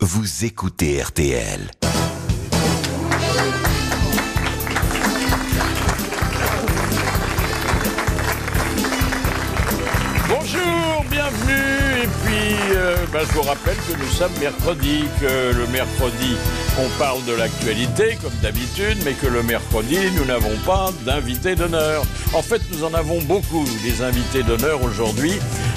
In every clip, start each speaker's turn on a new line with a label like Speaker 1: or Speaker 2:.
Speaker 1: Vous écoutez RTL.
Speaker 2: Bonjour, bienvenue. Et puis, euh, ben, je vous rappelle que nous sommes mercredi, que le mercredi, on parle de l'actualité comme d'habitude, mais que le mercredi, nous n'avons pas d'invités d'honneur. En fait, nous en avons beaucoup. Les invités d'honneur aujourd'hui,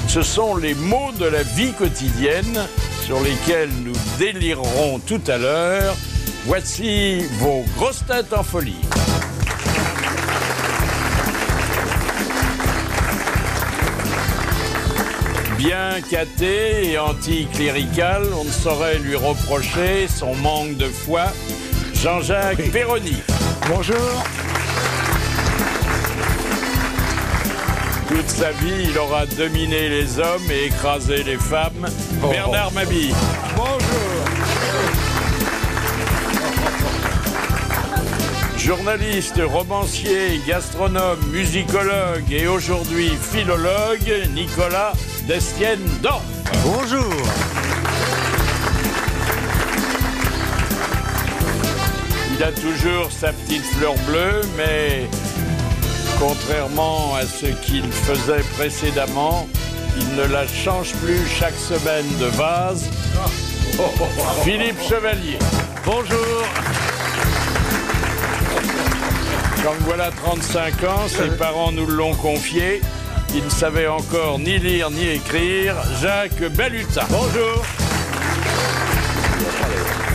Speaker 2: ce sont les mots de la vie quotidienne sur lesquels nous délirerons tout à l'heure. Voici vos grosses têtes en folie. Bien caté et anticlérical, on ne saurait lui reprocher son manque de foi. Jean-Jacques Perroni. Bonjour. Toute sa vie, il aura dominé les hommes et écrasé les femmes. Bernard Mabille. Journaliste, romancier, gastronome, musicologue et aujourd'hui philologue, Nicolas Destienne-Dorf. Bonjour. Il a toujours sa petite fleur bleue, mais contrairement à ce qu'il faisait précédemment, il ne la change plus chaque semaine de vase. Philippe Chevalier. Oh. Bonjour. Quand voilà 35 ans, ses parents nous l'ont confié. Il ne savait encore ni lire ni écrire. Jacques Balutin. Bonjour.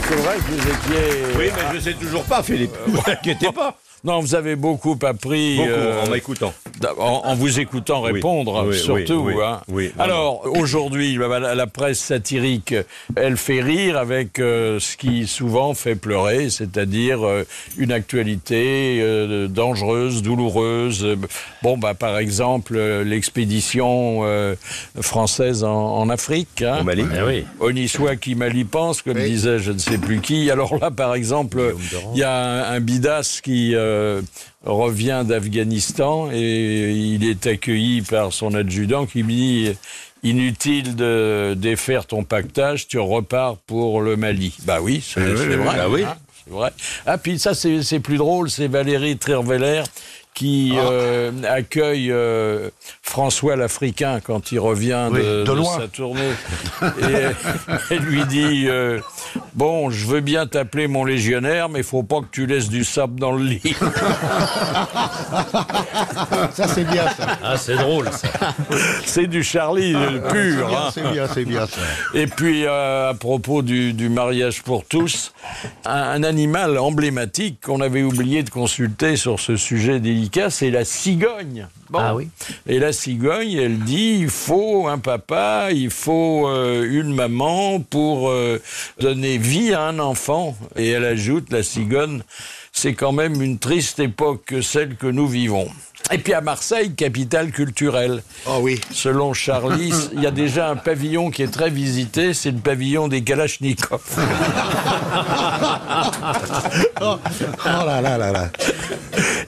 Speaker 2: C'est vrai que vous étiez. Euh,
Speaker 3: Oui, mais je ne sais toujours pas, Philippe. Ne vous inquiétez pas.
Speaker 2: Non, vous avez beaucoup appris.
Speaker 3: Beaucoup,
Speaker 2: euh,
Speaker 3: en m'écoutant.
Speaker 2: d'a- en, en vous écoutant répondre,
Speaker 3: oui,
Speaker 2: surtout.
Speaker 3: oui, oui,
Speaker 2: hein.
Speaker 3: oui, non,
Speaker 2: Alors, aujourd'hui, la, la- la presse satirique, elle fait rire avec euh, ce qui souvent fait pleurer, c'est-à-dire euh, une actualité euh, dangereuse, douloureuse. Bon, bah, par exemple, euh, l'expédition euh, française en, en Afrique. hein.
Speaker 3: Au Mali
Speaker 2: Oniswa qui mal y pense, comme disait je ne sais plus qui. Alors là, par exemple, il y a un, un bidas qui euh, revient d'Afghanistan et il est accueilli par son adjudant qui lui dit Inutile de défaire ton pactage, tu repars pour le Mali. Bah oui, c'est
Speaker 3: Eh oui,
Speaker 2: c'est
Speaker 3: oui,
Speaker 2: vrai.
Speaker 3: bah oui.
Speaker 2: hein, c'est vrai. Ah, puis ça, c'est c'est plus drôle, c'est Valérie Trierweiler qui
Speaker 3: Ah.
Speaker 2: euh, accueille euh, François l'Africain quand il revient de, de sa tournée. Et elle lui dit euh, Bon, je veux bien t'appeler mon légionnaire, mais faut pas que tu laisses du sable dans le lit.
Speaker 4: Ça, c'est bien, ça.
Speaker 3: Ah, c'est drôle, ça.
Speaker 2: C'est du Charlie euh, pur. hein.
Speaker 4: Ah, C'est bien, c'est bien, ça.
Speaker 2: Et puis, euh, à propos du, du mariage pour tous, un, un animal emblématique qu'on avait oublié de consulter sur ce sujet délicat, c'est la cigogne. Bon.
Speaker 5: Ah oui.
Speaker 2: Et la cigogne, elle dit il faut un papa, il faut euh, une maman pour euh, donner vie à un enfant. Et elle ajoute la cigogne, c'est quand même une triste époque que celle que nous vivons. Et puis à Marseille, capitale culturelle.
Speaker 4: Oh oui.
Speaker 2: Selon Charlie, il y a déjà un pavillon qui est très visité, c'est le pavillon des Kalachnikov.
Speaker 6: Ah,
Speaker 4: Oh là là là là.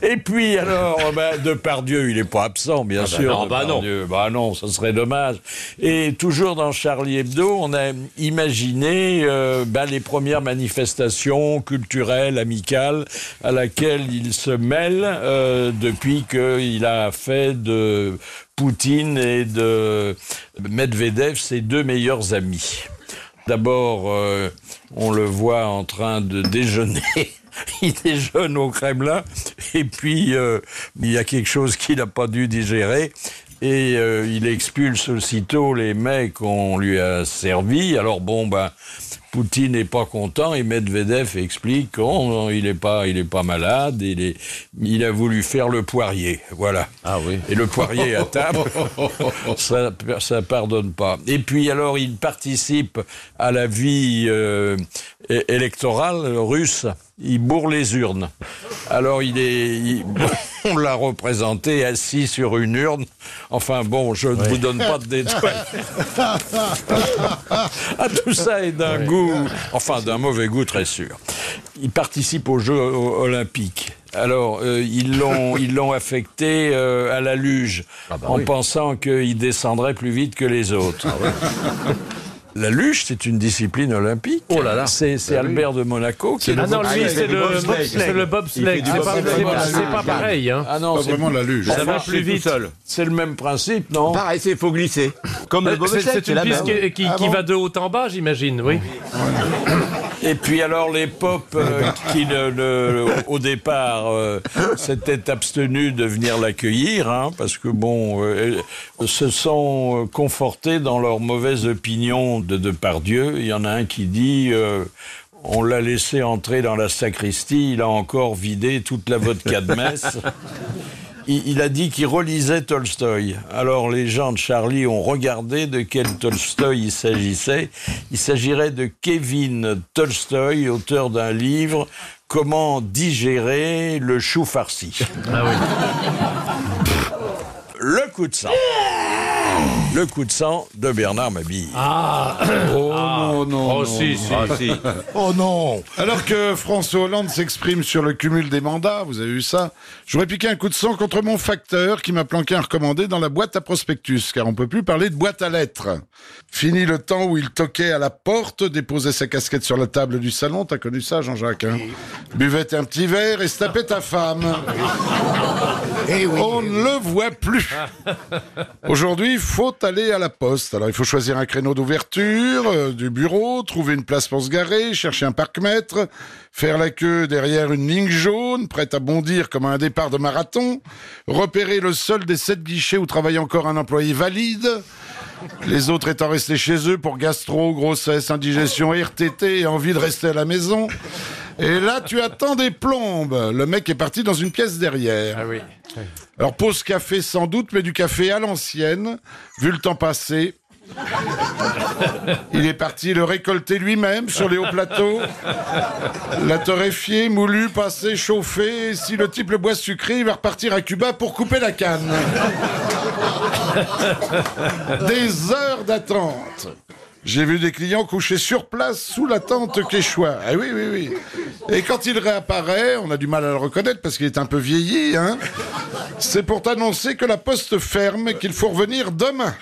Speaker 2: Et puis alors, ben, Depardieu, il n'est pas absent, bien sûr.
Speaker 3: non, bah non.
Speaker 2: Depardieu. Bah non, ça serait dommage. Et toujours dans Charlie Hebdo, on a imaginé euh, ben, les premières manifestations culturelles, amicales, à laquelle il se mêle euh, depuis qu'il a fait de Poutine et de Medvedev ses deux meilleurs amis. D'abord, euh, on le voit en train de déjeuner. Il déjeune au Kremlin. Et puis, euh, il y a quelque chose qu'il n'a pas dû digérer. Et euh, il expulse aussitôt les mecs qu'on lui a servis. Alors bon, ben, Poutine n'est pas content et Medvedev explique qu'il n'est pas, il est pas malade, il, est, il a voulu faire le poirier. Voilà.
Speaker 3: Ah oui.
Speaker 2: Et le poirier à table, ça, ça pardonne pas. Et puis alors, il participe à la vie euh, é- électorale russe. Il bourre les urnes. Alors, il est, il- on l'a représenté assis sur une urne. Enfin bon, je ne vous donne pas de détails. Ah, tout ça est d'un goût, enfin d'un mauvais goût très sûr. Il participe aux Jeux o- olympiques. Alors, euh, ils l'ont, ils l'ont affecté euh, à la
Speaker 5: Ah bah
Speaker 2: luge, en pensant qu'il descendrait plus vite que les autres. La luge, c'est une discipline olympique.
Speaker 5: Oh là là.
Speaker 2: C'est c'est Albert de Monaco qui
Speaker 5: Ah non,
Speaker 4: bobsleigh,
Speaker 5: lui,
Speaker 4: il
Speaker 5: c'est
Speaker 4: fait du
Speaker 5: le
Speaker 4: bobsleigh.
Speaker 5: bobsleigh. C'est le bobsleigh.
Speaker 3: Il fait du
Speaker 5: C'est pas,
Speaker 3: bobsleigh.
Speaker 5: c'est pas-
Speaker 4: Voilà.
Speaker 5: c'est pas pareil. Hein.
Speaker 2: Ah non,
Speaker 4: Pas
Speaker 2: c'est-
Speaker 4: vraiment la luge.
Speaker 5: Ça
Speaker 3: Ça
Speaker 5: va
Speaker 3: marche
Speaker 5: plus
Speaker 3: tout
Speaker 5: vite.
Speaker 3: seul.
Speaker 2: c'est le même principe, non Euh,
Speaker 7: Pareil, c'est faut glisser. Comme le
Speaker 5: Euh, C'est
Speaker 7: bobsleigh,
Speaker 5: c'est une
Speaker 7: la
Speaker 5: piste
Speaker 7: même.
Speaker 5: qui, qui- qui va de haut en bas, j'imagine, oui.
Speaker 2: Et puis alors les popes euh, qui, ne- ne- au départ, euh, s'étaient abstenus de venir l'accueillir, hein, parce que bon, euh, euh, se sont euh, confortés dans leur mauvaise opinion de Depardieu. Il y en a un qui dit. euh, on l'a laissé entrer dans la sacristie, il a encore vidé toute la vodka de messe. Il, il a dit qu'il relisait Tolstoï. Alors les gens de Charlie ont regardé de quel Tolstoï il s'agissait. Il s'agirait de Kevin Tolstoï, auteur d'un livre Comment digérer le chou farci. Le coup de sang. Le coup de sang de Bernard Mabille.
Speaker 4: Oh
Speaker 5: Oh,
Speaker 4: non, non. non,
Speaker 5: si,
Speaker 4: non.
Speaker 5: si.
Speaker 7: Ah, si.
Speaker 4: Oh non Alors que François Hollande s'exprime sur le cumul des mandats, vous avez vu ça J'aurais piqué un coup de sang contre mon facteur qui m'a planqué un recommandé dans la boîte à prospectus, car on peut plus parler de boîte à lettres. Fini le temps où il toquait à la porte, déposait sa casquette sur la table du salon, t'as connu ça Jean-Jacques hein Buvait un petit verre et se tapait ta femme. on ne le voit plus Aujourd'hui, il faut aller à la poste. Alors, il faut choisir un créneau d'ouverture, euh, du bureau, trouver une place pour se garer, chercher un parc-mètre, faire la queue derrière une ligne jaune, prête à bondir comme à un départ de marathon, repérer le seul des sept guichets où travaille encore un employé valide, les autres étant restés chez eux pour gastro, grossesse, indigestion, RTT et envie de rester à la maison. Et là, tu attends des plombes. Le mec est parti dans une pièce derrière.
Speaker 5: oui.
Speaker 4: Alors pause café sans doute, mais du café à l'ancienne, vu le temps passé. Il est parti le récolter lui-même sur les hauts plateaux, la torréfier, moulu, passé, chauffé. Et si le type le boit sucré, il va repartir à Cuba pour couper la canne. Des heures d'attente. J'ai vu des clients couchés sur place sous la tente quechua. Ah oui, oui, oui. Et quand il réapparaît, on a du mal à le reconnaître parce qu'il est un peu vieilli, hein. C'est pour t'annoncer que la poste ferme et qu'il faut revenir demain.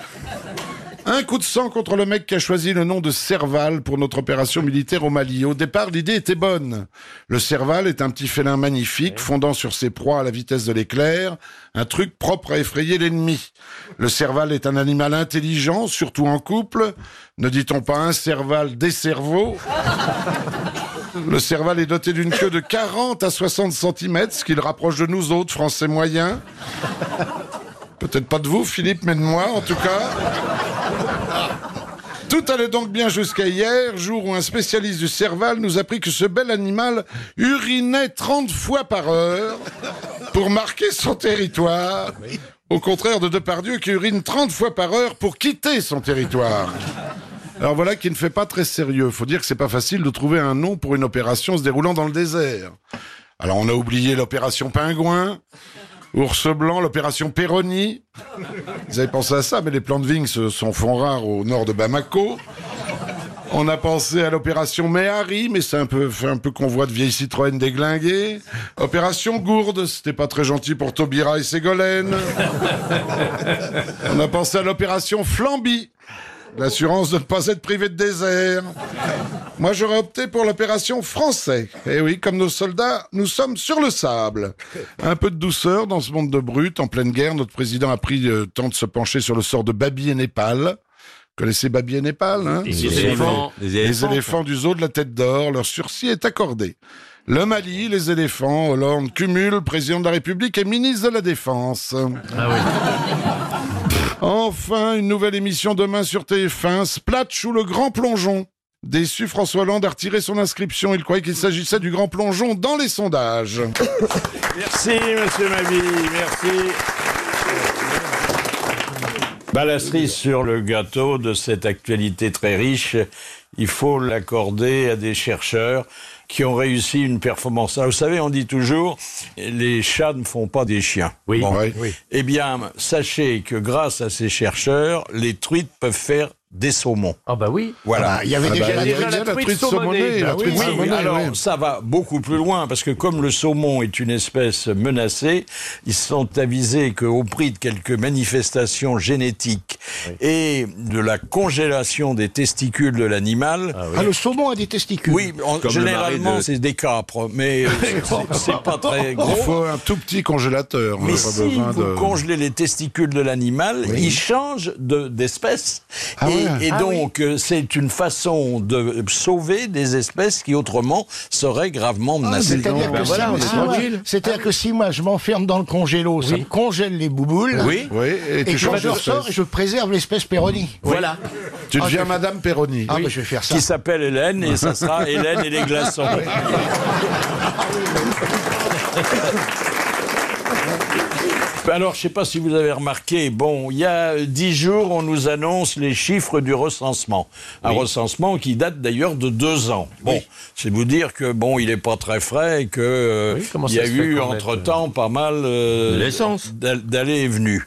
Speaker 4: Un coup de sang contre le mec qui a choisi le nom de Serval pour notre opération militaire au Mali. Au départ, l'idée était bonne. Le Serval est un petit félin magnifique, fondant sur ses proies à la vitesse de l'éclair, un truc propre à effrayer l'ennemi. Le Serval est un animal intelligent, surtout en couple. Ne dit-on pas un Serval des cerveaux le Serval est doté d'une queue de 40 à 60 cm, ce qui le rapproche de nous autres, Français moyens. Peut-être pas de vous, Philippe, mais de moi, en tout cas. Tout allait donc bien jusqu'à hier, jour où un spécialiste du Serval nous apprit que ce bel animal urinait 30 fois par heure pour marquer son territoire, au contraire de Depardieu qui urine 30 fois par heure pour quitter son territoire. Alors voilà qui ne fait pas très sérieux. Faut dire que c'est pas facile de trouver un nom pour une opération se déroulant dans le désert. Alors on a oublié l'opération Pingouin, Ours Blanc, l'opération Péroni. Vous avez pensé à ça, mais les plans de vigne se sont font rares au nord de Bamako. On a pensé à l'opération Méhari, mais c'est un peu, fait un peu convoi de vieilles Citroën déglinguées. Opération Gourde, c'était pas très gentil pour Taubira et Ségolène. On a pensé à l'opération Flamby. L'assurance de ne pas être privé de désert. Moi, j'aurais opté pour l'opération français. Et oui, comme nos soldats, nous sommes sur le sable. Un peu de douceur dans ce monde de brutes. En pleine guerre, notre président a pris le temps de se pencher sur le sort de Babi et Népal. Vous connaissez Babi et Népal, hein
Speaker 5: Et
Speaker 7: Les
Speaker 5: Les
Speaker 7: éléphants. Les
Speaker 4: les
Speaker 7: éléphants.
Speaker 4: éléphants du zoo de la tête d'or, leur sursis est accordé. Le Mali, les éléphants, Hollande cumule, président de la République et ministre de la Défense.
Speaker 5: Ah oui.
Speaker 4: Enfin, une nouvelle émission demain sur TF1, Splatch ou le Grand Plongeon. Déçu, François Hollande a retiré son inscription. Il croyait qu'il s'agissait du Grand Plongeon dans les sondages.
Speaker 2: Merci, monsieur Mabille, merci. Bah, la cerise sur le gâteau de cette actualité très riche, il faut l'accorder à des chercheurs qui ont réussi une performance. Alors, vous savez, on dit toujours, les chats ne font pas des chiens.
Speaker 5: Oui.
Speaker 4: Ouais.
Speaker 2: Eh bien, sachez que grâce à ces chercheurs, les truites peuvent faire des saumons.
Speaker 5: Ah bah oui.
Speaker 2: Voilà.
Speaker 4: Il y avait déjà,
Speaker 5: bah, il y a déjà
Speaker 4: la truite saumonée.
Speaker 5: bah
Speaker 4: La truite
Speaker 5: oui.
Speaker 2: Oui,
Speaker 4: saumonée,
Speaker 2: alors
Speaker 4: oui.
Speaker 2: ça va beaucoup plus loin parce que comme le saumon est une espèce menacée, ils sont avisés qu'au prix de quelques manifestations génétiques et de la congélation des testicules de l'animal,
Speaker 6: Ah, le saumon a des testicules.
Speaker 2: oui, en-
Speaker 7: Comme le
Speaker 2: généralement
Speaker 7: marais de-
Speaker 2: c'est des capres, mais euh, c'est- c'est pas très
Speaker 4: Il
Speaker 2: gros.
Speaker 4: faut un tout petit congélateur. on
Speaker 2: Mais
Speaker 4: n'a
Speaker 2: si
Speaker 4: pas besoin
Speaker 2: vous
Speaker 4: de...
Speaker 2: congelez les testicules de l'animal, ils changent de- d'espèce.
Speaker 4: Ah
Speaker 2: et,
Speaker 4: ouais.
Speaker 2: et donc, euh, c'est une façon de sauver des espèces qui autrement seraient gravement
Speaker 4: Ah,
Speaker 2: menacées. Eh ben
Speaker 6: C'est-à-dire
Speaker 4: Ben
Speaker 6: que, si-
Speaker 5: on est
Speaker 6: ah,
Speaker 5: tranquille.
Speaker 6: ouais. C'est-à-dire que si moi je m'enferme dans le congélo, ça
Speaker 5: Oui.
Speaker 6: me congèle les bouboules.
Speaker 7: Oui.
Speaker 4: Oui, et,
Speaker 6: Et
Speaker 4: tu
Speaker 6: que
Speaker 4: changes
Speaker 6: je
Speaker 4: d'espèce.
Speaker 6: ressors et je préserve l'espèce Péroni.
Speaker 5: Voilà.
Speaker 4: Tu
Speaker 2: Ah,
Speaker 4: deviens Madame Perroni.
Speaker 6: Ah, bah, je vais faire ça.
Speaker 2: qui s'appelle Hélène, et ça sera Hélène et les glaçons. Alors, je ne sais pas si vous avez remarqué, bon, il y a dix jours, on nous annonce les chiffres du recensement. Un recensement qui date d'ailleurs de deux ans. Bon, c'est vous dire que, bon, il n'est pas très frais et que euh,
Speaker 5: Oui, comment
Speaker 2: il y
Speaker 5: ça
Speaker 2: a
Speaker 5: se fait
Speaker 2: eu,
Speaker 5: qu'on mette,
Speaker 2: entre-temps, pas mal euh,
Speaker 7: L'essence.
Speaker 2: d'all- d'allées et venues.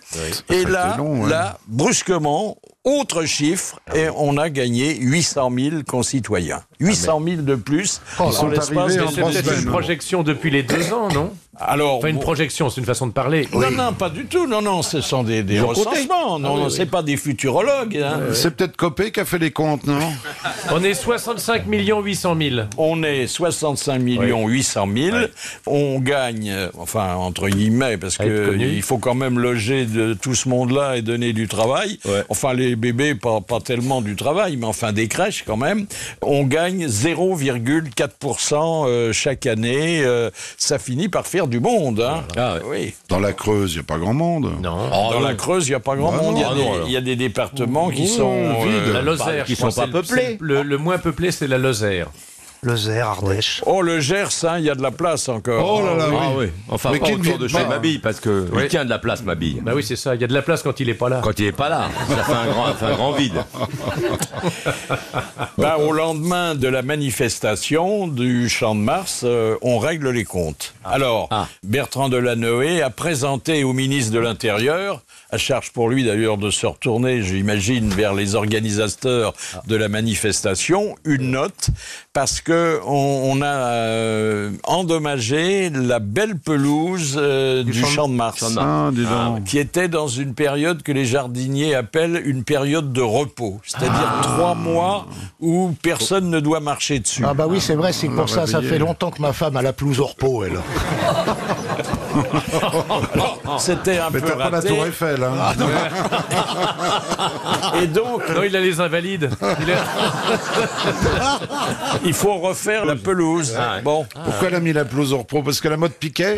Speaker 2: Et là,
Speaker 4: long, hein. Ah
Speaker 2: là, brusquement, autre chiffre, et on a gagné 800 000 concitoyens. 800 000 de plus
Speaker 5: Oh,
Speaker 4: Oh, Ils
Speaker 2: en
Speaker 4: sont
Speaker 2: l'espace
Speaker 4: arrivés
Speaker 2: de
Speaker 4: en
Speaker 5: C'est
Speaker 2: cette-
Speaker 4: France hein.
Speaker 5: peut-être une
Speaker 4: Bleu.
Speaker 5: projection depuis les deux ans, non
Speaker 2: Alors,
Speaker 5: Enfin, une
Speaker 2: bon,
Speaker 5: projection, c'est une façon de parler.
Speaker 2: non, non, pas du tout. Non, non, ce sont des, des recensements. Non, non, c'est pas des futurologues. hein.
Speaker 4: Euh, C'est peut-être Copé qui a fait les comptes, non
Speaker 5: On est 65 800 000.
Speaker 2: On est 65 millions 800 000. On gagne, euh, enfin entre guillemets, parce
Speaker 5: À être
Speaker 2: que
Speaker 5: connu.
Speaker 2: il faut quand même loger de tout ce monde-là et donner du travail.
Speaker 7: Ouais.
Speaker 2: Enfin les bébés pas, pas tellement du travail, mais enfin des crèches quand même. On gagne 0,4% euh, chaque année. euh, Ça finit par faire du monde. hein. Oui.
Speaker 4: Dans la Creuse, il n'y a pas grand monde.
Speaker 5: Non.
Speaker 2: Dans la Creuse, il n'y a pas grand
Speaker 4: Bah
Speaker 2: monde. Il y, a
Speaker 7: Ah, non,
Speaker 2: des-
Speaker 7: non, alors.
Speaker 2: il y a des départements qui sont euh,
Speaker 5: La Lozère,
Speaker 7: qui
Speaker 5: je crois,
Speaker 7: sont pas
Speaker 5: c'est le-
Speaker 7: peuplés.
Speaker 5: c'est Le, le moins peuplé, c'est la Lozère.
Speaker 6: Lozère, Ardèche.
Speaker 2: Oh, le Gers, hein, il y a de la place encore.
Speaker 4: Oh là là, oui.
Speaker 7: Ah oui. Enfin,
Speaker 4: Mais
Speaker 7: pas
Speaker 4: qui ne
Speaker 7: autour de hein
Speaker 4: vient
Speaker 7: chez
Speaker 4: pas.
Speaker 7: Mabille, parce que il tient de la place, Mabille.
Speaker 5: Bah oui, c'est ça. Il y a de la place quand il est pas là.
Speaker 7: Quand il est pas là, ça fait un grand, ça fait un grand vide.
Speaker 2: Ben, au lendemain de la manifestation du Champ de Mars, euh, on règle les comptes.
Speaker 7: Ah.
Speaker 2: Alors, Bertrand Delanoë a présenté au ministre de l'Intérieur, à charge pour lui d'ailleurs de se retourner, j'imagine, vers les organisateurs
Speaker 7: Ah.
Speaker 2: de la manifestation, une note parce que on, on a euh, endommagé la belle pelouse euh, du, Champ, de Mars
Speaker 4: Ah, dis donc.
Speaker 2: qui était dans une période que les jardiniers appellent une période de repos, c'est-à-dire trois mois où personne ne doit marcher dessus.
Speaker 6: Ah, bah oui, c'est vrai, c'est pour ça, ça
Speaker 4: réveillé.
Speaker 6: fait longtemps que ma femme a la pelouse au repos, elle.
Speaker 2: Oh, C'était un
Speaker 4: Mais
Speaker 2: peu
Speaker 4: t'as pas la
Speaker 2: raté.
Speaker 4: Tour Eiffel, hein
Speaker 5: Ah,
Speaker 6: Ah,
Speaker 2: Et donc,
Speaker 5: Non, il a les invalides. Il a-
Speaker 2: il faut refaire la pelouse. Bon,
Speaker 4: Ah. Pourquoi elle a mis la blouse au repos Parce que la mode piquait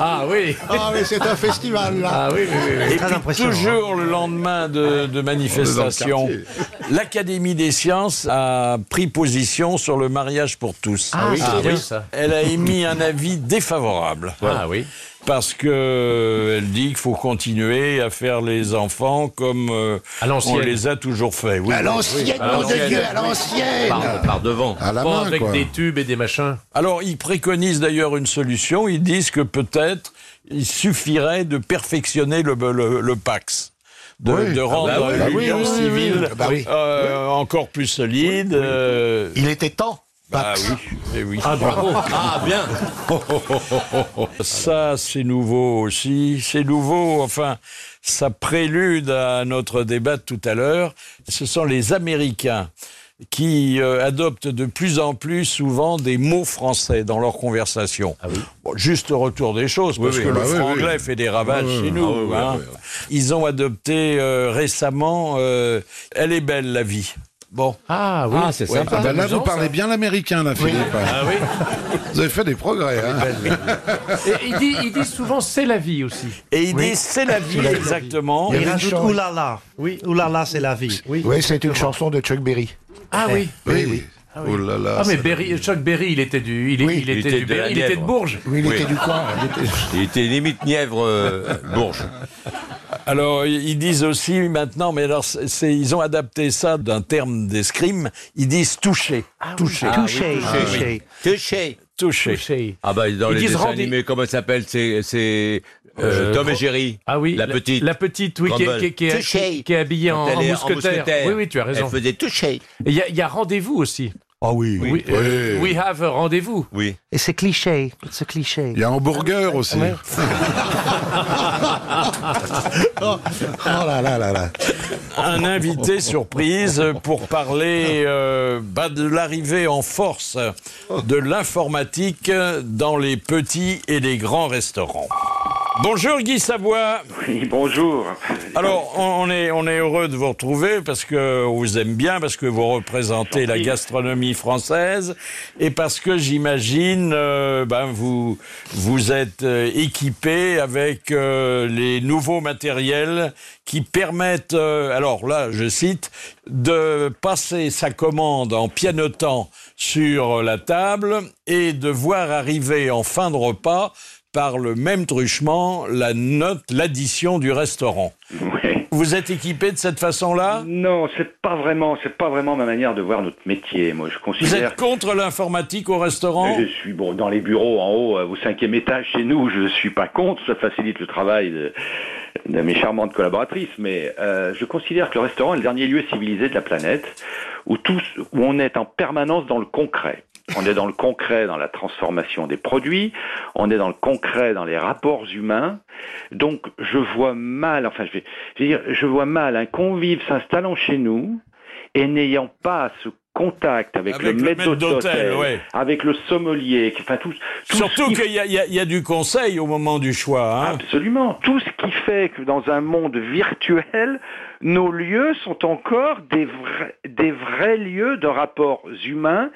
Speaker 5: Ah oui.
Speaker 6: Ah, mais c'est un festival, là.
Speaker 5: Ah oui, oui, oui, oui.
Speaker 2: et puis
Speaker 6: hein.
Speaker 2: toujours le lendemain de, de manifestation,
Speaker 4: quartier.
Speaker 2: l'Académie des sciences a pris position sur le mariage pour tous.
Speaker 6: Ah,
Speaker 5: oui,
Speaker 6: c'est
Speaker 5: c'est
Speaker 6: bien.
Speaker 5: bien ça.
Speaker 2: Elle a émis un avis défavorable.
Speaker 5: Ah oui.
Speaker 2: parce que euh, elle dit qu'il faut continuer à faire les enfants comme euh,
Speaker 5: À l'ancienne.
Speaker 2: on les a toujours fait. Oui.
Speaker 6: À l'ancienne,
Speaker 7: à
Speaker 6: mon
Speaker 7: l'ancienne.
Speaker 6: Dieu, à l'ancienne.
Speaker 7: Par, par devant.
Speaker 4: À la
Speaker 5: Pas
Speaker 4: main,
Speaker 5: avec
Speaker 4: quoi.
Speaker 5: des tubes et des machins.
Speaker 2: Alors ils préconisent d'ailleurs une solution. Ils disent que peut-être il suffirait de perfectionner le, le, le Pax. De,
Speaker 4: Oui.
Speaker 2: de rendre
Speaker 7: bah oui, bah oui,
Speaker 2: l'union
Speaker 6: oui, oui, oui.
Speaker 2: civile
Speaker 6: Ah bah oui.
Speaker 2: euh, encore plus solide. euh,
Speaker 6: Il était temps.
Speaker 2: ah
Speaker 6: Pax.
Speaker 2: oui, eh oui.
Speaker 7: Ah bien.
Speaker 2: Ça, c'est nouveau aussi. C'est nouveau, enfin, ça prélude à notre débat de tout à l'heure. Ce sont les Américains qui euh, adoptent de plus en plus souvent des mots français dans leur conversation.
Speaker 7: Ah
Speaker 2: Bon, juste au retour des choses, parce
Speaker 4: oui,
Speaker 2: que
Speaker 4: bah
Speaker 2: le
Speaker 4: oui,
Speaker 2: franglais
Speaker 4: oui.
Speaker 2: fait des ravages chez nous.
Speaker 7: Ah oui, oui,
Speaker 2: hein.
Speaker 7: oui,
Speaker 2: Ils ont adopté euh, récemment euh, Elle est belle, la vie ». Bon,
Speaker 5: Ah oui.
Speaker 7: c'est
Speaker 2: Ouais.
Speaker 4: Ah bah là, vous parlez bien l'américain, là, Philippe.
Speaker 5: Ah oui.
Speaker 4: Vous avez fait des progrès, hein
Speaker 5: Et il dit, il dit souvent c'est la vie aussi.
Speaker 2: et ils disent « c'est la vie » exactement.
Speaker 6: Il y avait une chanson.
Speaker 8: Oulala. Oui. Oulala, c'est la vie. Oui.
Speaker 6: Oui, c'est une chanson de Chuck Berry.
Speaker 5: Ah oui.
Speaker 4: Oui, oui. Oh là là.
Speaker 5: Ah mais Berry, Chuck Berry, il était du, il, est-
Speaker 6: Oui.
Speaker 5: il était,
Speaker 7: était
Speaker 5: du
Speaker 7: de la
Speaker 5: Berry, il était de
Speaker 7: Nièvre.
Speaker 5: Bourges.
Speaker 6: Oui, il
Speaker 7: Oui.
Speaker 6: était du coin. il était-
Speaker 7: Il était limite Nièvre euh, Bourges.
Speaker 2: Alors, ils disent aussi maintenant, mais alors, c'est, c'est- ils ont adapté ça d'un terme d'escrime, ils disent toucher. toucher.
Speaker 8: Touché,
Speaker 7: oui.
Speaker 8: touché.
Speaker 7: Touché.
Speaker 2: Toucher.
Speaker 5: Touché.
Speaker 7: Ah bah dans
Speaker 5: Ils
Speaker 7: les
Speaker 5: disent
Speaker 7: dessins
Speaker 5: rendez-
Speaker 7: animés, comment ça s'appelle C'est c'est Euh, Tom et Jerry.
Speaker 5: Ah oui,
Speaker 7: La petite.
Speaker 5: La petite, oui, qui est,
Speaker 7: Grumble.
Speaker 5: qui est- qui est-
Speaker 7: Touché.
Speaker 5: qui est habillée en,
Speaker 7: Quand
Speaker 5: en
Speaker 7: elle est
Speaker 5: mousquetaire. Oui, oui, tu as raison.
Speaker 7: Elle faisait toucher.
Speaker 5: Et Il y a, il y a rendez-vous aussi.
Speaker 6: Ah oui.
Speaker 5: Oui, euh, we have a rendez-vous.
Speaker 7: Oui.
Speaker 9: Et c'est cliché, c'est cliché.
Speaker 4: Il y a hamburger aussi.
Speaker 6: Oh là là là là.
Speaker 2: un invité surprise pour parler euh, bah, de l'arrivée en force de l'informatique dans les petits et les grands restaurants. Bonjour Guy Savoie.
Speaker 10: Oui, bonjour.
Speaker 2: Alors on on est on est heureux de vous retrouver parce que on vous aime bien parce que vous représentez la gastronomie française et parce que j'imagine euh, ben vous vous êtes euh, équipé avec euh, les nouveaux matériels qui permettent euh, alors là je cite de passer sa commande en pianotant sur la table et de voir arriver en fin de repas par le même truchement la note, l'addition du restaurant.
Speaker 10: Ouais.
Speaker 2: Vous êtes équipé de cette façon-là
Speaker 10: Non, c'est pas vraiment, c'est pas vraiment ma manière de voir notre métier. Moi, je
Speaker 2: Vous
Speaker 10: considère.
Speaker 2: êtes contre l'informatique au restaurant
Speaker 10: Je suis bon dans les bureaux en haut, euh, au cinquième étage chez nous. Je suis pas contre, ça facilite le travail de, de mes charmantes collaboratrices. Mais euh, je considère que le restaurant est le dernier lieu civilisé de la planète où tous, où on est en permanence dans le concret. On est dans le concret dans la transformation des produits, on est dans le concret dans les rapports humains. Donc je vois mal, enfin je vais, je vais dire, je vois mal un convive s'installant chez nous et n'ayant pas ce contact avec,
Speaker 2: Avec
Speaker 10: le maître d'hôtel,
Speaker 2: ouais.
Speaker 10: avec le sommelier, qui- enfin tout, tout ce
Speaker 2: Surtout
Speaker 10: qui-
Speaker 2: qu'il y, a- il y a- il y a du conseil au moment du choix. hein.
Speaker 10: Absolument. Tout ce qui fait que dans un monde virtuel, nos lieux sont encore des vrais, des vrais lieux de rapports humains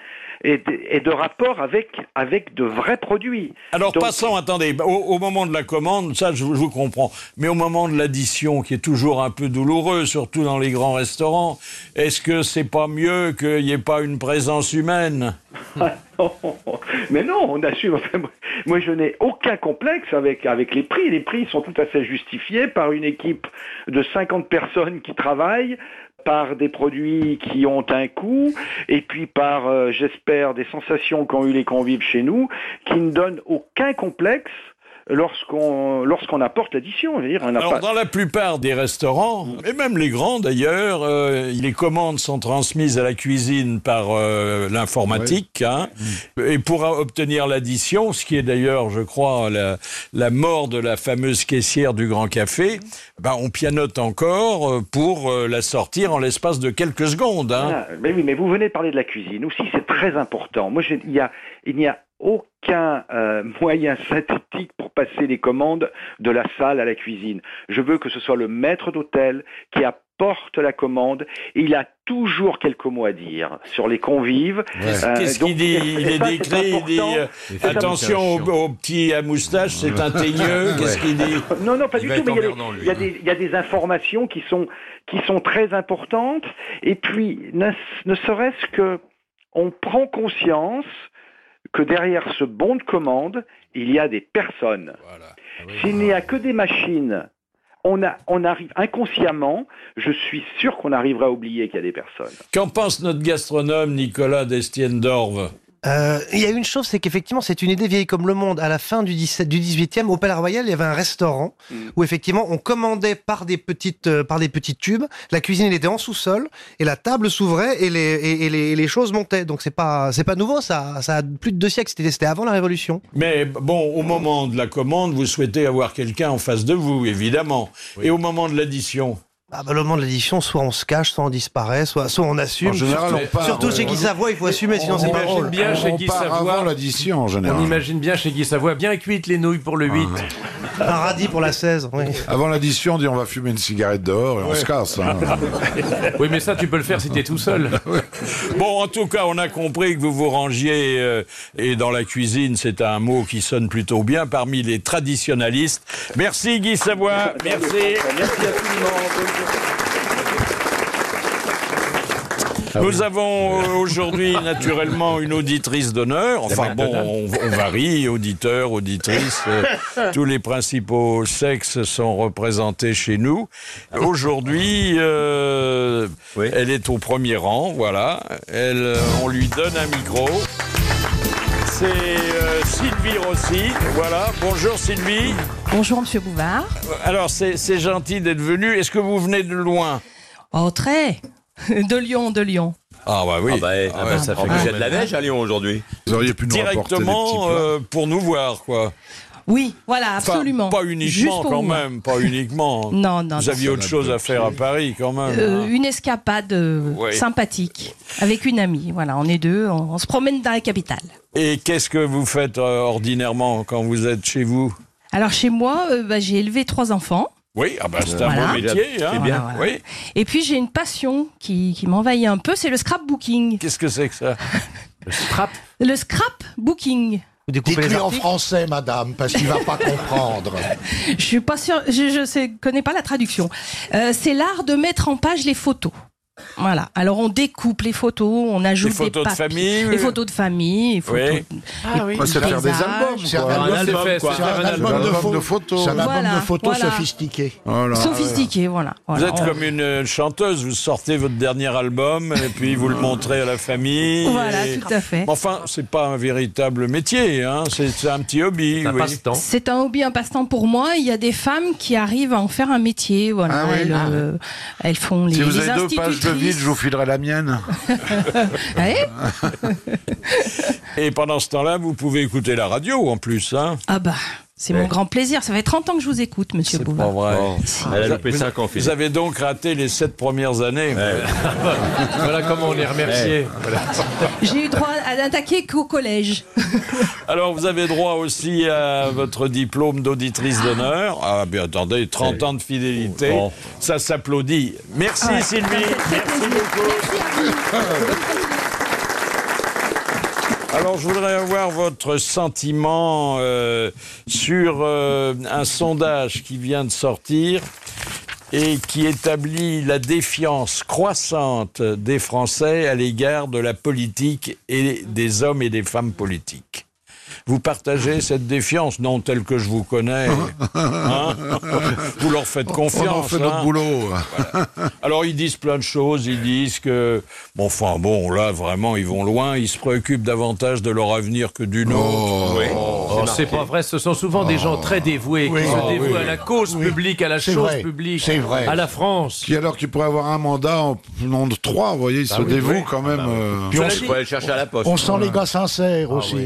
Speaker 10: et de, et de rapports avec, avec de vrais produits.
Speaker 2: Alors
Speaker 10: Donc-
Speaker 2: passons, attendez, au, au moment de la commande, ça je, vous- je vous comprends, mais au moment de l'addition qui est toujours un peu douloureux, surtout dans les grands restaurants, est-ce que c'est pas mieux qu'il n'y ait pas une présence humaine
Speaker 10: Ah, Mais non, on assume. Enfin, moi, moi, je n'ai aucun complexe avec, avec les prix. Les prix sont tout à fait justifiés par une équipe de 50 personnes qui travaillent par des produits qui ont un coût, et puis par, euh, j'espère, des sensations qu'ont eu les convives chez nous, qui ne donnent aucun complexe lorsqu'on lorsqu'on apporte l'addition. Je veux dire, on n'a
Speaker 2: Alors
Speaker 10: pas-
Speaker 2: dans la plupart des restaurants, et même les grands d'ailleurs, euh, les commandes sont transmises à la cuisine par euh, l'informatique. hein. et pour euh, obtenir l'addition, ce qui est d'ailleurs, je crois, la, la mort de la fameuse caissière du Grand Café, ben, on pianote encore euh, pour euh, la sortir en l'espace de quelques secondes. hein.
Speaker 10: Ah, mais oui, mais vous venez de parler de la cuisine aussi, c'est très important. Moi, j'ai- il y a- il n'y a aucun euh, moyen synthétique pour passer les commandes de la salle à la cuisine. Je veux que ce soit le maître d'hôtel qui apporte la commande. Et il a toujours quelques mots à dire sur les convives. Euh,
Speaker 2: Qu'est-ce
Speaker 10: donc,
Speaker 2: qu'il dit
Speaker 10: et
Speaker 2: Il est
Speaker 10: ça, c'est
Speaker 2: décrit, il dit
Speaker 10: important.
Speaker 2: euh, attention au, au petit à moustache, c'est un teigneux. Qu'est-ce qu'il dit
Speaker 10: Non, non, pas
Speaker 7: Il
Speaker 10: du
Speaker 7: va
Speaker 10: tout.
Speaker 7: être
Speaker 10: Mais il y a des-
Speaker 7: emmerdant, lui. hein.
Speaker 10: il y, a des- il y a des informations qui sont, qui sont très importantes. Et puis, ne, ne serait-ce que, on prend conscience que derrière ce bon de commande, il y a des personnes.
Speaker 7: Ah
Speaker 10: S'il n'y a que des machines, on, a, on arrive inconsciemment, je suis sûr qu'on arrivera à oublier qu'il y a des personnes.
Speaker 2: Qu'en pense notre gastronome Nicolas Destienne d'Orve
Speaker 9: Euh, Il y a une chose, c'est qu'effectivement, c'est une idée vieille comme le monde. À la fin du, 17, du 18e, au Palais Royal, il y avait un restaurant
Speaker 2: Mm.
Speaker 9: où effectivement, on commandait par des petites, euh, par des petits tubes. La cuisine, elle était en sous-sol et la table s'ouvrait et les, et, et les, et les choses montaient. Donc c'est pas, c'est pas nouveau, ça, ça a plus de deux siècles. C'était, c'était avant la Révolution.
Speaker 2: Mais bon, au moment de la commande, vous souhaitez avoir quelqu'un en face de vous, évidemment. Et au moment de l'addition
Speaker 9: Ah bah, le moment de l'édition, soit on se cache, soit on disparaît, soit, soit on assume.
Speaker 4: En général,
Speaker 9: surtout
Speaker 4: on part,
Speaker 9: surtout
Speaker 4: ouais.
Speaker 9: chez Guy Savoie, ah, il faut assumer, sinon c'est
Speaker 5: on
Speaker 9: pas
Speaker 5: imagine
Speaker 9: drôle.
Speaker 5: bien chez
Speaker 4: on
Speaker 5: Guy
Speaker 4: part
Speaker 5: Savoie.
Speaker 4: avant l'addition en
Speaker 5: On
Speaker 4: général.
Speaker 5: imagine bien chez Guy Savoie, bien cuites les nouilles pour le
Speaker 6: Ah
Speaker 5: 8.
Speaker 9: Paradis pour la 16. Oui.
Speaker 4: Avant l'addition, on dit on va fumer une cigarette dehors et on se casse. hein.
Speaker 5: Oui, mais ça, tu peux le faire si t'es tout seul.
Speaker 2: Bon, en tout cas, on a compris que vous vous rangiez, euh, et dans la cuisine, c'est un mot qui sonne plutôt bien, parmi les traditionalistes. Merci Guy
Speaker 5: Ah
Speaker 2: Savoie, merci.
Speaker 10: Merci à tout le monde.
Speaker 2: Nous avons euh, aujourd'hui naturellement une auditrice d'honneur. Enfin bon, on, on varie, auditeur, auditrice. euh, tous les principaux sexes sont représentés chez nous.
Speaker 7: Ah
Speaker 2: Aujourd'hui, euh, elle est au premier rang, voilà. Elle, euh, on lui donne un micro. C'est euh, Sylvie Rossi, voilà. Bonjour Sylvie.
Speaker 11: Bonjour Monsieur Bouvard.
Speaker 2: Alors c'est c'est gentil d'être venu. Est-ce que vous venez de loin
Speaker 11: Oh très De Lyon, de Lyon.
Speaker 2: Ah bah oui.
Speaker 7: Ah bah, eh, ah bah, ça fait
Speaker 2: Ah
Speaker 7: que j'ai
Speaker 2: ouais.
Speaker 7: de la neige à Lyon aujourd'hui.
Speaker 4: Vous auriez pu
Speaker 2: Directement euh, pour nous voir, quoi.
Speaker 11: Oui, voilà,
Speaker 2: Enfin,
Speaker 11: absolument.
Speaker 2: pas uniquement
Speaker 11: Juste pour
Speaker 2: quand
Speaker 11: vous.
Speaker 2: même, pas uniquement.
Speaker 11: Non, non,
Speaker 2: Vous
Speaker 11: non.
Speaker 2: aviez autre chose à faire à Paris quand même.
Speaker 11: Euh,
Speaker 2: hein.
Speaker 11: une escapade euh,
Speaker 2: Ouais.
Speaker 11: sympathique avec une amie. Voilà, on est deux, on, on se promène dans la capitale.
Speaker 2: Et qu'est-ce que vous faites euh, ordinairement quand vous êtes chez vous
Speaker 11: Alors chez moi, euh, bah, j'ai élevé trois enfants.
Speaker 2: Oui, ah bah, c'est un
Speaker 11: Voilà.
Speaker 2: bon métier. Hein.
Speaker 11: C'est bien. Voilà, voilà.
Speaker 2: Oui.
Speaker 11: Et puis j'ai une passion qui, qui m'envahit un peu, c'est le scrapbooking.
Speaker 2: Qu'est-ce que c'est que ça
Speaker 11: Le scrapbooking.
Speaker 6: Dites-lui en français, madame, parce qu'il va pas comprendre.
Speaker 11: Je suis pas sûre, je, je sais, connais pas la traduction. Euh, c'est l'art de mettre en page les photos. Voilà. Alors on découpe les photos, on ajoute
Speaker 2: photos de
Speaker 11: des papiers,
Speaker 2: famille, oui.
Speaker 11: les photos de famille, les photos.
Speaker 2: Oui.
Speaker 5: Ah oui.
Speaker 11: Bah,
Speaker 4: c'est faire des albums,
Speaker 6: C'est un album,
Speaker 4: album,
Speaker 5: fait,
Speaker 4: quoi.
Speaker 5: c'est faire un album.
Speaker 4: album de
Speaker 6: photos.
Speaker 4: photos.
Speaker 6: C'est un album
Speaker 11: Voilà,
Speaker 6: de photos
Speaker 11: voilà.
Speaker 6: sophistiquées.
Speaker 2: Oh
Speaker 4: Oh
Speaker 11: Sophistiqué, voilà.
Speaker 2: Vous
Speaker 11: voilà.
Speaker 2: êtes
Speaker 11: On-
Speaker 2: comme une euh, chanteuse, vous sortez votre dernier album et puis vous le montrez à la famille.
Speaker 11: Voilà,
Speaker 2: et-
Speaker 11: tout à fait.
Speaker 2: Enfin, c'est pas un véritable métier, hein, c'est c'est un petit hobby.
Speaker 5: Ça
Speaker 2: oui.
Speaker 5: passe temps.
Speaker 11: C'est un hobby, un passe-temps pour moi. Il y a des femmes qui arrivent à en faire un métier. Voilà,
Speaker 4: Ah oui,
Speaker 11: elles,
Speaker 4: ah oui.
Speaker 11: euh, elles font les,
Speaker 4: Si vous
Speaker 11: les
Speaker 4: avez deux pages de vide,
Speaker 11: institutrices.
Speaker 4: je vous filerai la mienne.
Speaker 11: Ouais.
Speaker 2: Et pendant ce temps-là, vous pouvez écouter la radio en plus. Hein.
Speaker 11: Ah bah, c'est mon grand plaisir. Ça fait 30 ans que je vous écoute, Monsieur Bouvard.
Speaker 2: vrai.
Speaker 7: Elle a
Speaker 2: Vous-
Speaker 7: loupé
Speaker 2: vous-
Speaker 7: 5 ans,
Speaker 2: Vous
Speaker 7: Philippe.
Speaker 2: avez donc raté les sept premières années.
Speaker 5: Voilà comment on est remercié.
Speaker 11: J'ai eu droit à n'attaquer qu'au collège.
Speaker 2: Alors, vous avez droit aussi à votre diplôme d'auditrice d'honneur. Ah, bien attendez, 30 ans de fidélité.
Speaker 7: Bon.
Speaker 2: Ça s'applaudit. Merci,
Speaker 11: Ouais.
Speaker 2: Sylvie.
Speaker 11: Ça fait très
Speaker 2: Merci
Speaker 11: plaisir.
Speaker 2: beaucoup.
Speaker 11: Merci à vous. Bonne continuation.
Speaker 2: Alors, je voudrais avoir votre sentiment euh, sur euh, un sondage qui vient de sortir et qui établit la défiance croissante des Français à l'égard de la politique et des hommes et des femmes politiques. Vous partagez cette défiance, non telle que je vous connais. hein vous leur faites
Speaker 4: On
Speaker 2: confiance.
Speaker 4: en fait
Speaker 2: hein.
Speaker 4: notre boulot.
Speaker 2: Alors ils disent plein de choses, ils disent que bon enfin bon là vraiment ils vont loin, ils se préoccupent davantage de leur avenir que du nôtre.
Speaker 5: Oh, c'est pas vrai, ce sont souvent des
Speaker 6: Ah.
Speaker 5: gens très dévoués qui se dévouent à la cause publique, à la
Speaker 6: C'est
Speaker 5: chose
Speaker 6: vrai,
Speaker 5: publique,
Speaker 6: c'est vrai.
Speaker 5: à la France. Bah
Speaker 4: Qui alors qu'il pourrait avoir un mandat en nom de trois, vous voyez, il se dévoue quand même. euh.
Speaker 7: Puis on
Speaker 5: Cela
Speaker 7: faut
Speaker 5: dit-
Speaker 7: aller le chercher à la poste.
Speaker 6: On sent
Speaker 5: hein.
Speaker 6: les hein. gars
Speaker 5: Ah
Speaker 6: sincères aussi.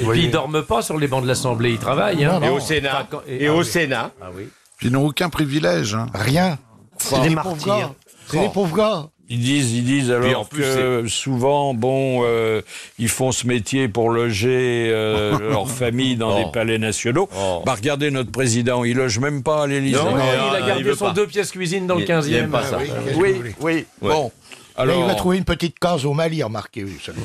Speaker 5: Et puis ils dorment pas sur les bancs de l'Assemblée, ils travaillent. hein.
Speaker 7: Et au
Speaker 5: Enfin,
Speaker 7: Sénat.
Speaker 5: quand-
Speaker 7: Et au
Speaker 5: ah oui.
Speaker 7: Sénat.
Speaker 5: Ah oui.
Speaker 4: Puis ils n'ont aucun privilège. hein.
Speaker 6: Rien. C'est des pauvres gars. C'est des pauvres gars.
Speaker 2: Oh. Ils disent ils disent
Speaker 7: Puis
Speaker 2: alors
Speaker 7: en plus,
Speaker 2: que souvent bon euh, ils font ce métier pour loger euh, leur famille dans
Speaker 7: Oh.
Speaker 2: des palais nationaux.
Speaker 7: Oh.
Speaker 2: Bah regardez notre président, il loge même pas à l'Élysée.
Speaker 7: Non,
Speaker 5: Oui,
Speaker 7: mais,
Speaker 5: il
Speaker 7: euh,
Speaker 5: a
Speaker 7: il
Speaker 5: gardé
Speaker 7: veut
Speaker 5: son
Speaker 7: pas.
Speaker 5: deux pièces cuisine dans le
Speaker 7: Il- il aime
Speaker 5: 15e.
Speaker 7: pas ça.
Speaker 2: Oui, oui. Bon.
Speaker 6: Mais il va
Speaker 2: Alors,
Speaker 6: trouver une petite case au Mali, remarquez. Oui, seulement.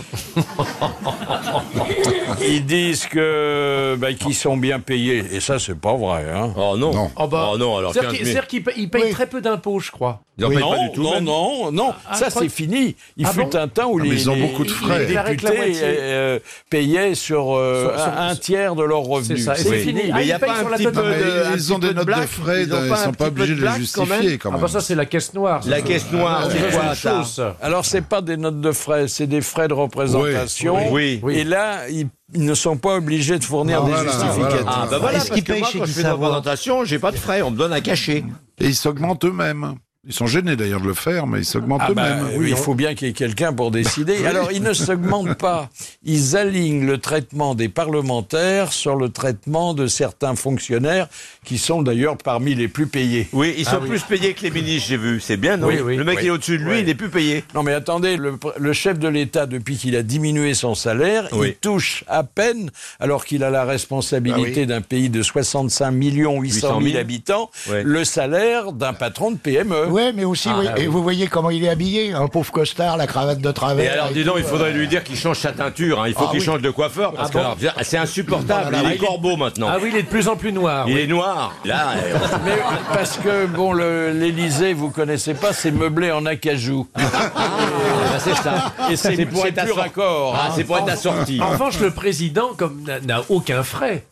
Speaker 2: ils disent que bah, qu'ils sont bien payés, et ça c'est pas vrai. Hein.
Speaker 7: Oh non.
Speaker 4: Non.
Speaker 5: Oh, bah,
Speaker 7: Oh non, alors 15
Speaker 5: C'est-à-dire qu'il-
Speaker 7: 000.
Speaker 5: c'est-à-dire qu'ils pa- ils payent
Speaker 6: Oui.
Speaker 5: très peu d'impôts, je crois.
Speaker 7: Ils en payent
Speaker 2: non,
Speaker 7: pas du tout.
Speaker 2: non,
Speaker 7: même.
Speaker 2: non, non, ça
Speaker 5: je crois
Speaker 2: c'est
Speaker 5: que-
Speaker 2: fini. Il
Speaker 5: Ah
Speaker 2: fut
Speaker 5: bon
Speaker 2: un temps où
Speaker 4: mais
Speaker 2: les,
Speaker 4: ils ont
Speaker 2: les-
Speaker 4: beaucoup de
Speaker 2: les
Speaker 4: frais. Ils
Speaker 5: déclarent que la
Speaker 2: députés
Speaker 5: moitié.
Speaker 2: euh, payaient sur, euh,
Speaker 5: Sur- sur-
Speaker 2: un tiers de leurs
Speaker 5: C'est
Speaker 2: revenus.
Speaker 5: ça. Et
Speaker 2: C'est
Speaker 5: c'est
Speaker 7: Oui.
Speaker 5: fini.
Speaker 7: Mais
Speaker 5: Ah,
Speaker 7: il y a
Speaker 5: ils payent
Speaker 7: pas un
Speaker 5: sur la
Speaker 7: petit
Speaker 5: tonne
Speaker 7: peu
Speaker 5: de-
Speaker 7: de-
Speaker 4: Mais
Speaker 7: un
Speaker 4: ils ont
Speaker 7: petit peu
Speaker 4: des
Speaker 7: de
Speaker 4: notes de
Speaker 7: blague.
Speaker 4: frais, euh,
Speaker 7: Ils ont
Speaker 4: ils
Speaker 7: pas un
Speaker 4: sont pas
Speaker 7: petit peu
Speaker 4: obligés de les
Speaker 7: blague, quand même.
Speaker 4: justifier quand
Speaker 5: Ah
Speaker 4: même.
Speaker 5: bah ça c'est la caisse
Speaker 2: Ah,
Speaker 5: noire. ça.
Speaker 7: La caisse noire,
Speaker 5: Ça,
Speaker 7: c'est
Speaker 5: c'est
Speaker 7: quoi
Speaker 5: une
Speaker 7: ça
Speaker 5: chose, ça.
Speaker 2: Alors c'est pas des notes de frais, c'est des frais de représentation.
Speaker 7: Oui, oui, oui.
Speaker 2: Et là, ils, ils ne sont pas obligés de fournir des
Speaker 4: Voilà,
Speaker 2: justificatifs.
Speaker 4: voilà.
Speaker 7: Ah bah voilà,
Speaker 9: Est-ce
Speaker 7: parce
Speaker 9: qu'il
Speaker 7: que
Speaker 9: paye
Speaker 7: moi
Speaker 9: chez
Speaker 7: quand je
Speaker 9: qui
Speaker 7: fais des
Speaker 9: savoir
Speaker 2: Ah,
Speaker 7: représentations, j'ai pas de frais, on me donne à cacher.
Speaker 4: Et ils s'augmentent eux-mêmes. Ils sont gênés d'ailleurs de le faire, mais ils s'augmentent
Speaker 2: Ah bah,
Speaker 4: eux-mêmes.
Speaker 2: oui, il
Speaker 7: hein.
Speaker 2: faut bien qu'il y ait quelqu'un pour décider. Alors, ils ne s'augmentent pas. Ils alignent le traitement des parlementaires sur le traitement de certains fonctionnaires qui sont d'ailleurs parmi les plus payés. Ah,
Speaker 7: Oui, ils sont
Speaker 5: Ah oui.
Speaker 7: plus payés que les ministres, j'ai vu. C'est bien, non
Speaker 5: Oui, oui.
Speaker 7: Le mec
Speaker 5: Oui.
Speaker 7: qui est au-dessus de lui, il est plus payé.
Speaker 2: Non mais attendez, le, pr- le chef de l'État, depuis qu'il a diminué son salaire, il
Speaker 7: Oui.
Speaker 2: touche à peine, alors qu'il a la
Speaker 7: Ah
Speaker 2: responsabilité d'un pays de 65 millions 800 000 habitants,
Speaker 7: Ouais.
Speaker 2: le salaire d'un patron de E. PME.
Speaker 6: Ouais, mais aussi,
Speaker 2: Ah,
Speaker 6: oui, et vous voyez comment il est habillé, un pauvre costard, la cravate de
Speaker 4: Ah
Speaker 6: travers.
Speaker 7: Et alors, dis donc, il faudrait lui dire qu'il change sa teinture. hein. Il faut
Speaker 6: Ah
Speaker 7: qu'il
Speaker 6: oui.
Speaker 7: change de coiffeur parce que alors, c'est insupportable.
Speaker 6: Ah là là,
Speaker 7: il est
Speaker 6: il est-
Speaker 7: corbeau maintenant.
Speaker 5: Ah oui, il est de plus en plus noir.
Speaker 7: il
Speaker 5: oui. Ah,
Speaker 7: est noir. Là, euh,
Speaker 2: Mais parce que bon, le- l'Élysée, vous connaissez pas, c'est meublé en acajou.
Speaker 7: Ah, c'est ça.
Speaker 2: Et c'est-
Speaker 7: C'est pour
Speaker 2: c'est
Speaker 7: être
Speaker 2: plus
Speaker 7: assorti.
Speaker 2: raccord.
Speaker 7: Ah, c'est pour être assorti.
Speaker 5: En revanche, le président, comme n'a- n'a aucun frais.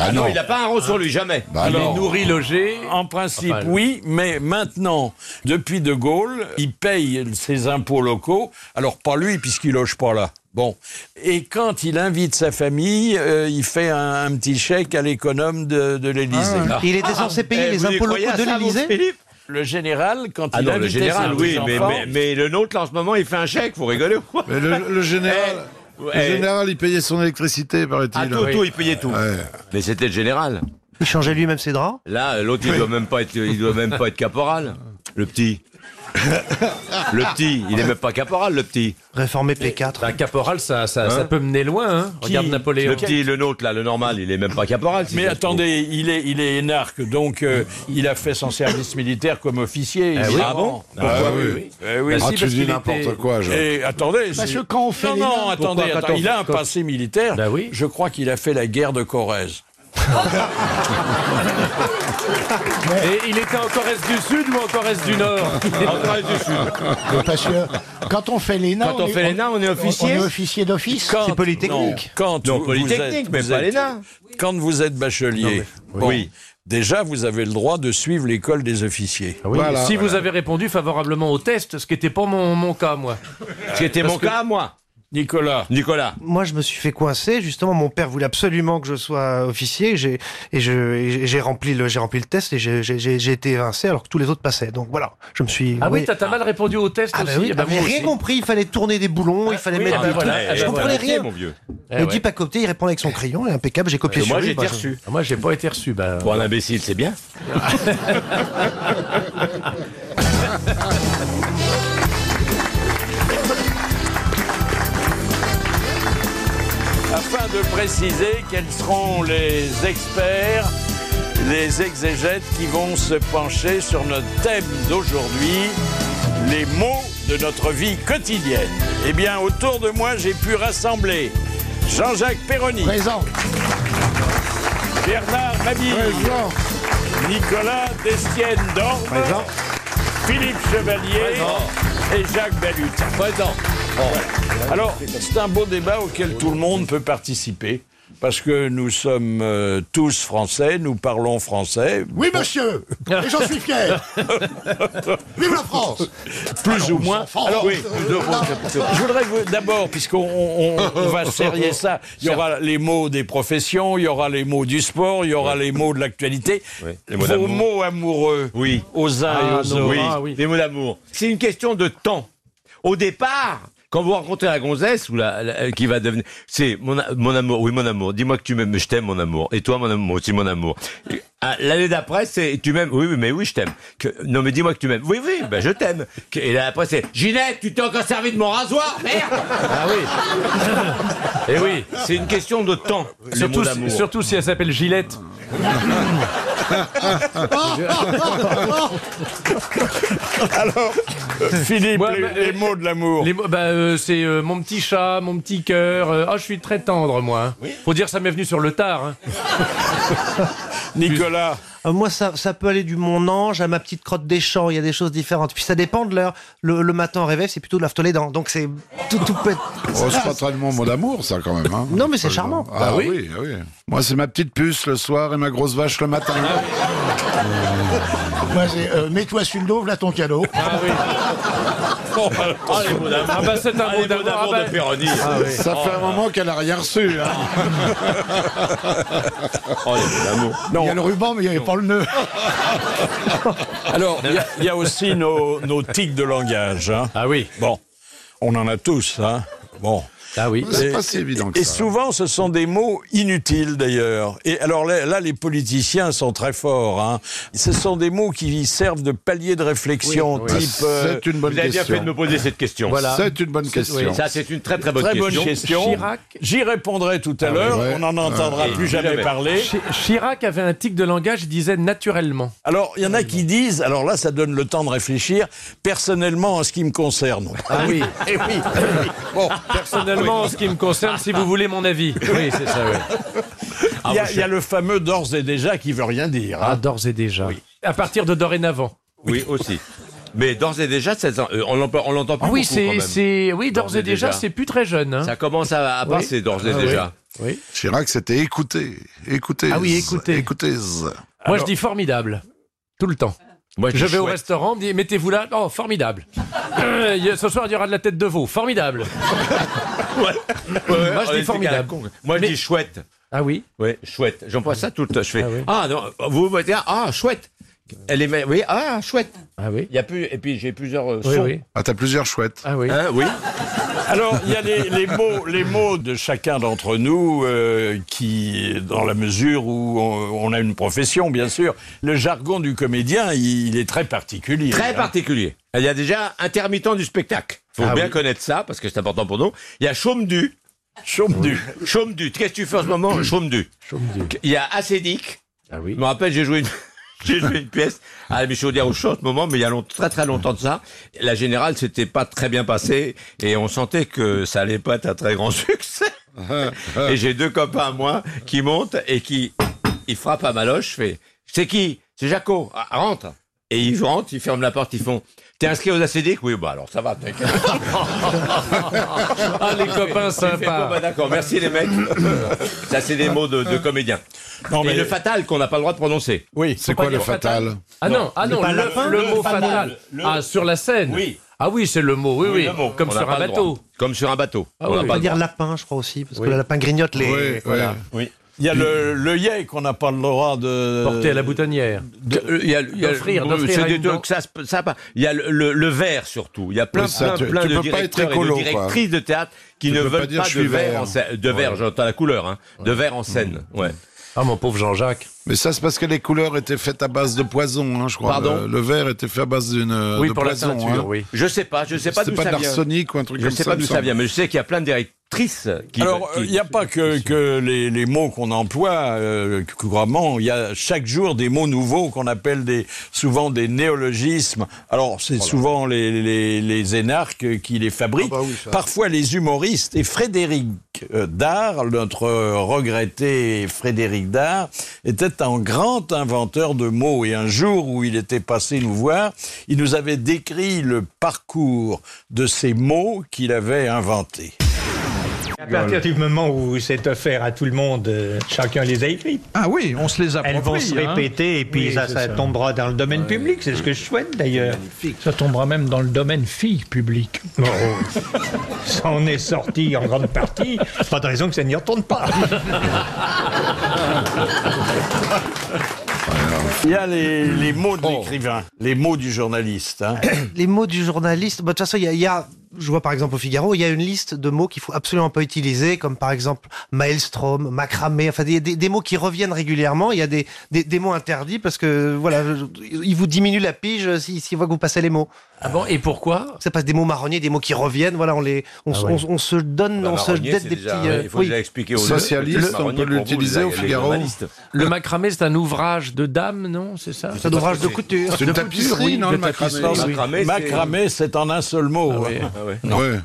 Speaker 7: Ah non, il n'a pas un rond sur lui, jamais.
Speaker 5: Bah, il est nourri, logé.
Speaker 2: En principe,
Speaker 5: Enfin, le-
Speaker 2: oui, mais maintenant, depuis De Gaulle, il paye ses impôts locaux. Alors, pas lui, puisqu'il loge pas là. Bon. Et quand il invite sa famille, euh, il fait un, un petit chèque à l'économe de, de l'Élysée.
Speaker 9: Ah. Il était censé payer les impôts locaux de l'Élysée
Speaker 2: Le général, quand
Speaker 7: Ah
Speaker 2: il
Speaker 7: non,
Speaker 2: invitait
Speaker 7: le général,
Speaker 2: ses
Speaker 7: oui, mais,
Speaker 2: petits-enfants-
Speaker 7: mais- mais le nôtre, là, en ce moment, il fait un chèque, vous rigolez ou quoi
Speaker 4: Mais le, le général,
Speaker 7: Eh,
Speaker 4: le
Speaker 7: eh,
Speaker 4: général, il payait son électricité, paraît-il.
Speaker 7: Ah, tout, tout, il payait tout.
Speaker 4: Ouais.
Speaker 7: Mais c'était le général.
Speaker 9: Il changeait lui-même ses draps.
Speaker 7: Là, euh, l'autre, il doit même pas être, il doit même pas être caporal. Le petit. le petit, il est même pas caporal, le petit.
Speaker 9: Réformé P4.
Speaker 5: Un caporal, ça, ça,
Speaker 7: Hein
Speaker 5: ça peut mener loin. Hein. Regarde Napoléon.
Speaker 7: Le petit, le nôtre, là, le normal, il est même pas caporal. si
Speaker 2: Mais
Speaker 7: ça se trouve.
Speaker 2: attendez, il est, il est énarque, donc euh, il a fait son service militaire comme officier.
Speaker 7: oui.
Speaker 2: évidemment.
Speaker 7: Ah bon
Speaker 2: Ah
Speaker 4: Ah
Speaker 2: oui,
Speaker 4: oui.
Speaker 2: oui. Eh oui.
Speaker 5: Bah,
Speaker 4: Ah,
Speaker 5: si,
Speaker 4: tu
Speaker 5: parce
Speaker 4: dis
Speaker 5: qu'il
Speaker 4: n'importe
Speaker 5: était-
Speaker 4: quoi, Jean.
Speaker 2: Et attendez,
Speaker 8: Parce
Speaker 2: c'est-
Speaker 8: que quand on fait
Speaker 2: non
Speaker 8: les
Speaker 2: non
Speaker 8: nains,
Speaker 2: attendez,
Speaker 5: pourquoi quand
Speaker 2: attends,
Speaker 5: on-
Speaker 2: il a un
Speaker 5: quand-
Speaker 2: passé militaire.
Speaker 5: Bah oui.
Speaker 2: Je crois qu'il a fait la guerre de Corrèze.
Speaker 5: Et il était en Corrèze du Sud ou en Corrèze du Nord Ah
Speaker 6: Parce que quand on fait l'ENA,
Speaker 7: Quand on
Speaker 6: est-
Speaker 7: fait l'ENA, on est officier
Speaker 6: On est officier d'office.
Speaker 2: Quand-
Speaker 9: C'est Polytechnique.
Speaker 2: non, quand
Speaker 7: Non,
Speaker 2: vous-
Speaker 7: Polytechnique,
Speaker 2: vous êtes-
Speaker 7: mais
Speaker 2: vous
Speaker 7: pas
Speaker 2: êtes-
Speaker 7: les nains.
Speaker 2: Quand vous êtes bachelier, bon,
Speaker 7: oui.
Speaker 2: déjà vous avez le droit de suivre l'école des officiers.
Speaker 4: Voilà.
Speaker 5: Ah Si vous avez répondu favorablement au test, ce qui n'était pas mon, mon cas, moi.
Speaker 7: C'était
Speaker 5: Parce
Speaker 7: mon
Speaker 5: que-
Speaker 7: cas, moi,
Speaker 2: Nicolas,
Speaker 7: Nicolas.
Speaker 9: Moi, je me suis fait coincer. Justement, mon père voulait absolument que je sois officier. J'ai et je- et j'ai rempli le j'ai rempli le test et j'ai- j'ai j'ai- j'ai été évincé alors que tous les autres passaient. Donc voilà, je me suis.
Speaker 5: Ah oui, t'as- t'as mal répondu au test
Speaker 9: Ah bah
Speaker 5: aussi.
Speaker 9: oui,
Speaker 5: Eh ben,
Speaker 9: bah, j'ai
Speaker 5: moi
Speaker 9: rien
Speaker 5: aussi.
Speaker 9: compris. Il fallait tourner des boulons, il fallait
Speaker 5: oui,
Speaker 9: mettre
Speaker 5: ah bah
Speaker 9: des
Speaker 5: voilà,
Speaker 9: trucs.
Speaker 5: ah
Speaker 9: je
Speaker 5: bah
Speaker 9: comprenais
Speaker 5: voilà.
Speaker 9: rien.
Speaker 7: Eh, mon vieux.
Speaker 5: Eh
Speaker 9: le
Speaker 5: ouais.
Speaker 9: type à côté, il répondait avec son crayon. Et impeccable. J'ai copié
Speaker 7: Et
Speaker 9: sur
Speaker 7: moi,
Speaker 9: lui.
Speaker 7: j'ai été
Speaker 9: bah,
Speaker 7: reçu.
Speaker 5: Ah, Moi, j'ai pas été reçu. Bah,
Speaker 7: Pour un imbécile, c'est bien.
Speaker 2: afin de préciser quels seront les experts, les exégètes qui vont se pencher sur notre thème d'aujourd'hui, les mots de notre vie quotidienne. Eh bien, autour de moi, j'ai pu rassembler Jean-Jacques Perroni,
Speaker 6: Présent.
Speaker 2: Bernard Mabille,
Speaker 4: Présent.
Speaker 2: Nicolas Destienne d'Orme, Philippe Chevalier et Jacques Balutin. Voilà. Alors, c'est un beau débat auquel tout le monde peut participer. Parce que nous sommes euh, tous français, nous parlons français,
Speaker 6: Oui, monsieur. Et j'en suis fier. Vive la France.
Speaker 2: plus ou moins.
Speaker 6: enfants.
Speaker 2: Alors,
Speaker 6: Oui,
Speaker 2: je voudrais vous- d'abord, puisqu'on on- on va serrer ça, il y aura les mots des professions, il y aura les mots du sport, il y aura les mots de l'actualité.
Speaker 7: Les mots
Speaker 2: Vos
Speaker 7: d'amour.
Speaker 2: mots amoureux
Speaker 7: Oui.
Speaker 2: aux uns et aux autres.
Speaker 7: Oui,
Speaker 5: Ah oui.
Speaker 7: des mots d'amour. C'est une question de temps. Au départ, quand vous rencontrez la gonzesse ou la, la- qui va devenir, c'est mon, a- mon amour, oui mon amour. Dis-moi que tu m'aimes, je t'aime mon amour. Et toi mon amour, moi aussi mon amour. Et, ah, L'année d'après, c'est tu m'aimes, oui oui mais oui je t'aime. Que- Non mais dis-moi que tu m'aimes, oui oui ben je t'aime. Que- Et là après c'est Ginette, tu t'es encore servi de mon rasoir, merde.
Speaker 5: ah oui. Et oui.
Speaker 7: C'est une question de temps. les mots
Speaker 5: Surtout,
Speaker 7: d'amour.
Speaker 5: si, surtout si elle s'appelle Gillette.
Speaker 2: Philippe,
Speaker 5: Ouais,
Speaker 2: les,
Speaker 5: bah,
Speaker 2: les
Speaker 5: euh,
Speaker 2: mots de l'amour.
Speaker 5: Les mots- bah, euh, c'est euh, mon petit chat, mon petit cœur. euh, Ah, je suis très tendre, moi. hein. Faut dire, ça m'est venu sur le tard. hein.
Speaker 2: Nicolas.
Speaker 9: Euh, Moi, ça, ça peut aller du mon ange à ma petite crotte des champs. Il y a des choses différentes. Puis ça dépend de l'heure. Le, le matin en réveil, c'est plutôt de lave-toi les dents. Donc c'est tout, tout peut être-
Speaker 4: Oh, c'est pas tellement mon amour, ça, quand même. hein.
Speaker 9: Non, mais c'est charmant.
Speaker 4: Ah
Speaker 7: Bah
Speaker 4: oui. ah oui. Moi, c'est ma petite puce le soir et ma grosse vache le matin.
Speaker 7: Ah,
Speaker 6: Moi, c'est, euh, Mets-toi sur le dos, voilà ton cadeau.
Speaker 5: Ah oui.
Speaker 6: Oh,
Speaker 7: Ah, les mots d'amour.
Speaker 5: Ah bah, c'est un
Speaker 7: Ah,
Speaker 5: mot
Speaker 7: les mots
Speaker 5: d'amour.
Speaker 7: d'amour
Speaker 5: Ah bah-
Speaker 7: de Péroni.
Speaker 4: Ça fait un moment qu'elle a rien reçu. hein.
Speaker 7: Oh, les mots d'amour.
Speaker 6: Il y a le ruban, mais il n'y avait pas le nœud.
Speaker 2: Alors, il y a- il y, a aussi nos, nos tics de langage. hein.
Speaker 5: Ah oui.
Speaker 2: Bon, on en a tous. Hein. Bon.
Speaker 5: Ah oui.
Speaker 4: C'est pas si évident que
Speaker 2: Et
Speaker 4: ça.
Speaker 2: souvent, ce sont des mots inutiles d'ailleurs. Et alors là, là, les politiciens sont très forts. hein. Ce sont des mots qui servent de palier de réflexion,
Speaker 4: Ah,
Speaker 2: type. euh,
Speaker 4: C'est une bonne
Speaker 7: Vous avez bien fait de me
Speaker 4: question.
Speaker 7: poser cette question.
Speaker 4: C'est une bonne question.
Speaker 7: Ça, c'est une très très bonne
Speaker 2: Très bonne
Speaker 7: question.
Speaker 2: question.
Speaker 5: Chirac.
Speaker 2: J'y répondrai tout à l'heure.
Speaker 4: Ah ouais. Ah
Speaker 2: On n'en entendra
Speaker 7: Et
Speaker 2: plus jamais,
Speaker 7: Ah jamais.
Speaker 2: parler.
Speaker 5: Chi- Chirac avait un tic de langage, il disait naturellement.
Speaker 2: Alors, il y en a qui disent. Alors là, ça donne le temps de réfléchir. Personnellement, en ce qui me concerne.
Speaker 5: Ah oui.
Speaker 2: Eh oui. Bon.
Speaker 5: Personnellement, en ce qui me concerne, si vous voulez mon avis. Ah Oui, c'est ça, oui.
Speaker 2: Il y, a- il y a le fameux d'ores et déjà qui veut rien dire.
Speaker 5: Ah,
Speaker 2: hein.
Speaker 5: d'ores et déjà. À partir de dorénavant.
Speaker 7: Oui, aussi. Mais d'ores et déjà, ça- euh, on l'entend on l'entend plus
Speaker 5: Ah oui,
Speaker 7: beaucoup, quand
Speaker 5: c'est,
Speaker 7: même.
Speaker 5: c'est, oui, d'ores et déjà, c'est plus très jeune. hein.
Speaker 7: Ça commence à, à
Speaker 5: Oui.
Speaker 7: passer d'ores et
Speaker 5: Ah oui.
Speaker 7: déjà.
Speaker 5: Oui.
Speaker 4: Chirac, c'était écoutez, écoutez.
Speaker 5: Ah oui, écoutez.
Speaker 4: Écoutez.
Speaker 5: Moi, je dis formidable. Tout le temps.
Speaker 7: Moi,
Speaker 5: je,
Speaker 7: dis
Speaker 5: vais au
Speaker 7: chouette.
Speaker 5: restaurant, me dis, mettez-vous là. Oh, formidable. Euh, il y a- ce soir, il y aura de la tête de veau. Formidable.
Speaker 7: Ouais,
Speaker 5: Moi,
Speaker 7: on
Speaker 5: je
Speaker 7: est
Speaker 5: dis
Speaker 7: des gars à la
Speaker 5: formidable.
Speaker 7: con. Moi, je dis chouette.
Speaker 5: Ah oui
Speaker 7: Oui, chouette. J'emploie ça tout le temps. Je fais. Ah, non, vous me dites, ah, chouette. Elle est. ma- Oui, ah, chouette.
Speaker 5: Ah oui.
Speaker 7: Il y a plus. Et puis, j'ai plusieurs euh,
Speaker 2: Oui,
Speaker 7: sons.
Speaker 2: oui.
Speaker 4: Ah, t'as plusieurs chouettes.
Speaker 5: Ah oui.
Speaker 7: oui.
Speaker 2: Hein, Alors, il y a les, les mots, les mots de chacun d'entre nous euh, qui, dans la mesure où on, on a une profession, bien sûr, le jargon du comédien, il, il est très particulier.
Speaker 7: Très
Speaker 2: hein.
Speaker 7: particulier. Il y a déjà intermittent du spectacle. Faut
Speaker 2: Ah
Speaker 7: bien
Speaker 2: oui.
Speaker 7: connaître ça parce que c'est important pour nous. Il y a chaume-du.
Speaker 2: Chaume-du.
Speaker 7: Chaume-du. Qu'est-ce que tu fais en ce moment Chaume-du. Il y a acédique.
Speaker 5: Ah oui.
Speaker 7: Je me rappelle, j'ai joué une. J'ai joué une pièce à la Chaudière au show en ce moment, mais il y a long- très très longtemps de ça. La générale, c'était pas très bien passé et on sentait que ça allait pas être un très grand succès. et j'ai deux copains à moi qui montent et qui ils frappent à ma loge. Je fais C'est qui C'est Jaco. Ah, rentre. Et ils rentrent, ils ferment la porte, ils font T'es inscrit aux ACDIC Oui, bah alors ça va, t'inquiète.
Speaker 5: Ah, les copains
Speaker 7: Tu fais
Speaker 5: sympas.
Speaker 7: bon, bah, D'accord, merci les mecs. ça, c'est des mots de, de comédiens.
Speaker 2: Non,
Speaker 7: Et
Speaker 2: mais-
Speaker 7: le fatal qu'on n'a pas le droit de prononcer.
Speaker 2: Oui,
Speaker 4: C'est quoi le fatal
Speaker 5: Ah non, ah
Speaker 7: Le
Speaker 5: non, le,
Speaker 7: lapin,
Speaker 5: le
Speaker 7: le
Speaker 5: mot
Speaker 7: fatal.
Speaker 5: fatal.
Speaker 7: Le-
Speaker 5: Ah, sur la scène.
Speaker 7: Oui.
Speaker 5: Ah oui, c'est le mot, oui, oui.
Speaker 7: le mot.
Speaker 5: Comme
Speaker 7: On n'a
Speaker 5: sur un
Speaker 7: pas le droit.
Speaker 5: bateau.
Speaker 7: Comme sur un bateau.
Speaker 5: Ah
Speaker 7: On
Speaker 5: oui,
Speaker 7: n'a
Speaker 5: oui.
Speaker 7: pas
Speaker 9: On
Speaker 7: le
Speaker 9: va dire
Speaker 7: droit.
Speaker 9: lapin, je crois aussi, parce
Speaker 5: Oui.
Speaker 9: que le lapin grignote les.
Speaker 4: Oui,
Speaker 9: voilà.
Speaker 4: oui.
Speaker 7: Oui.
Speaker 2: Il y a le, le yé qu'on n'a pas le droit de...
Speaker 5: Porté à la boutonnière.
Speaker 7: Euh, Il y a, il y a-
Speaker 5: D'offrir,
Speaker 7: bon,
Speaker 5: d'offrir
Speaker 7: c'est
Speaker 5: à
Speaker 7: des
Speaker 5: une
Speaker 7: deux
Speaker 5: dent.
Speaker 7: que ça, se- ça pas. Il y a le, le, le verre surtout. Il y a plein,
Speaker 4: Oui, ça,
Speaker 7: plein,
Speaker 4: tu-
Speaker 7: plein
Speaker 4: tu
Speaker 7: de
Speaker 4: peux pas
Speaker 7: directeurs
Speaker 4: être écolo,
Speaker 7: et de
Speaker 4: quoi.
Speaker 7: directrices de théâtre qui
Speaker 4: Tu
Speaker 7: ne
Speaker 4: peux
Speaker 7: veulent pas,
Speaker 4: pas dire, je
Speaker 7: de
Speaker 4: suis
Speaker 7: verre
Speaker 4: vert. Mm.
Speaker 7: en scène. De verre, j'entends la couleur, hein. De verre en scène. Ouais.
Speaker 5: Ah, mon pauvre Jean-Jacques.
Speaker 7: Eh,
Speaker 4: Mais ça, c'est parce que les couleurs étaient faites à base de poison, hein, je crois.
Speaker 7: Pardon
Speaker 4: le, le vert était fait à base d'une. euh,
Speaker 5: Oui,
Speaker 4: de
Speaker 5: pour la
Speaker 4: poison,
Speaker 5: ceinture,
Speaker 4: hein.
Speaker 5: oui.
Speaker 7: Je sais pas, je sais pas
Speaker 4: C'était
Speaker 7: d'où
Speaker 4: pas
Speaker 7: ça vient.
Speaker 4: d'arsenic ou un truc
Speaker 7: Je
Speaker 4: comme ça.
Speaker 7: sais pas
Speaker 4: il me
Speaker 7: d'où ça
Speaker 4: semble.
Speaker 7: vient, mais je sais qu'il y a plein de directrices qui.
Speaker 2: Alors,
Speaker 7: qui-
Speaker 2: il n'y a pas que, que les, les mots qu'on emploie euh, couramment. Il y a chaque jour des mots nouveaux qu'on appelle des, souvent des néologismes. Alors, c'est souvent les, les, les énarques qui les fabriquent.
Speaker 6: Ah bah oui, ça.
Speaker 2: Parfois, les humoristes. Et Frédéric euh, Dard, notre euh, regretté Frédéric Dard, était un grand inventeur de mots. Et un jour où il était passé nous voir, il nous avait décrit le parcours de ces mots qu'il avait inventés.
Speaker 12: À partir du moment où c'est offert à tout le monde, euh, chacun les a écrits.
Speaker 13: Ah oui, on se les approprie.
Speaker 12: Elles vont se
Speaker 13: hein.
Speaker 12: répéter et puis
Speaker 13: Oui,
Speaker 12: ça,
Speaker 13: c'est
Speaker 12: ça tombera dans le domaine public. C'est ce que je souhaite d'ailleurs.
Speaker 13: Ça tombera même dans le domaine fille publique.
Speaker 12: Bon, ça en est sorti en grande partie. Pas de raison que ça n'y retourne pas.
Speaker 2: Il y a les, les mots de
Speaker 7: Oh.
Speaker 2: l'écrivain, les mots du journaliste. hein.
Speaker 9: Les mots du journaliste, bah, de toute façon, il y a, il y a- je vois par exemple au Figaro, il y a une liste de mots qu'il faut absolument pas utiliser, comme par exemple maelstrom, macramé, enfin des, des- des mots qui reviennent régulièrement. Il y a des, des, des mots interdits parce que voilà, ils vous diminuent la pige euh, s'ils s'ils voient que vous passez les mots.
Speaker 5: Ah bon, et pourquoi
Speaker 9: Ça passe des mots marronniers, des mots qui reviennent. Voilà, on les, on,
Speaker 5: Ah
Speaker 9: se-
Speaker 5: ouais.
Speaker 9: on- on se donne,
Speaker 7: Bah,
Speaker 9: on se
Speaker 7: marronnier,
Speaker 9: jette
Speaker 7: c'est
Speaker 9: des
Speaker 7: déjà-
Speaker 9: petits. euh,
Speaker 7: Il faut
Speaker 9: oui.
Speaker 7: déjà expliquer aux
Speaker 4: Socialiste,
Speaker 7: aux-
Speaker 4: on peut
Speaker 7: marronniers, pour vous,
Speaker 4: l'utiliser
Speaker 7: les-
Speaker 4: au
Speaker 7: les
Speaker 4: Figaro.
Speaker 7: journalistes.
Speaker 5: Le macramé, c'est un ouvrage de dame, non C'est ça
Speaker 9: C'est un ouvrage de couture.
Speaker 4: C'est une tapisserie, non, le
Speaker 2: Non,
Speaker 4: macramé
Speaker 2: c'est-
Speaker 7: Macramé, c'est-
Speaker 2: Macramé, c'est en un seul mot. hein.
Speaker 7: Ah ouais.
Speaker 4: Ouais.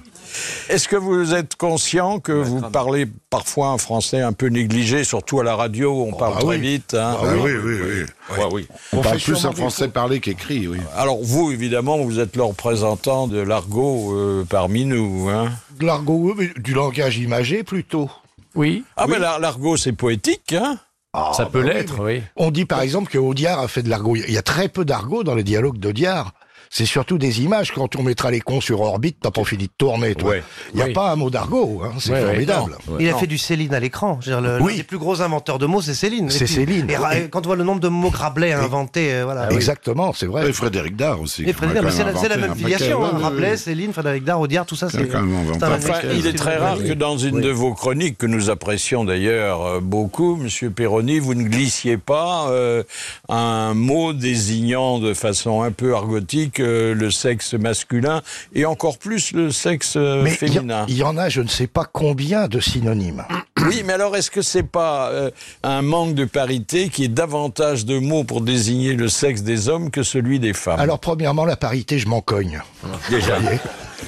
Speaker 2: Est-ce que vous êtes conscient que vous parlez parfois un français un peu négligé, surtout à la radio, on parle
Speaker 4: bah
Speaker 2: très
Speaker 4: oui.
Speaker 2: vite. hein.
Speaker 4: Ah oui, oui, oui.
Speaker 7: Ouais, oui.
Speaker 4: On parle
Speaker 6: sûrement
Speaker 4: plus en
Speaker 6: des
Speaker 4: français parlé qu'écrit, oui.
Speaker 2: Alors vous, évidemment, vous êtes le représentant de l'argot euh, parmi nous. hein.
Speaker 6: De l'argot, oui, mais du langage imagé plutôt.
Speaker 5: Oui.
Speaker 2: Ah mais l'ar- l'argot, c'est poétique. hein
Speaker 6: Ah,
Speaker 5: Ça peut
Speaker 6: bah oui,
Speaker 5: l'être,
Speaker 6: mais
Speaker 5: oui.
Speaker 6: On dit par exemple que Audiard a fait de l'argot. Il y a très peu d'argot dans les dialogues d'Audiard. C'est surtout des images. Quand on mettra les cons sur orbite, t'as pas fini de tourner, toi.
Speaker 7: Ouais.
Speaker 6: Il n'y a
Speaker 5: Oui.
Speaker 6: pas un mot d'argot. hein. C'est
Speaker 5: Ouais, ouais.
Speaker 6: formidable.
Speaker 9: Il a fait du Céline à l'écran. Je veux dire, le- L'un
Speaker 6: Oui.
Speaker 9: des plus gros inventeurs de mots, c'est Céline. Et
Speaker 6: C'est
Speaker 9: puis-
Speaker 6: Céline.
Speaker 9: Et, ra-
Speaker 6: Et-
Speaker 9: quand on voit le nombre de mots Rabelais a inventé, euh, voilà.
Speaker 6: Exactement, c'est vrai.
Speaker 4: Et Frédéric Dard aussi.
Speaker 9: Et
Speaker 4: qui en a
Speaker 9: Frédéric,
Speaker 4: quand
Speaker 9: mais c'est
Speaker 4: même
Speaker 9: la, c'est la
Speaker 4: inventé
Speaker 9: même
Speaker 4: un paquet.
Speaker 9: filiation.
Speaker 4: Ouais,
Speaker 9: hein.
Speaker 4: ouais, ouais.
Speaker 9: Rappeler, Céline, Frédéric Dard, Audiard, tout ça,
Speaker 4: C'est
Speaker 9: c'est.
Speaker 4: quand même inventé.
Speaker 9: un
Speaker 2: Enfin,
Speaker 9: mec-
Speaker 2: il est très rare
Speaker 9: Oui.
Speaker 2: que dans une de vos chroniques, que nous apprécions d'ailleurs euh, beaucoup, Monsieur Perroni, vous ne glissiez pas euh, un mot désignant de façon un peu argotique euh, le sexe masculin et encore plus le sexe euh,
Speaker 6: Mais il y,
Speaker 2: féminin.
Speaker 6: a- il y en a, je ne sais pas combien de synonymes.
Speaker 2: Oui, mais alors est-ce que c'est pas euh, un manque de parité qui est davantage de mots pour désigner le sexe des hommes que celui des femmes
Speaker 6: Alors, premièrement, la parité, je m'en cogne.
Speaker 7: Déjà.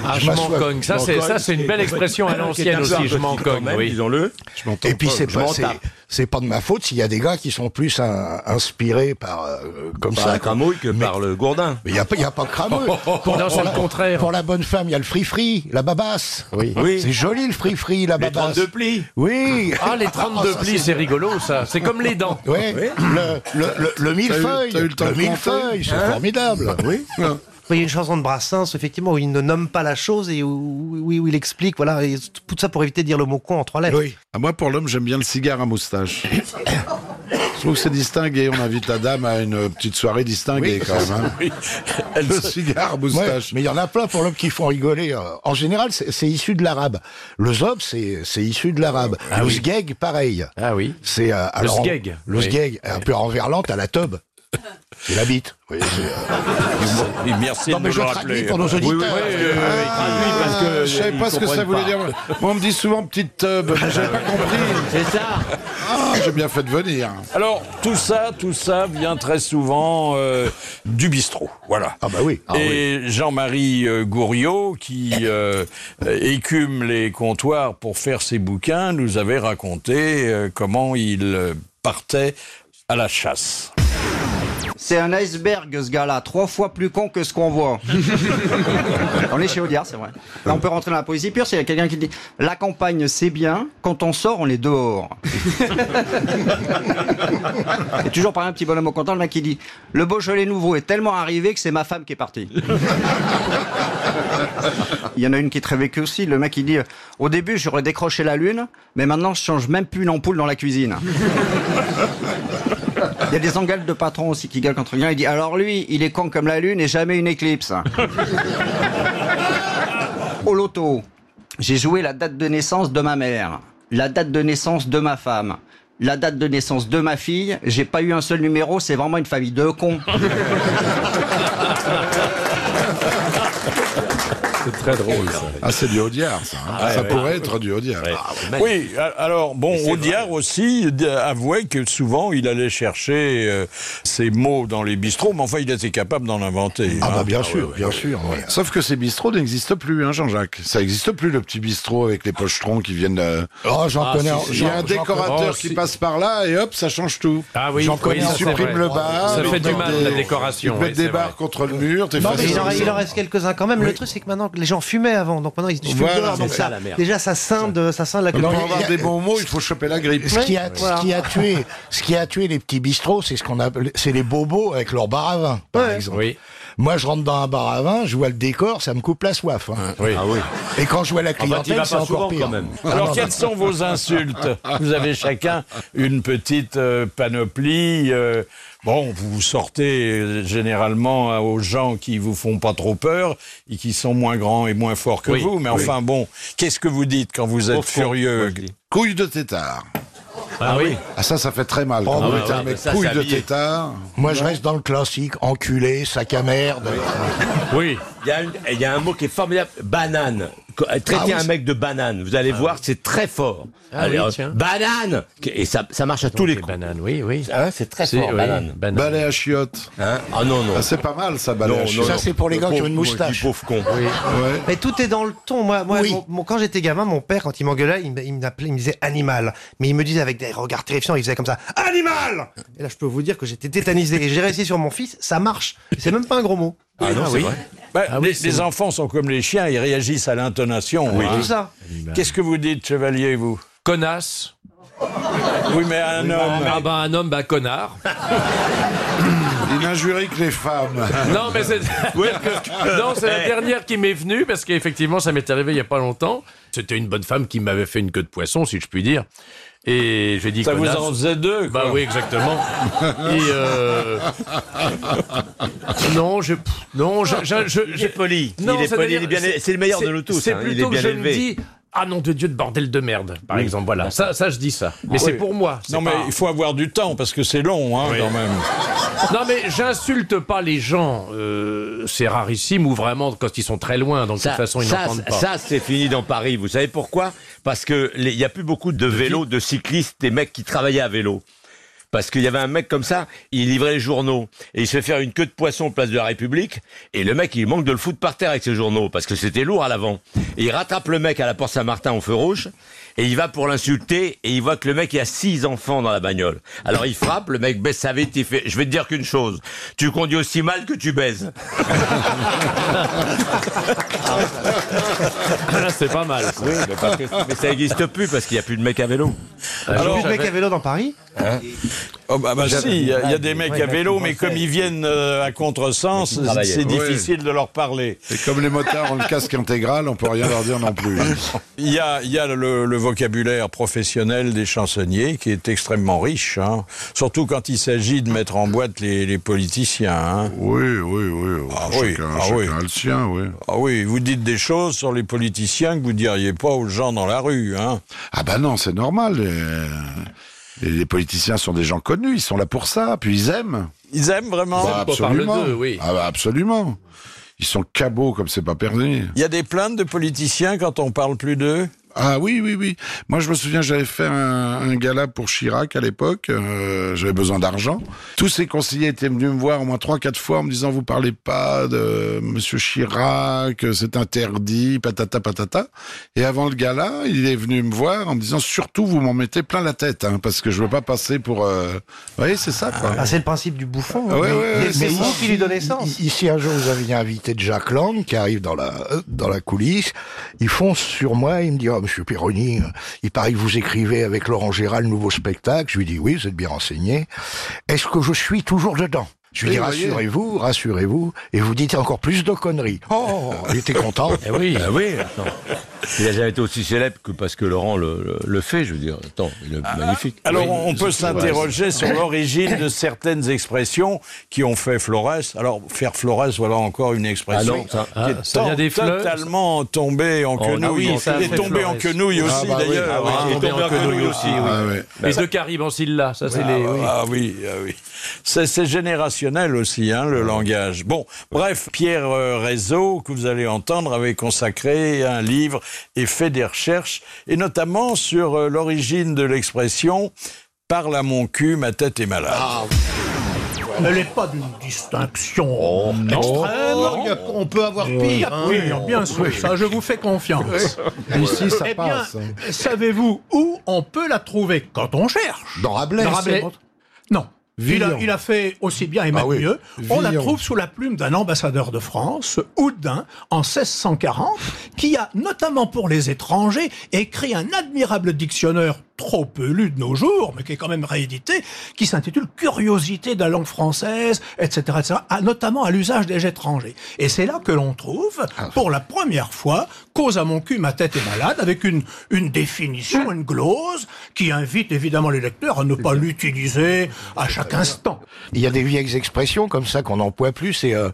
Speaker 5: Ah, je m'en
Speaker 6: m'assois-
Speaker 5: cogne. Ça,
Speaker 6: je m'en
Speaker 5: c'est-
Speaker 6: cogne.
Speaker 5: ça, c'est une belle expression à
Speaker 7: Qui est un
Speaker 5: l'ancienne
Speaker 7: peu
Speaker 5: aussi, je m'en
Speaker 7: argotique quand
Speaker 5: cogne,
Speaker 7: même,
Speaker 5: oui.
Speaker 7: Disons-le.
Speaker 6: Et puis c'est
Speaker 7: je m'en
Speaker 6: pas, c'est-
Speaker 7: tape.
Speaker 6: c'est pas de ma faute s'il y a des gars qui sont plus hein, inspirés par euh, comme
Speaker 7: Par
Speaker 6: ça.
Speaker 7: la cramouille que par le gourdin.
Speaker 6: Il n'y a, pas- il y a pas de crameux. Pour-
Speaker 7: Non, c'est
Speaker 6: pour
Speaker 7: le
Speaker 6: la-
Speaker 7: contraire.
Speaker 6: oh, Pour la bonne femme, il y a le free-free, la babasse. Oui.
Speaker 5: Oui.
Speaker 6: C'est joli le free-free, la
Speaker 5: Les
Speaker 6: babasse.
Speaker 5: 32 plis.
Speaker 6: Oui.
Speaker 5: Ah, les 32
Speaker 6: ça,
Speaker 5: plis, c'est rigolo, ça. C'est comme les dents.
Speaker 6: Ouais. Le, le, le, le millefeuille.
Speaker 4: t'as eu le temps de
Speaker 6: millefeuille, c'est
Speaker 9: Hein
Speaker 5: Ah
Speaker 6: formidable. Oui.
Speaker 9: Il y a une chanson de Brassens, effectivement, où il ne nomme pas la chose et où, où- où il explique, voilà, et tout ça pour éviter de dire le mot con en trois lettres.
Speaker 4: Ah, moi, pour l'homme, j'aime bien le cigare à moustache. Je trouve que c'est distingué. On invite la dame à une euh, petite soirée distinguée, quand même. hein. Le cigare à moustache.
Speaker 6: Ouais, mais il y en a plein pour l'homme qui font rigoler. euh. En général, c'est c'est issu de l'arabe. Le zob, c'est c'est issu de l'arabe. le sgeg, pareil. Ah oui. C'est euh, alors,
Speaker 5: sgeg.
Speaker 6: Le
Speaker 5: Oui.
Speaker 6: sgeg. Un peu en verlan, t'as la tub. C'est la bite. Oui, c'est, euh,
Speaker 2: Et merci
Speaker 6: Non,
Speaker 2: de
Speaker 6: mais
Speaker 2: nous
Speaker 6: je
Speaker 2: le
Speaker 6: traduis
Speaker 2: rappeler.
Speaker 6: pour nos auditeurs. ah,
Speaker 2: Oui, oui, oui, oui, oui, oui, parce que
Speaker 4: Ah, Je savais
Speaker 2: ils
Speaker 4: pas ce que ça
Speaker 2: comprennent
Speaker 4: voulait
Speaker 2: pas.
Speaker 4: dire. Moi, on me dit souvent petite tub, mais j'avais pas compris. C'est ça. Ah, j'ai bien fait de venir.
Speaker 2: Alors, tout ça, tout ça vient très souvent euh, du bistrot. Voilà.
Speaker 6: Ah bah oui. Ah
Speaker 2: Et Jean-Marie euh, Gouriot, qui euh, euh, écume les comptoirs pour faire ses bouquins, nous avait raconté euh, comment il euh, partait à la chasse.
Speaker 14: C'est un iceberg, ce gars-là, trois fois plus con que ce qu'on voit. on est chez Audiard, c'est vrai. Là, on peut rentrer dans la poésie pure, s'il y a quelqu'un qui dit « La campagne, c'est bien, quand on sort, on est dehors. » Et toujours par un petit bonhomme au comptant, le mec qui dit « Le Beaujolais nouveau est tellement arrivé que c'est ma femme qui est partie. » Il y en a une qui est très vécue aussi, le mec il dit « Au début, j'aurais décroché la lune, mais maintenant, je change même plus une ampoule dans la cuisine. » Il y a des engueules de patron aussi qui gueulent contre quelqu'un. Il dit Alors lui, il est con comme la lune et jamais une éclipse. Au loto, j'ai joué la date de naissance de ma mère, la date de naissance de ma femme, la date de naissance de ma fille. J'ai pas eu un seul numéro, c'est vraiment une famille de cons.
Speaker 2: C'est très drôle, ça.
Speaker 4: Ah, c'est du Audiard, ça. hein.
Speaker 2: Ah,
Speaker 4: ça
Speaker 2: ouais.
Speaker 4: pourrait être du Audiard.
Speaker 2: Oui, a- alors bon, Audiard aussi d- avouait que souvent il allait chercher euh, ses mots dans les bistrots, mais enfin il était capable d'en inventer.
Speaker 6: Ah bah
Speaker 2: hein.
Speaker 6: bien
Speaker 2: Ah
Speaker 6: sûr,
Speaker 2: ouais, ouais.
Speaker 6: bien sûr. ouais.
Speaker 4: Sauf que ces bistrots n'existent plus, hein, Jean-Jacques. Ça n'existe plus, le petit bistrot avec les pochetrons qui viennent. euh,
Speaker 6: Oh, j'en connais un-
Speaker 4: Il y a un
Speaker 6: j'en- j'en connais-
Speaker 4: décorateur
Speaker 6: Oh,
Speaker 4: qui
Speaker 6: si.
Speaker 4: passe par là et hop, ça change tout.
Speaker 5: Ah oui,
Speaker 4: j'en
Speaker 5: oui,
Speaker 4: connais.
Speaker 5: ça,
Speaker 4: Ils
Speaker 5: c'est
Speaker 4: suppriment
Speaker 5: vrai.
Speaker 4: le bar.
Speaker 5: Ça
Speaker 4: ils
Speaker 5: fait du
Speaker 4: mettent
Speaker 5: mal,
Speaker 4: des-
Speaker 5: la décoration,
Speaker 4: Ils te
Speaker 5: oui,
Speaker 4: mettent
Speaker 5: c'est
Speaker 4: des
Speaker 5: vrai.
Speaker 4: barres contre le mur. t'es
Speaker 9: Non, mais
Speaker 4: face
Speaker 9: il
Speaker 4: au
Speaker 9: en, il en
Speaker 4: mur.
Speaker 9: reste quelques-uns quand même. Le truc, c'est que maintenant, les gens fumaient avant. Donc maintenant, ils fument
Speaker 4: Voilà,
Speaker 9: dehors.
Speaker 4: c'est
Speaker 9: Donc
Speaker 4: ça,
Speaker 9: ça,
Speaker 4: la merde.
Speaker 9: déjà, ça scinde, ça scinde la
Speaker 4: Pour
Speaker 9: culture.
Speaker 4: avoir des bons mots, il faut choper la grippe.
Speaker 6: Ce qui, a,
Speaker 9: Voilà.
Speaker 6: ce qui a tué, ce qui a tué les petits bistrots, c'est ce qu'on appelle, c'est les bobos avec leur bar à vin, par exemple. Moi, je rentre dans un bar à vin, je vois le décor, ça me coupe la soif. hein. Et quand je vois la
Speaker 7: Ah bah, t'y
Speaker 6: clientèle,
Speaker 7: vas
Speaker 6: c'est
Speaker 7: pas
Speaker 6: encore
Speaker 7: souvent,
Speaker 6: pire.
Speaker 7: quand même.
Speaker 6: Ah,
Speaker 2: Alors,
Speaker 6: non,
Speaker 2: quelles
Speaker 6: non.
Speaker 2: sont vos insultes Vous avez chacun une petite euh, panoplie. euh, bon, vous sortez euh, généralement euh, aux gens qui vous font pas trop peur et qui sont moins grands et moins forts que
Speaker 5: Oui,
Speaker 2: vous. Mais
Speaker 5: oui.
Speaker 2: enfin, bon, qu'est-ce que vous dites quand vous êtes
Speaker 4: Pauvre con, moi,
Speaker 2: furieux
Speaker 4: je dis. Couille de tétard.
Speaker 5: Ah oui.
Speaker 4: Ah, ça, ça fait très mal. Quand
Speaker 6: Oh,
Speaker 4: on
Speaker 6: ouais,
Speaker 4: était un
Speaker 6: ouais,
Speaker 4: mec
Speaker 6: ça,
Speaker 4: couille
Speaker 6: c'est
Speaker 4: de
Speaker 6: habillé.
Speaker 4: tétard.
Speaker 6: Moi, je reste dans le classique, enculé, sac à merde.
Speaker 5: Oui.
Speaker 7: Il y a une- il y, a un mot qui est formidable, banane. Qu- Traiter
Speaker 6: Ah oui,
Speaker 7: un
Speaker 6: c'est-
Speaker 7: mec de banane, vous allez voir, c'est très fort.
Speaker 5: Ah
Speaker 7: Allez,
Speaker 5: oui,
Speaker 7: hop,
Speaker 5: tiens.
Speaker 7: banane Et ça, ça marche à tous les coups.
Speaker 5: Banane, oui, oui.
Speaker 7: Ah ouais, c'est très
Speaker 5: C'est-
Speaker 7: fort,
Speaker 5: oui,
Speaker 7: banane.
Speaker 5: banane.
Speaker 4: Balai à chiottes.
Speaker 7: Hein ah non, non.
Speaker 4: Ah, c'est pas mal, ça, balai
Speaker 7: Non,
Speaker 4: à
Speaker 7: non,
Speaker 4: chiottes.
Speaker 6: Ça, c'est pour les gars qui ont une
Speaker 7: Du
Speaker 6: moustache.
Speaker 7: pauvre con.
Speaker 4: Ouais.
Speaker 9: Mais tout est dans le ton. Moi, moi
Speaker 6: Oui.
Speaker 9: mon- mon- quand j'étais gamin, mon père, quand il m'engueulait, il, me- il m'appelait, il me disait animal. Mais il me disait avec des regards terrifiants, il faisait comme ça animal. Et là, je peux vous dire que j'étais tétanisé. Et j'ai réussi sur mon fils, ça marche. C'est même pas un gros mot.
Speaker 7: Ah non, c'est vrai.
Speaker 2: Bah,
Speaker 4: Ah
Speaker 2: les, les enfants sont comme les chiens, ils réagissent à l'intonation.
Speaker 9: Oui,
Speaker 2: hein.
Speaker 9: tout ça.
Speaker 2: Qu'est-ce que vous dites, chevalier, vous
Speaker 5: Connasse.
Speaker 2: Oui, mais à un homme.
Speaker 5: Ah bah un homme, bah connard.
Speaker 4: Il n'injurie que les femmes.
Speaker 5: Non, mais c'est non, c'est
Speaker 4: Eh.
Speaker 5: la dernière qui m'est venue parce qu'effectivement, ça m'est arrivé il y a pas longtemps. C'était une bonne femme qui m'avait fait une queue de poisson, si je puis dire. Et j'ai dit
Speaker 2: Ça vous
Speaker 5: connasse.
Speaker 2: en faisait deux, quoi.
Speaker 5: Bah oui, exactement. Et euh, non, je non, je, je, je-
Speaker 7: Il est poli. Il
Speaker 5: Non,
Speaker 7: est
Speaker 5: c'est-à-dire-
Speaker 7: poli, il est bien- c'est le meilleur de nous tous,
Speaker 5: C'est
Speaker 7: hein, il est
Speaker 5: plutôt
Speaker 7: bien
Speaker 5: que je
Speaker 7: élevé.
Speaker 5: me dis ah nom de Dieu de bordel de merde, par exemple. Voilà, ça, ça je dis ça. Mais c'est pour moi. c'est
Speaker 2: Non, mais
Speaker 5: pas-
Speaker 2: il faut avoir du temps parce que c'est long, hein, quand même.
Speaker 5: Non mais j'insulte pas les gens, euh, c'est rarissime ou vraiment quand ils sont très loin, donc de toute façon ils
Speaker 7: ça,
Speaker 5: n'entendent pas.
Speaker 7: ça, c'est fini dans Paris. Vous savez pourquoi Parce que les- il n'y a plus beaucoup de vélos, de cyclistes, des mecs qui travaillaient à vélo. parce qu'il y avait un mec comme ça, il livrait les journaux et il se fait faire une queue de poisson place de la République et le mec il manque de le foutre par terre avec ses journaux parce que c'était lourd à l'avant. Et il rattrape le mec à la porte Saint-Martin en feu rouge et il va pour l'insulter et il voit que le mec il a six enfants dans la bagnole. Alors il frappe, le mec baisse sa vitre, il fait je vais te dire qu'une chose, tu conduis aussi mal que tu baises.
Speaker 5: C'est pas mal.
Speaker 7: Oui, mais, parce que- mais ça n'existe plus parce qu'il n'y a plus de mec à vélo.
Speaker 9: Alors, Ah, plus de mecs à vélo dans Paris
Speaker 2: Hein Oh bah, bah
Speaker 7: Vous
Speaker 2: si,
Speaker 7: avez-
Speaker 2: il y, a
Speaker 4: Ah,
Speaker 2: il y a des
Speaker 7: Ouais,
Speaker 2: mecs
Speaker 7: ouais,
Speaker 2: à vélo,
Speaker 7: vous
Speaker 2: mais
Speaker 7: pensez.
Speaker 2: comme ils viennent euh, à contresens,
Speaker 4: Ah bah,
Speaker 2: c'est
Speaker 4: oui.
Speaker 2: difficile de leur parler.
Speaker 4: Et comme les motards ont le casque intégral, on peut rien leur dire non plus.
Speaker 2: Il y a, il y a le, le vocabulaire professionnel des chansonniers qui est extrêmement riche, hein. surtout quand il s'agit de mettre en boîte les, les politiciens. hein.
Speaker 4: Oui, oui, oui.
Speaker 2: Ah
Speaker 4: Chacun-
Speaker 2: oui, ah
Speaker 4: chacun
Speaker 2: oui.
Speaker 4: a le sien, oui.
Speaker 2: Ah oui, vous dites des choses sur les politiciens que vous diriez pas aux gens dans la rue. Hein.
Speaker 4: Ah bah non, c'est normal. euh, Les, les politiciens sont des gens connus, ils sont là pour ça, puis ils aiment.
Speaker 2: Ils aiment vraiment
Speaker 4: Bah,
Speaker 2: On parle
Speaker 4: absolument.
Speaker 2: d'eux, oui.
Speaker 4: Ah bah absolument. Ils sont cabots comme c'est pas perdu.
Speaker 2: Il y a des plaintes de politiciens quand on parle plus d'eux
Speaker 4: Ah oui, oui, oui. Moi, je me souviens, j'avais fait un, un gala pour Chirac à l'époque. euh, j'avais besoin d'argent. Tous ces conseillers étaient venus me voir au moins trois, quatre fois en me disant Vous parlez pas de Monsieur Chirac, c'est interdit, patata patata. Et avant le gala, il est venu me voir en me disant Surtout, vous m'en mettez plein la tête, hein, parce que je veux pas passer pour. euh, Vous voyez, c'est ça, quoi.
Speaker 9: Ah, c'est le principe du bouffon.
Speaker 4: Ouais, ouais, ouais,
Speaker 9: mais
Speaker 4: c'est
Speaker 9: c'est
Speaker 4: ça.
Speaker 9: vous qui lui donnez sens.
Speaker 6: Ici, un jour, vous aviez invité Jack Lang, qui arrive dans la, euh, dans la coulisse. Il fonce sur moi, il me dit, oh, monsieur Pironi, euh, il paraît que vous écrivez avec Laurent Gérard le nouveau spectacle. Je lui dis, oui, vous êtes bien renseigné. Est-ce que je suis toujours dedans? Je lui
Speaker 4: Oui,
Speaker 6: dis,
Speaker 4: voyez.
Speaker 6: rassurez-vous, rassurez-vous, et vous dites encore plus de conneries. Oh, il était content.
Speaker 7: Ah oui, attends. Il a jamais été aussi célèbre que parce que Laurent le, le- le fait, je veux dire. Attends, il est magnifique.
Speaker 2: ah, Alors,
Speaker 7: Oui.
Speaker 2: on peut s'interroger sur l'origine de certaines expressions qui ont fait Flores. Alors, faire Flores, voilà encore une
Speaker 7: Ah
Speaker 2: expression
Speaker 7: non, ça-
Speaker 2: qui
Speaker 7: ah,
Speaker 2: est
Speaker 7: ça vient des fleurs,
Speaker 2: totalement tombée en
Speaker 7: Oh,
Speaker 2: quenouille.
Speaker 7: ah oui, ça a
Speaker 2: il est
Speaker 7: fait
Speaker 2: tombé
Speaker 7: Flores.
Speaker 2: en quenouille aussi,
Speaker 7: Ah bah oui,
Speaker 2: d'ailleurs.
Speaker 7: ah oui,
Speaker 2: hein.
Speaker 7: il est tombé en quenouille aussi, oui.
Speaker 2: Ah
Speaker 4: ouais.
Speaker 5: Les deux qui arrivent en là, ça c'est les.
Speaker 2: Ah,
Speaker 5: oui.
Speaker 2: ah oui, ah oui. C'est, c'est générationnel aussi, hein, le langage. Bon, bref, Pierre euh, Rézeau, que vous allez entendre, avait consacré un livre et fait des recherches, et notamment sur euh, l'origine de l'expression « parle à mon cul, ma tête est malade
Speaker 15: Elle n'est pas d'une distinction extrême.
Speaker 13: non.
Speaker 15: Il y a- On peut avoir pire. hein.
Speaker 13: Oui, bien sûr,
Speaker 15: Oui.
Speaker 13: ça, je vous fais confiance.
Speaker 15: Oui.
Speaker 13: Ici, ça
Speaker 15: Eh bien,
Speaker 13: passe, hein.
Speaker 15: Savez-vous où on peut la trouver quand on cherche
Speaker 13: Dans Rabelais.
Speaker 15: Non. Il a,
Speaker 13: Villon.
Speaker 15: il a fait aussi bien et même
Speaker 13: Ah oui.
Speaker 15: mieux. On la
Speaker 13: Villon.
Speaker 15: trouve sous la plume d'un ambassadeur de France, Houdin, en 1640, qui a, notamment pour les étrangers, écrit un admirable dictionnaire trop peu lu de nos jours, mais qui est quand même réédité, qui s'intitule Curiosité de la langue française, etc., etc., à- notamment à l'usage des étrangers. Et c'est là que l'on trouve, pour la première fois, cause à mon cul, ma tête est malade, avec une, une définition, une glose, qui invite évidemment les lecteurs à ne pas l'utiliser à chaque instant.
Speaker 6: Il y a des vieilles expressions comme ça qu'on n'emploie plus, c'est euh,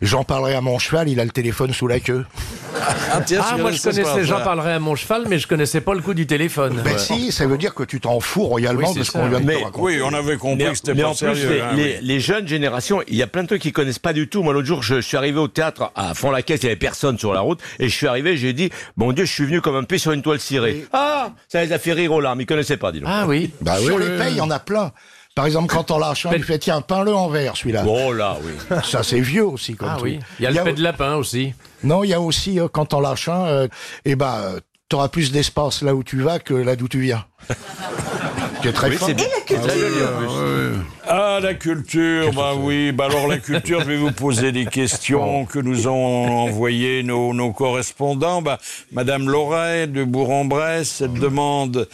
Speaker 6: j'en parlerai à mon cheval, il a le téléphone sous la queue.
Speaker 2: Ah,
Speaker 5: moi je connaissais, j'en parlerai à mon cheval, mais je connaissais pas le coup du téléphone.
Speaker 6: Ben
Speaker 5: Ouais.
Speaker 6: si, ça veut dire que tu t'en fous royalement
Speaker 5: Oui, c'est
Speaker 6: de ce
Speaker 5: ça,
Speaker 6: qu'on vient de
Speaker 5: mais-
Speaker 6: te raconter.
Speaker 2: Oui, on avait compris
Speaker 7: Mais-
Speaker 2: que c'était
Speaker 7: mais
Speaker 2: pas
Speaker 7: en plus,
Speaker 2: sérieux.
Speaker 7: les,
Speaker 2: hein,
Speaker 7: les-
Speaker 2: oui.
Speaker 7: les jeunes générations, il y a plein de trucs qu'ils connaissent pas du tout. Moi, l'autre jour, je, je suis arrivé au théâtre à fond la caisse, il y avait personne sur la route, et je suis arrivé, j'ai dit, mon Dieu, je suis venu comme un pé sur une toile cirée. Ah, ça les a fait rire aux larmes, ils connaissaient pas, dis donc. Bah
Speaker 5: Ah oui.
Speaker 6: Sur les pays, il y en a plein. Par exemple, quand on lâche un, il fait tiens, peins-le en vert celui-là.
Speaker 7: Oh là, oui.
Speaker 6: Ça, c'est vieux aussi comme
Speaker 5: Ah
Speaker 6: truc.
Speaker 5: oui. Il y a le pet de lapin aussi.
Speaker 6: Non, il y a aussi, euh, quand on lâche un, euh, eh ben, euh, t'auras plus d'espace là où tu vas que là d'où tu viens. Tu es très fort.
Speaker 2: Ah, la culture, bah oui. Bah alors, la culture, je vais vous poser des questions que nous ont envoyées nos, nos correspondants. Bah, Madame Loret de Bourg-en-Bresse,
Speaker 4: Ah
Speaker 2: elle demande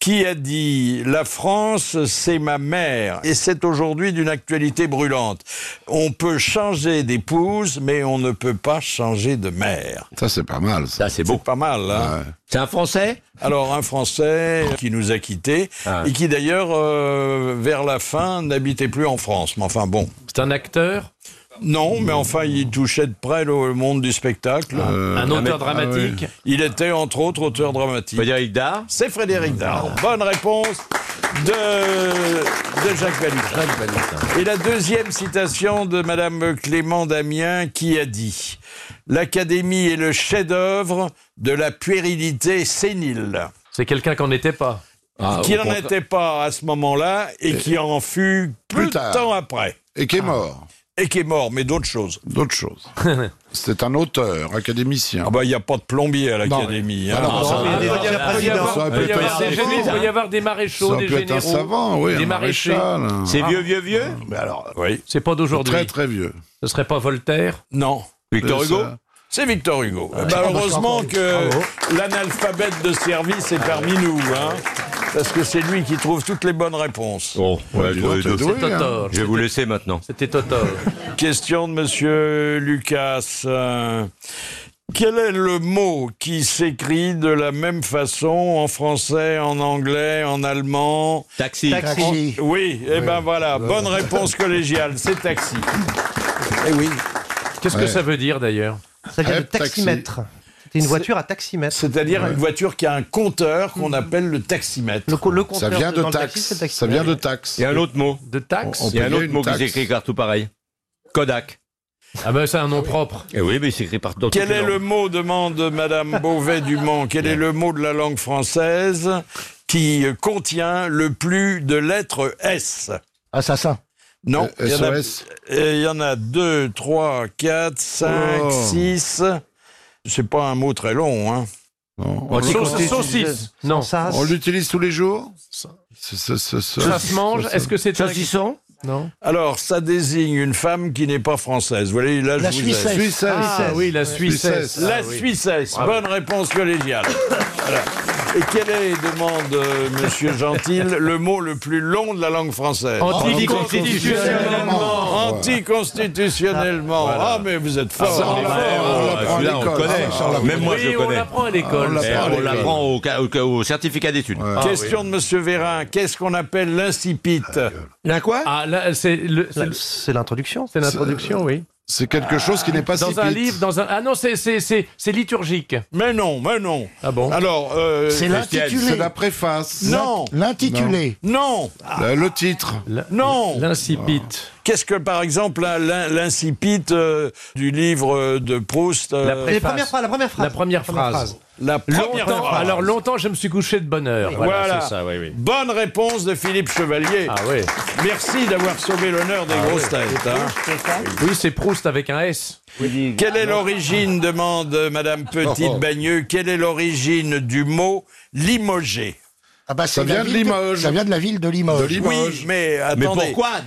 Speaker 2: Qui a dit La France, c'est ma mère Et c'est aujourd'hui d'une actualité brûlante. On peut changer d'épouse, mais on ne peut pas changer de mère.
Speaker 4: Ça, c'est pas mal. Ça,
Speaker 7: c'est beau.
Speaker 2: pas mal, hein.
Speaker 7: C'est un Français
Speaker 2: Alors, un Français qui nous a quittés et qui, d'ailleurs, euh, vers la fin, n'habitait plus en France. Mais enfin, bon.
Speaker 5: C'est un acteur
Speaker 2: Non, mais enfin, il touchait de près le monde du spectacle.
Speaker 7: Euh,
Speaker 5: Un auteur ah, dramatique ouais.
Speaker 2: Il était, entre autres, auteur dramatique.
Speaker 7: Frédéric Dard
Speaker 2: C'est Frédéric Dard. Bonne réponse de, de Jacques Balutin. Et la deuxième citation de Madame Clément Damien qui a dit « L'Académie est le chef-d'œuvre de la puérilité sénile ».
Speaker 5: C'est quelqu'un qu'on n'était pas.
Speaker 2: Ah, qui
Speaker 3: au
Speaker 2: n'en
Speaker 3: contraire.
Speaker 2: était pas à ce moment-là et qui en fut plus, de temps après. Ah.
Speaker 4: Et qui est mort.
Speaker 2: Et qui est mort, mais d'autres choses.
Speaker 4: D'autres choses. C'est un auteur, académicien. Ah
Speaker 2: bah, il n'y a pas de plombier à l'académie, hein. Ah,
Speaker 4: ça
Speaker 2: non,
Speaker 4: va.
Speaker 2: mais il y a déjà
Speaker 4: Ça aurait pu être- ça aurait
Speaker 5: Il va y
Speaker 4: pu
Speaker 5: avoir des
Speaker 4: être un savant.
Speaker 5: généraux, il va y avoir des maréchaux,
Speaker 4: Ça
Speaker 5: des
Speaker 4: peut être un
Speaker 5: généraux,
Speaker 4: savant, oui,
Speaker 5: des
Speaker 4: un
Speaker 5: maraîchers.
Speaker 4: maréchal.
Speaker 7: C'est
Speaker 5: Ah.
Speaker 7: vieux, vieux, vieux
Speaker 4: Mais alors,
Speaker 2: oui.
Speaker 5: C'est pas d'aujourd'hui.
Speaker 4: Très, très vieux.
Speaker 5: Ce serait pas Voltaire
Speaker 2: Non.
Speaker 7: Victor
Speaker 2: Euh,
Speaker 7: Hugo
Speaker 2: ça- C'est Victor Hugo. Eh ben,
Speaker 7: Ah,
Speaker 2: heureusement
Speaker 7: d'accord.
Speaker 2: que
Speaker 7: Bravo.
Speaker 2: l'analphabète de service est parmi nous, hein, parce que c'est lui qui trouve toutes les bonnes réponses.
Speaker 7: Ouais,
Speaker 2: dis donc,
Speaker 7: je-
Speaker 2: t'es doué,
Speaker 7: je-
Speaker 2: hein.
Speaker 7: Je vais vous laisser maintenant.
Speaker 5: C'était Totor.
Speaker 2: Question de Monsieur Lucas. Euh, Quel est le mot qui s'écrit de la même façon en français, en anglais, en allemand
Speaker 7: Taxi.
Speaker 9: Taxi.
Speaker 2: Oui, eh ben
Speaker 9: Oui.
Speaker 2: voilà,
Speaker 9: Voilà.
Speaker 2: bonne réponse collégiale, c'est taxi. Eh oui.
Speaker 5: Qu'est-ce que ça veut dire d'ailleurs
Speaker 9: Ça vient de
Speaker 2: Hep, taxi.
Speaker 9: taximètre. C'était une voiture à taximètre. Mm-hmm.
Speaker 2: C'est-à-dire une voiture qui a un compteur qu'on appelle le taximètre.
Speaker 9: Le, co- le compteur
Speaker 2: Ça vient de
Speaker 9: dans le
Speaker 2: taxe.
Speaker 9: taxi, c'est le taximètre.
Speaker 2: Ça vient de
Speaker 4: taxe.
Speaker 7: Il y a un autre mot.
Speaker 5: De taxe
Speaker 7: Il y a un autre mot qui s'écrit partout pareil. Kodak.
Speaker 5: Ah ben c'est un nom propre.
Speaker 7: Eh oui, mais il s'écrit partout. dans toutes
Speaker 2: Quel
Speaker 7: les
Speaker 2: est le
Speaker 7: langues.
Speaker 2: mot, demande Madame Beauvais-Dumont, quel est le mot de la langue française qui contient le plus de lettres S
Speaker 6: Assassin.
Speaker 2: Non.
Speaker 6: Euh,
Speaker 2: il y en a-
Speaker 6: SOS.
Speaker 2: euh, Il y en a 2, 3, 4, 5,
Speaker 6: Oh.
Speaker 2: 6. C'est pas un mot très long, hein.
Speaker 4: On
Speaker 2: Sauce-
Speaker 4: l'utilise-
Speaker 2: saucisse.
Speaker 5: Non.
Speaker 4: On l'utilise tous les jours Ça,
Speaker 5: Ça se mange Est-ce que c'est un saucisson Non.
Speaker 2: Alors, ça désigne une femme qui n'est pas française. Vous voyez, là,
Speaker 5: La
Speaker 2: je vous aide.
Speaker 5: Suissesse. Suissesse. Ah oui, la Suissesse.
Speaker 2: La
Speaker 5: Ah oui.
Speaker 2: Suissesse.
Speaker 5: Bravo.
Speaker 2: Bonne réponse collégiale. Voilà. Et quel est, demande euh, Monsieur Gentil, le mot le plus long de la langue française
Speaker 5: Anticonstitutionnellement.
Speaker 2: Anticonstitutionnellement. Ah, mais vous êtes fort.
Speaker 7: Ah,
Speaker 2: On est
Speaker 7: bah,
Speaker 2: fort, hein.
Speaker 7: ouais, celui-là, on le connaît. Même moi, je
Speaker 5: Oui,
Speaker 7: le
Speaker 5: on
Speaker 7: connais.
Speaker 5: l'apprend à l'école.
Speaker 7: Ah
Speaker 2: Ah,
Speaker 7: Eh,
Speaker 5: On l'apprend à
Speaker 7: On
Speaker 5: l'école.
Speaker 7: l'apprend au, ca- au ca- au certificat d'études. Ah,
Speaker 2: Question de Monsieur Vérin. Qu'est-ce qu'on appelle l'incipit
Speaker 5: La quoi Ah, là, c'est le- c'est le-
Speaker 9: C'est l'introduction.
Speaker 5: c'est l'introduction, oui.
Speaker 4: C'est quelque chose qui n'est pas
Speaker 5: Dans un livre, dans un. Ah non, c'est- c'est c'est- c'est liturgique.
Speaker 2: Mais non, mais non.
Speaker 5: Ah bon
Speaker 2: Alors, euh,
Speaker 4: C'est l'intitulé. C'est la préface.
Speaker 2: Non.
Speaker 4: L'intitulé.
Speaker 2: Non.
Speaker 4: Le, le titre.
Speaker 2: Non.
Speaker 5: L'incipit.
Speaker 2: Qu'est-ce que, par exemple, l'in- l'in- l'incipit euh, du livre euh, de Proust euh,
Speaker 9: Les premières phrases, la première phrase.
Speaker 5: La première phrase.
Speaker 2: La première
Speaker 5: Longtemps-
Speaker 2: phrase.
Speaker 5: Alors longtemps, je me suis couché de bonne heure. Voilà,
Speaker 2: Voilà.
Speaker 5: c'est ça, oui, oui.
Speaker 2: Bonne réponse de Philippe Chevalier.
Speaker 5: Ah oui.
Speaker 2: Merci d'avoir sauvé l'honneur des
Speaker 5: Ah
Speaker 2: grosses
Speaker 5: oui.
Speaker 2: têtes. hein.
Speaker 5: Oui, c'est Proust avec un S.
Speaker 2: Quelle est l'origine, demande Madame
Speaker 5: Oh.
Speaker 2: Petite-Bagneux, quelle est l'origine du mot limogé
Speaker 6: Ah bah,
Speaker 2: Ça
Speaker 6: c'est la
Speaker 2: vient de
Speaker 6: ville
Speaker 2: Limoges.
Speaker 6: Ça vient de la ville de Limoges.
Speaker 2: Oui, mais attendez.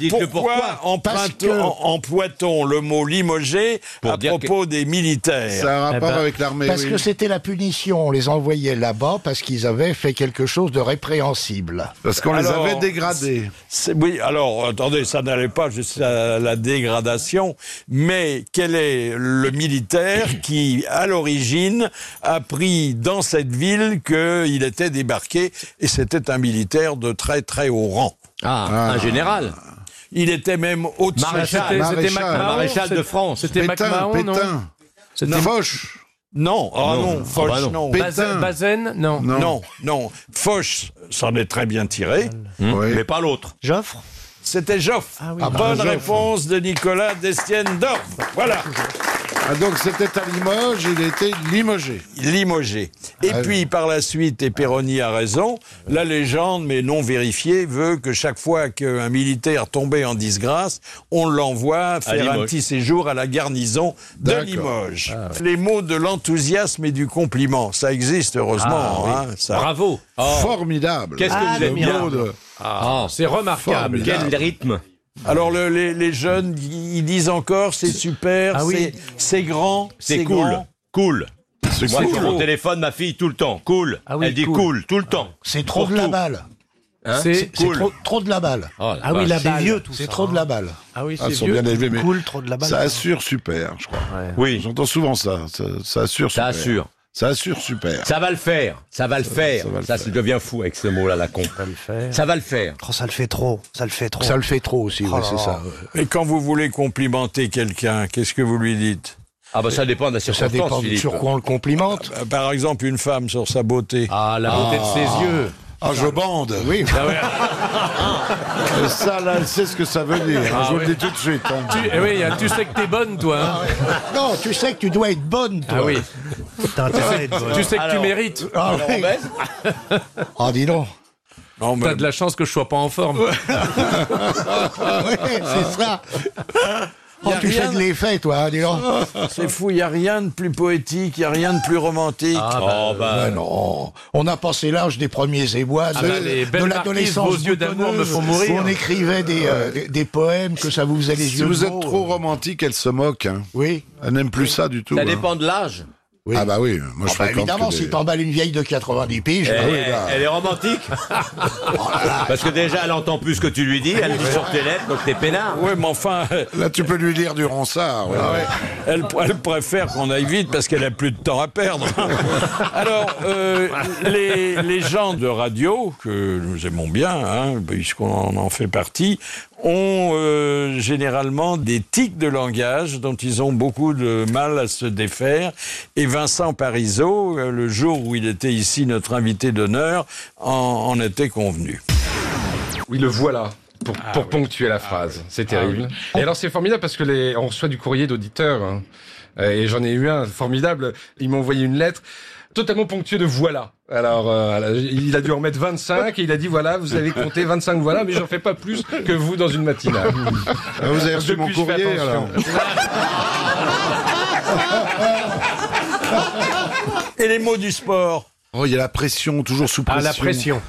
Speaker 2: pourquoi
Speaker 6: Parce
Speaker 2: emprunte-
Speaker 6: que-
Speaker 2: en- emploie-t-on le mot limogé à propos des militaires
Speaker 4: Ça a un rapport Eh ben, avec l'armée,
Speaker 6: Parce que c'était la punition. On les envoyait là-bas parce qu'ils avaient fait quelque chose de répréhensible.
Speaker 4: Parce qu'on les
Speaker 2: Alors,
Speaker 4: avait dégradés.
Speaker 2: c'est- oui, alors attendez, ça n'allait pas jusqu'à la dégradation, mais quel est le militaire qui, à l'origine, a pris dans cette ville qu'il était débarqué et c'était un militaire de très très haut rang.
Speaker 7: Ah, un général.
Speaker 2: Il était même au-dessus.
Speaker 7: Maréchal. C'était- c'était Maréchal. MacMahon, Maréchal de c'est- France.
Speaker 5: c'était Pétain, MacMahon, non Pétain. C'était-
Speaker 4: Foch.
Speaker 2: Non, ah
Speaker 5: Non.
Speaker 2: non,
Speaker 5: Ah
Speaker 2: Foch,
Speaker 5: bah non.
Speaker 2: non.
Speaker 5: Bazen- Bazen, non.
Speaker 2: non. Non, Foch s'en est très bien tiré.
Speaker 5: Mmh.
Speaker 2: hein,
Speaker 7: Mais pas l'autre.
Speaker 9: Joffre
Speaker 2: C'était Joffre.
Speaker 9: oui.
Speaker 2: Ah, Bonne
Speaker 4: Joffre.
Speaker 2: réponse de Nicolas Destienne-Dorf. Voilà.
Speaker 4: Ah, donc c'était à Limoges, il était limogé.
Speaker 2: Limogé. Et
Speaker 4: Ah,
Speaker 2: puis, par la suite, et Péroni a raison, la légende, mais non vérifiée, veut que chaque fois qu'un militaire tombait en disgrâce, on l'envoie faire un
Speaker 7: Limoges.
Speaker 2: petit séjour à la garnison de
Speaker 4: D'accord.
Speaker 2: Limoges.
Speaker 5: Ah
Speaker 2: Les mots de l'enthousiasme et du compliment, ça existe heureusement.
Speaker 5: Ah,
Speaker 2: hein,
Speaker 5: oui.
Speaker 2: ça.
Speaker 5: Formidable.
Speaker 4: Formidable.
Speaker 5: Qu'est-ce que vous
Speaker 4: Le
Speaker 5: aimez bien
Speaker 4: mot de-
Speaker 5: Ah, c'est remarquable.
Speaker 4: Formidable.
Speaker 7: Quel rythme.
Speaker 2: Alors le- les, les jeunes, ils disent encore c'est super,
Speaker 5: Ah oui.
Speaker 2: c'est- c'est grand,
Speaker 7: C'est cool.
Speaker 2: grand.
Speaker 7: Cool.
Speaker 4: C'est
Speaker 7: Moi,
Speaker 2: cool.
Speaker 7: sur mon téléphone, ma fille, tout le temps. Cool.
Speaker 5: Ah oui,
Speaker 7: Elle dit
Speaker 5: cool.
Speaker 7: cool, tout le temps.
Speaker 6: C'est trop
Speaker 7: Pour
Speaker 6: de la
Speaker 7: tout.
Speaker 6: balle.
Speaker 7: Hein
Speaker 6: C'est
Speaker 7: C'est
Speaker 6: c'est
Speaker 7: cool.
Speaker 6: trop, trop de la balle.
Speaker 7: Oh, la
Speaker 6: Ah oui,
Speaker 7: vache.
Speaker 6: la
Speaker 7: C'est
Speaker 6: balle.
Speaker 7: vieux,
Speaker 9: tout
Speaker 6: C'est
Speaker 9: ça,
Speaker 6: trop de la balle.
Speaker 5: Ah oui,
Speaker 4: Ah,
Speaker 5: c'est
Speaker 4: ils sont
Speaker 5: vieux.
Speaker 4: bien élevés, mais
Speaker 9: Cool, trop de la balle.
Speaker 4: ça assure super, je crois.
Speaker 7: Oui.
Speaker 4: J'entends souvent ça. ça. ça assure super.
Speaker 7: Ça assure.
Speaker 4: Ça assure super.
Speaker 7: Ça va le faire. Ça va le faire.
Speaker 4: va le
Speaker 7: Ça, je deviens fou avec ce mot-là, la con. Ça va le faire.
Speaker 9: Oh, ça le fait trop. Ça le fait trop.
Speaker 6: Ça le fait trop aussi, ouais,
Speaker 9: Oh là
Speaker 6: c'est
Speaker 9: là.
Speaker 6: ça.
Speaker 2: Ah Et quand vous voulez complimenter quelqu'un, qu'est-ce que vous lui dites
Speaker 7: Ah bah ça dépend de la
Speaker 6: Ça
Speaker 7: circonstance,
Speaker 6: dépend de
Speaker 7: Philippe.
Speaker 6: sur quoi on le complimente.
Speaker 2: Euh, Par exemple, une femme sur sa beauté.
Speaker 5: Ah, la beauté de ses yeux.
Speaker 4: Ah, je bande.
Speaker 6: Oui.
Speaker 4: Et ça, là, elle sait ce que ça veut dire.
Speaker 5: Ah,
Speaker 4: je vous
Speaker 5: ouais.
Speaker 4: le dis tout de suite. hein.
Speaker 5: Tu, eh oui, hein, tu sais que t'es bonne, toi. hein.
Speaker 6: Ah Non, tu sais que tu dois être bonne, toi.
Speaker 5: Ah oui.
Speaker 9: T'as intérêt à être
Speaker 5: Tu
Speaker 9: bonne.
Speaker 5: sais que tu
Speaker 7: Alors-
Speaker 5: mérites.
Speaker 6: Ah,
Speaker 7: Alors,
Speaker 6: oui.
Speaker 7: on baisse
Speaker 6: Ah, dis donc.
Speaker 5: T'as de la chance que je sois pas en forme.
Speaker 6: Ouais, c'est ça. Oh,
Speaker 2: Y a
Speaker 6: tu fais
Speaker 2: rien.
Speaker 6: de l'effet, toi, hein, dis donc.
Speaker 2: C'est fou, il n'y a rien de plus poétique, il n'y a rien de plus romantique.
Speaker 6: Oh, bah, non. On a passé l'âge des premiers ébois, de,
Speaker 2: Ah, bah, les
Speaker 6: de
Speaker 2: belles
Speaker 6: l'adolescence.
Speaker 2: marquises, vos yeux
Speaker 6: boutonneuse,
Speaker 2: d'amour me font mourir.
Speaker 6: où On écrivait des, euh,
Speaker 4: Ouais.
Speaker 6: des, des poèmes que ça vous faisait les
Speaker 4: Si
Speaker 6: yeux
Speaker 4: vous êtes
Speaker 6: gros,
Speaker 4: trop romantique, elle se moque. hein. Elle n'aime plus ça du tout. hein.
Speaker 7: de l'âge.
Speaker 4: Ah bah oui, moi je
Speaker 6: Ah bah,
Speaker 4: fréquente
Speaker 6: évidemment,
Speaker 4: que des-
Speaker 6: si t'emballes une vieille de 90 piges.
Speaker 7: Eh, Elle,
Speaker 6: bah oui,
Speaker 7: est-
Speaker 6: là.
Speaker 7: elle est romantique. Oh Parce que déjà, elle entend plus ce que tu lui dis, elle le dit sur tes lèvres, donc t'es peinard.
Speaker 2: Oui, mais enfin. euh,
Speaker 4: Là, tu peux lui lire du ronsard. ouais.
Speaker 2: Elle, elle préfère qu'on aille vite parce qu'elle a plus de temps à perdre. Alors, euh, les, les gens de radio, que nous aimons bien, hein, puisqu'on en, en fait partie, ont euh, généralement des tics de langage dont ils ont beaucoup de mal à se défaire. Et Vincent Parisot, euh, le jour où il était ici notre invité d'honneur, en, en était convenu.
Speaker 16: Oui, le voilà. Pour,
Speaker 4: Ah
Speaker 16: pour ponctuer la phrase. C'est terrible. Et alors, c'est formidable parce que les, on reçoit du courrier d'auditeurs. hein. Euh, Et j'en ai eu un formidable. Il m'a envoyé une lettre totalement ponctuée de voilà. Alors, euh, alors, il a dû en mettre 25 et il a dit voilà, vous avez compté 25 voilà, mais j'en fais pas plus que vous dans une matinale.
Speaker 4: Ah, Vous avez reçu mon
Speaker 16: Depuis, je fais
Speaker 4: courrier,
Speaker 16: attention.
Speaker 2: Et les mots du sport
Speaker 4: Oh, il y a la pression, toujours sous
Speaker 6: Ah,
Speaker 4: pression.
Speaker 6: la pression.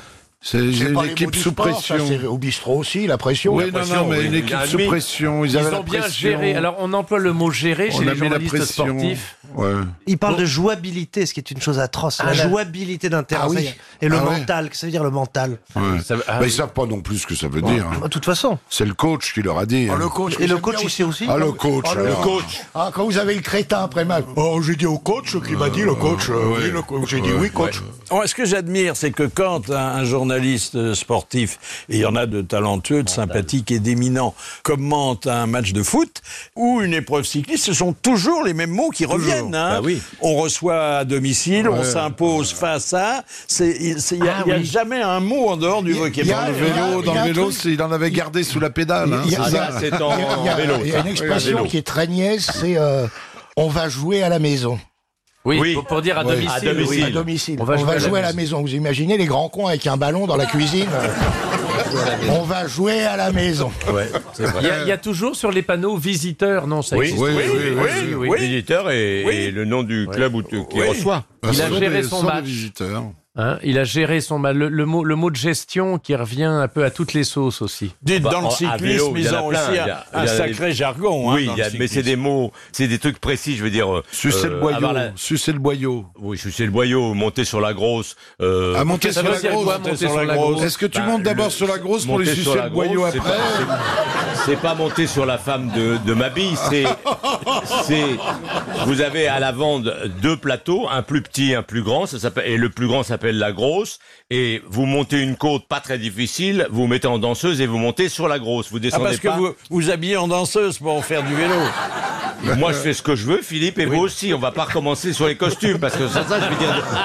Speaker 4: C'est j'ai
Speaker 6: C'est pas
Speaker 4: une
Speaker 6: les mots
Speaker 4: équipe
Speaker 6: du
Speaker 4: sous
Speaker 6: sport, ça,
Speaker 4: pression.
Speaker 6: c'est au bistrot aussi, la pression. La
Speaker 4: Oui, non,
Speaker 6: pression,
Speaker 4: non, mais
Speaker 6: oui. Ah,
Speaker 4: une équipe sous pression. Ils,
Speaker 5: Ils
Speaker 4: avaient
Speaker 5: ont
Speaker 4: la
Speaker 5: bien
Speaker 4: pression.
Speaker 5: géré. Alors, on emploie le mot gérer
Speaker 4: On
Speaker 5: chez les
Speaker 4: a mis la
Speaker 5: journalistes
Speaker 4: pression.
Speaker 5: sportifs.
Speaker 4: Ouais.
Speaker 9: Il parle
Speaker 5: Bon.
Speaker 9: de jouabilité, ce qui est une chose atroce.
Speaker 5: Ah,
Speaker 9: la
Speaker 5: là.
Speaker 9: jouabilité d'un terrain.
Speaker 4: Ah oui.
Speaker 9: ça y est. Et le
Speaker 4: Ah ouais.
Speaker 9: mental, que ça veut dire le mental
Speaker 4: Ouais.
Speaker 9: ah
Speaker 4: Bah,
Speaker 9: oui.
Speaker 4: Ils savent pas non plus ce que ça veut
Speaker 9: Ouais.
Speaker 6: Ah,
Speaker 4: dire. hein.
Speaker 9: De toute façon.
Speaker 4: C'est le coach qui leur a
Speaker 6: Oh,
Speaker 4: dit. hein.
Speaker 9: Et le coach, il sait aussi
Speaker 4: Ah, le coach.
Speaker 6: Ah, le
Speaker 4: alors.
Speaker 6: coach. Ah, quand vous avez le crétin après mal. Oh, j'ai dit au coach qui m'a dit le coach. euh, oui, le coach. J'ai dit oui, coach.
Speaker 2: Oh, ce que j'admire, c'est que quand un, un journaliste euh, sportif, et il y en a de talentueux, de sympathiques et d'éminents, commente un match de foot ou une épreuve cycliste, ce sont toujours les mêmes mots qui reviennent. hein. On reçoit à domicile, on
Speaker 4: Bah Ouais.
Speaker 2: s'impose face à. c'est- Il n'y a,
Speaker 4: Ah
Speaker 2: il y a
Speaker 4: oui.
Speaker 2: jamais un mot en dehors du
Speaker 4: Dans
Speaker 2: vocabulaire. Ah,
Speaker 4: le vélo, dans le vélo, c'est- il en avait gardé sous la pédale. hein,
Speaker 6: Il y a- il
Speaker 4: c'est
Speaker 6: y
Speaker 4: ça.
Speaker 6: a- il y a- Il y a une expression qui est très niaise, c'est euh, on va jouer à la maison.
Speaker 5: Oui, Pour, pour dire à
Speaker 6: Ouais.
Speaker 5: domicile.
Speaker 6: À domicile.
Speaker 5: On va jouer, à, la maison.
Speaker 6: maison. Vous imaginez les grands cons avec un ballon dans la cuisine On va jouer à la maison.
Speaker 5: Il y, a, il y a toujours sur les panneaux visiteurs, non ça existe.
Speaker 7: Visiteur et,
Speaker 5: Oui.
Speaker 7: et le nom du club où tu, qui
Speaker 5: Oui.
Speaker 7: reçoit.
Speaker 5: Il a géré son match. Hein, il a géré son mal. Le, le mot, le mot de gestion qui revient un peu à toutes les sauces aussi.
Speaker 2: Dites,
Speaker 7: Bah,
Speaker 2: dans le
Speaker 7: en- à
Speaker 2: cyclisme,
Speaker 7: vélo, il y
Speaker 2: ils
Speaker 7: en a
Speaker 2: ont
Speaker 7: plein,
Speaker 2: aussi
Speaker 7: il y
Speaker 2: un,
Speaker 7: a-
Speaker 2: un
Speaker 7: il y a-
Speaker 2: sacré jargon. hein,
Speaker 7: Oui,
Speaker 2: dans
Speaker 7: il y a-
Speaker 2: le
Speaker 7: mais c'est
Speaker 2: cyclisme.
Speaker 7: des mots, c'est des trucs précis, je veux dire. euh,
Speaker 4: Sucer le
Speaker 7: euh,
Speaker 4: boyau,
Speaker 7: avoir la-
Speaker 4: sucer le boyau.
Speaker 7: Oui, sucer le boyau, monter sur la grosse. euh,
Speaker 4: À monter sur la grosse. Est-ce que tu
Speaker 7: Bah,
Speaker 4: montes d'abord
Speaker 7: le-
Speaker 4: sur la grosse pour lui
Speaker 7: monter sur
Speaker 4: sucer
Speaker 7: la
Speaker 4: le boyau
Speaker 7: grosse, c'est
Speaker 4: après
Speaker 7: pas- c'est- C'est pas monter sur la femme de, de ma bille, c'est. c'est- Vous avez à la vente deux plateaux, un plus petit, un plus grand, ça s'appelle, et le plus grand s'appelle la grosse, et vous montez une côte pas très difficile, vous mettez en danseuse et vous montez sur la grosse. Vous
Speaker 2: Ah,
Speaker 7: descendez
Speaker 2: parce que
Speaker 7: pas.
Speaker 2: vous vous habillez en danseuse pour faire du vélo.
Speaker 7: Moi, je fais ce que je veux, Philippe, et vous aussi. On va pas recommencer sur les costumes, parce que ça, ça, je vais
Speaker 4: Ah,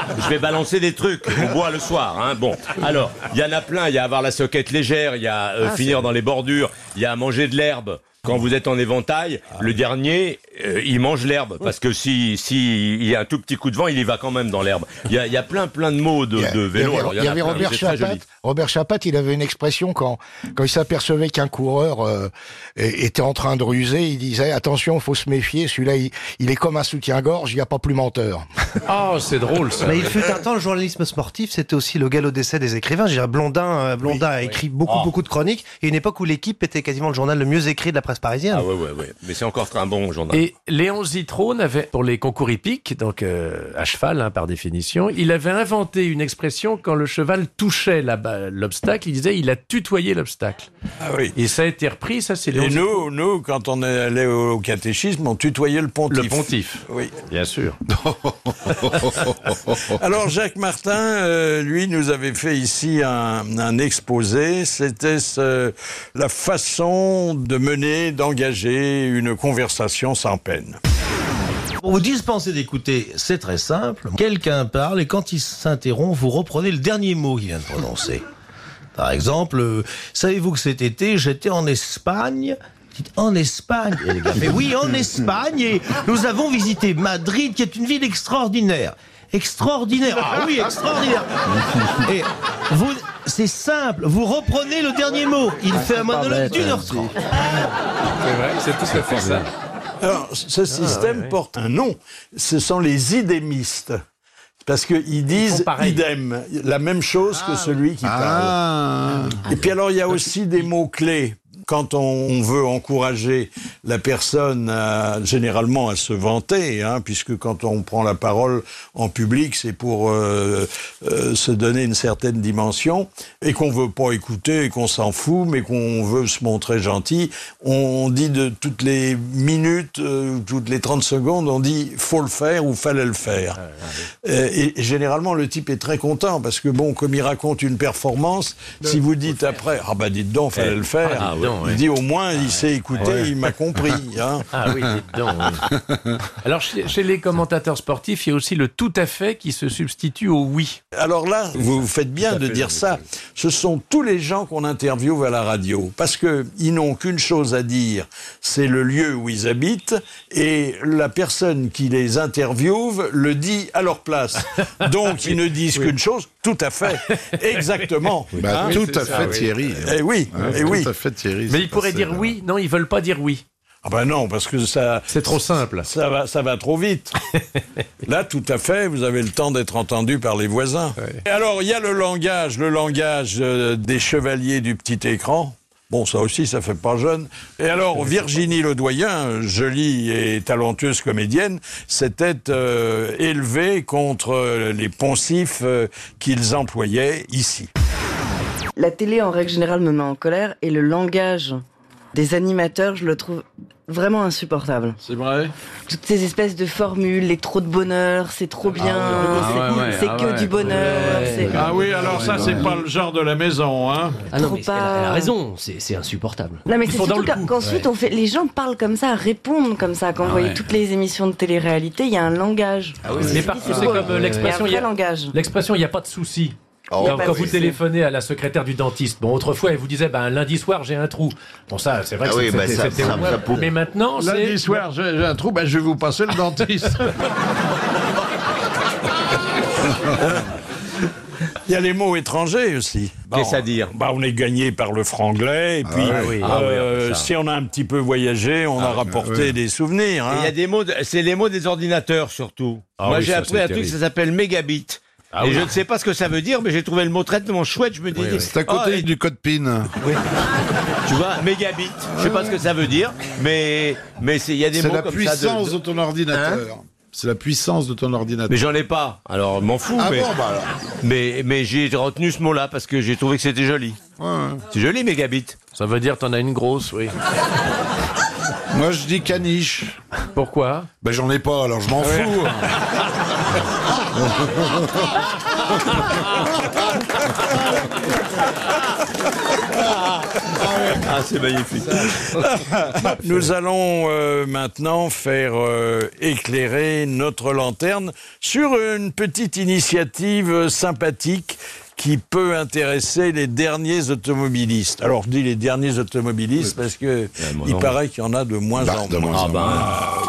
Speaker 7: dire, je vais balancer des trucs. On boit le soir, hein. Bon. Alors, il y en a plein. Il y a avoir la soquette légère, il y a euh,
Speaker 17: Ah,
Speaker 7: finir dans les bordures, il y a manger de l'herbe. Quand vous êtes en éventail,
Speaker 6: Ah.
Speaker 7: le dernier, euh, il mange
Speaker 6: Oh.
Speaker 7: l'herbe parce que si si il y a un tout petit coup de vent, il y va quand même dans l'herbe. Il y a, il y a plein plein de mots de, de vélo.
Speaker 6: Il y avait,
Speaker 7: Alors,
Speaker 6: il y
Speaker 7: en a
Speaker 6: avait
Speaker 7: plein,
Speaker 6: Robert
Speaker 7: c'est très
Speaker 6: Chapat.
Speaker 7: joli.
Speaker 6: Robert Chapat, il avait une expression quand, quand il s'apercevait qu'un coureur euh, é- était en train de ruser, il disait attention, faut se méfier, celui-là, il, il est comme un soutien-gorge, il n'y a pas plus menteur.
Speaker 5: Ah, c'est drôle ça.
Speaker 9: Mais il fut un temps, le journalisme sportif, c'était aussi le galop d'essai des écrivains. Je dirais, Blondin, euh, Blondin a écrit beaucoup,
Speaker 7: Oh.
Speaker 9: beaucoup de chroniques. Et une époque où l'équipe était quasiment le journal le mieux écrit de la presse parisienne.
Speaker 7: Ah ouais ouais ouais. Mais c'est encore un bon journal.
Speaker 5: Et Léon Zitrone avait, pour les concours hippiques, donc euh, à cheval hein, par définition, il avait inventé une expression quand le cheval touchait la ba- l'obstacle, il disait il a tutoyé l'obstacle.
Speaker 2: Ah oui.
Speaker 5: Et ça a été repris, ça c'est Léon
Speaker 2: Et
Speaker 5: Zitrone.
Speaker 2: nous, nous, quand on allait au au catéchisme, on tutoyait le pontife.
Speaker 5: Le pontife.
Speaker 2: Oui.
Speaker 5: Bien sûr.
Speaker 2: Alors Jacques Martin, euh, lui, nous avait fait ici un, un exposé. C'était ce- la façon de mener, d'engager une conversation sans peine.
Speaker 18: Pour vous dispenser d'écouter, c'est très simple. Quelqu'un parle et quand il s'interrompt, vous reprenez le dernier mot qu'il vient de prononcer. Par exemple, euh, savez-vous que cet été, j'étais en Espagne Dites, en Espagne Et les gars, mais oui, en Espagne, et nous avons visité Madrid, qui est une ville extraordinaire. Extraordinaire Ah oui, extraordinaire Et vous, C'est simple. Vous reprenez le dernier mot. Il
Speaker 5: Ah,
Speaker 18: fait un monologue
Speaker 5: hein.
Speaker 18: d'une heure trente.
Speaker 19: C'est vrai, c'est tout à fait ça.
Speaker 2: Alors, ce- ce système porte un nom. Ce sont les idémistes. Parce qu'ils disent idem, la même chose que celui qui parle. Et puis alors, il y a aussi des mots-clés. Quand on, on veut encourager la personne, à- généralement, à se vanter, hein, puisque quand on prend la parole en public, c'est pour euh, euh, se donner une certaine dimension, et qu'on veut pas écouter, et qu'on s'en fout, mais qu'on veut se montrer gentil, on dit de toutes les minutes, euh, toutes les 30 secondes, on dit faut le faire ou fallait le faire. Euh, Et, généralement, le type est très content parce que bon, comme il raconte une performance, si vous dites après, ah bah dites donc, fallait
Speaker 15: Eh,
Speaker 2: le faire,
Speaker 15: ah, dites donc,
Speaker 2: il
Speaker 15: oui.
Speaker 2: dit au moins, il s'est écouté,
Speaker 5: Ah, Ouais.
Speaker 2: il m'a compris. hein.
Speaker 5: Ah oui, dites donc, oui. Alors, chez, chez les commentateurs sportifs, il y a aussi le tout à fait qui se substitue au oui.
Speaker 2: Alors là, vous vous faites bien
Speaker 5: Tout à
Speaker 2: de
Speaker 5: fait,
Speaker 2: dire ça. Ce sont tous les gens qu'on interviewe à la radio parce que ils n'ont qu'une chose à dire, c'est le lieu où ils habitent et la personne qui les interviewe le dit à leur place. Donc ils ne disent qu'une chose, tout à fait, exactement.
Speaker 4: Bah,
Speaker 2: Hein
Speaker 4: tout à fait Thierry.
Speaker 2: Eh oui,
Speaker 4: Hein,
Speaker 2: eh oui.
Speaker 4: Tout à fait Thierry.
Speaker 5: Mais
Speaker 4: c'est
Speaker 5: ils pourraient
Speaker 4: passé,
Speaker 5: dire
Speaker 4: là.
Speaker 5: oui. Non, ils veulent pas dire oui.
Speaker 2: Ah ben non, parce que ça... C'est trop simple. Ça va, ça va trop vite. Là, tout à fait, vous avez le temps d'être entendu par les voisins. Et alors, il y a le langage, le langage euh, des chevaliers du petit écran. Bon, ça aussi, ça fait pas jeune. Et alors, Virginie Ledoyen, jolie et talentueuse comédienne, s'était euh, élevée contre euh, les poncifs euh, qu'ils employaient ici.
Speaker 20: La télé, en règle générale, me met en colère et le langage des animateurs, je le trouve vraiment insupportable.
Speaker 15: C'est vrai
Speaker 20: Toutes ces espèces de formules, les trop de bonheur, c'est trop bien, c'est-
Speaker 15: Ah ouais, ouais,
Speaker 20: c'est
Speaker 15: ah
Speaker 20: que
Speaker 15: ouais.
Speaker 20: du bonheur. c'est-
Speaker 15: Ah oui, alors ça, c'est pas le genre de la maison, hein
Speaker 20: Ah non, mais Trop elle a- elle a pas. raison,
Speaker 15: c'est insupportable.
Speaker 20: Non mais c'est surtout qu'en- qu'ensuite on fait, les gens parlent comme ça, répondent comme ça. Quand vous
Speaker 5: Ah ouais.
Speaker 20: voyez toutes les émissions de télé-réalité, il y a un langage.
Speaker 5: Mais par contre, c'est
Speaker 20: drôle.
Speaker 5: comme euh, l'expression.
Speaker 20: Il y a un vrai
Speaker 5: il y a-
Speaker 20: langage.
Speaker 5: L'expression, il n'y a pas de souci.
Speaker 20: Oh,
Speaker 5: Quand,
Speaker 20: pas
Speaker 5: quand
Speaker 20: de
Speaker 5: vous
Speaker 20: souci.
Speaker 5: téléphonez à la secrétaire du dentiste, bon autrefois elle vous disait ben lundi soir j'ai un trou. Bon ça c'est vrai
Speaker 15: Ah
Speaker 5: que
Speaker 15: oui,
Speaker 5: c'était-
Speaker 15: bah, ça-
Speaker 5: c'était
Speaker 15: ça-
Speaker 5: ouais.
Speaker 15: ça pour-
Speaker 5: Mais maintenant c'est
Speaker 15: Lundi soir, j'ai j'ai un trou, ben, je vais vous passer le dentiste.
Speaker 2: Il y a les mots étrangers aussi. Qu'est-ce à dire bah, On est gagné par le franglais, et puis
Speaker 7: Ah oui. Ah oui,
Speaker 2: euh,
Speaker 7: ça.
Speaker 2: si on Ah a un petit peu voyagé, on a rapporté
Speaker 7: ouais.
Speaker 2: des souvenirs.
Speaker 7: Et
Speaker 2: hein.
Speaker 7: Il y a des mots, de- c'est les mots des ordinateurs surtout.
Speaker 2: Ah
Speaker 7: Moi,
Speaker 2: oui,
Speaker 7: j'ai
Speaker 2: ça,
Speaker 7: appris
Speaker 2: c'est
Speaker 7: un
Speaker 2: terrible. Ah
Speaker 7: truc, ça s'appelle mégabit. et
Speaker 2: oui.
Speaker 7: je ne sais pas ce que ça veut dire, mais j'ai trouvé le mot traitement chouette. Je me dis,
Speaker 4: C'est à côté
Speaker 7: oh, et-
Speaker 4: du code PIN.
Speaker 7: tu vois, mégabit. Je sais pas ce que ça veut dire, mais mais c'est- il y a des
Speaker 4: C'est
Speaker 7: mots
Speaker 4: la
Speaker 7: comme
Speaker 4: puissance
Speaker 7: ça. Hein
Speaker 4: de ton ordinateur. C'est la puissance de ton ordinateur.
Speaker 7: Mais j'en ai pas. Alors m'en fous.
Speaker 4: Ah
Speaker 7: mais,
Speaker 4: bon, bah alors.
Speaker 7: mais mais j'ai retenu ce mot-là parce que j'ai trouvé que c'était joli. C'est joli mégabit.
Speaker 5: Ça veut dire t'en as une grosse, oui.
Speaker 4: Moi, je dis caniche.
Speaker 5: Pourquoi
Speaker 4: Ben, j'en ai pas, alors je m'en fous. hein.
Speaker 7: Ah, c'est magnifique.
Speaker 2: Nous allons euh, maintenant faire euh, éclairer notre lanterne sur une petite initiative euh, sympathique qui peut intéresser les derniers automobilistes. Alors je dis les derniers automobilistes parce que il
Speaker 7: non.
Speaker 2: paraît qu'il y en a de moins
Speaker 7: Bah,
Speaker 2: en
Speaker 7: de
Speaker 2: moins.
Speaker 7: moins en moins.
Speaker 2: Ah,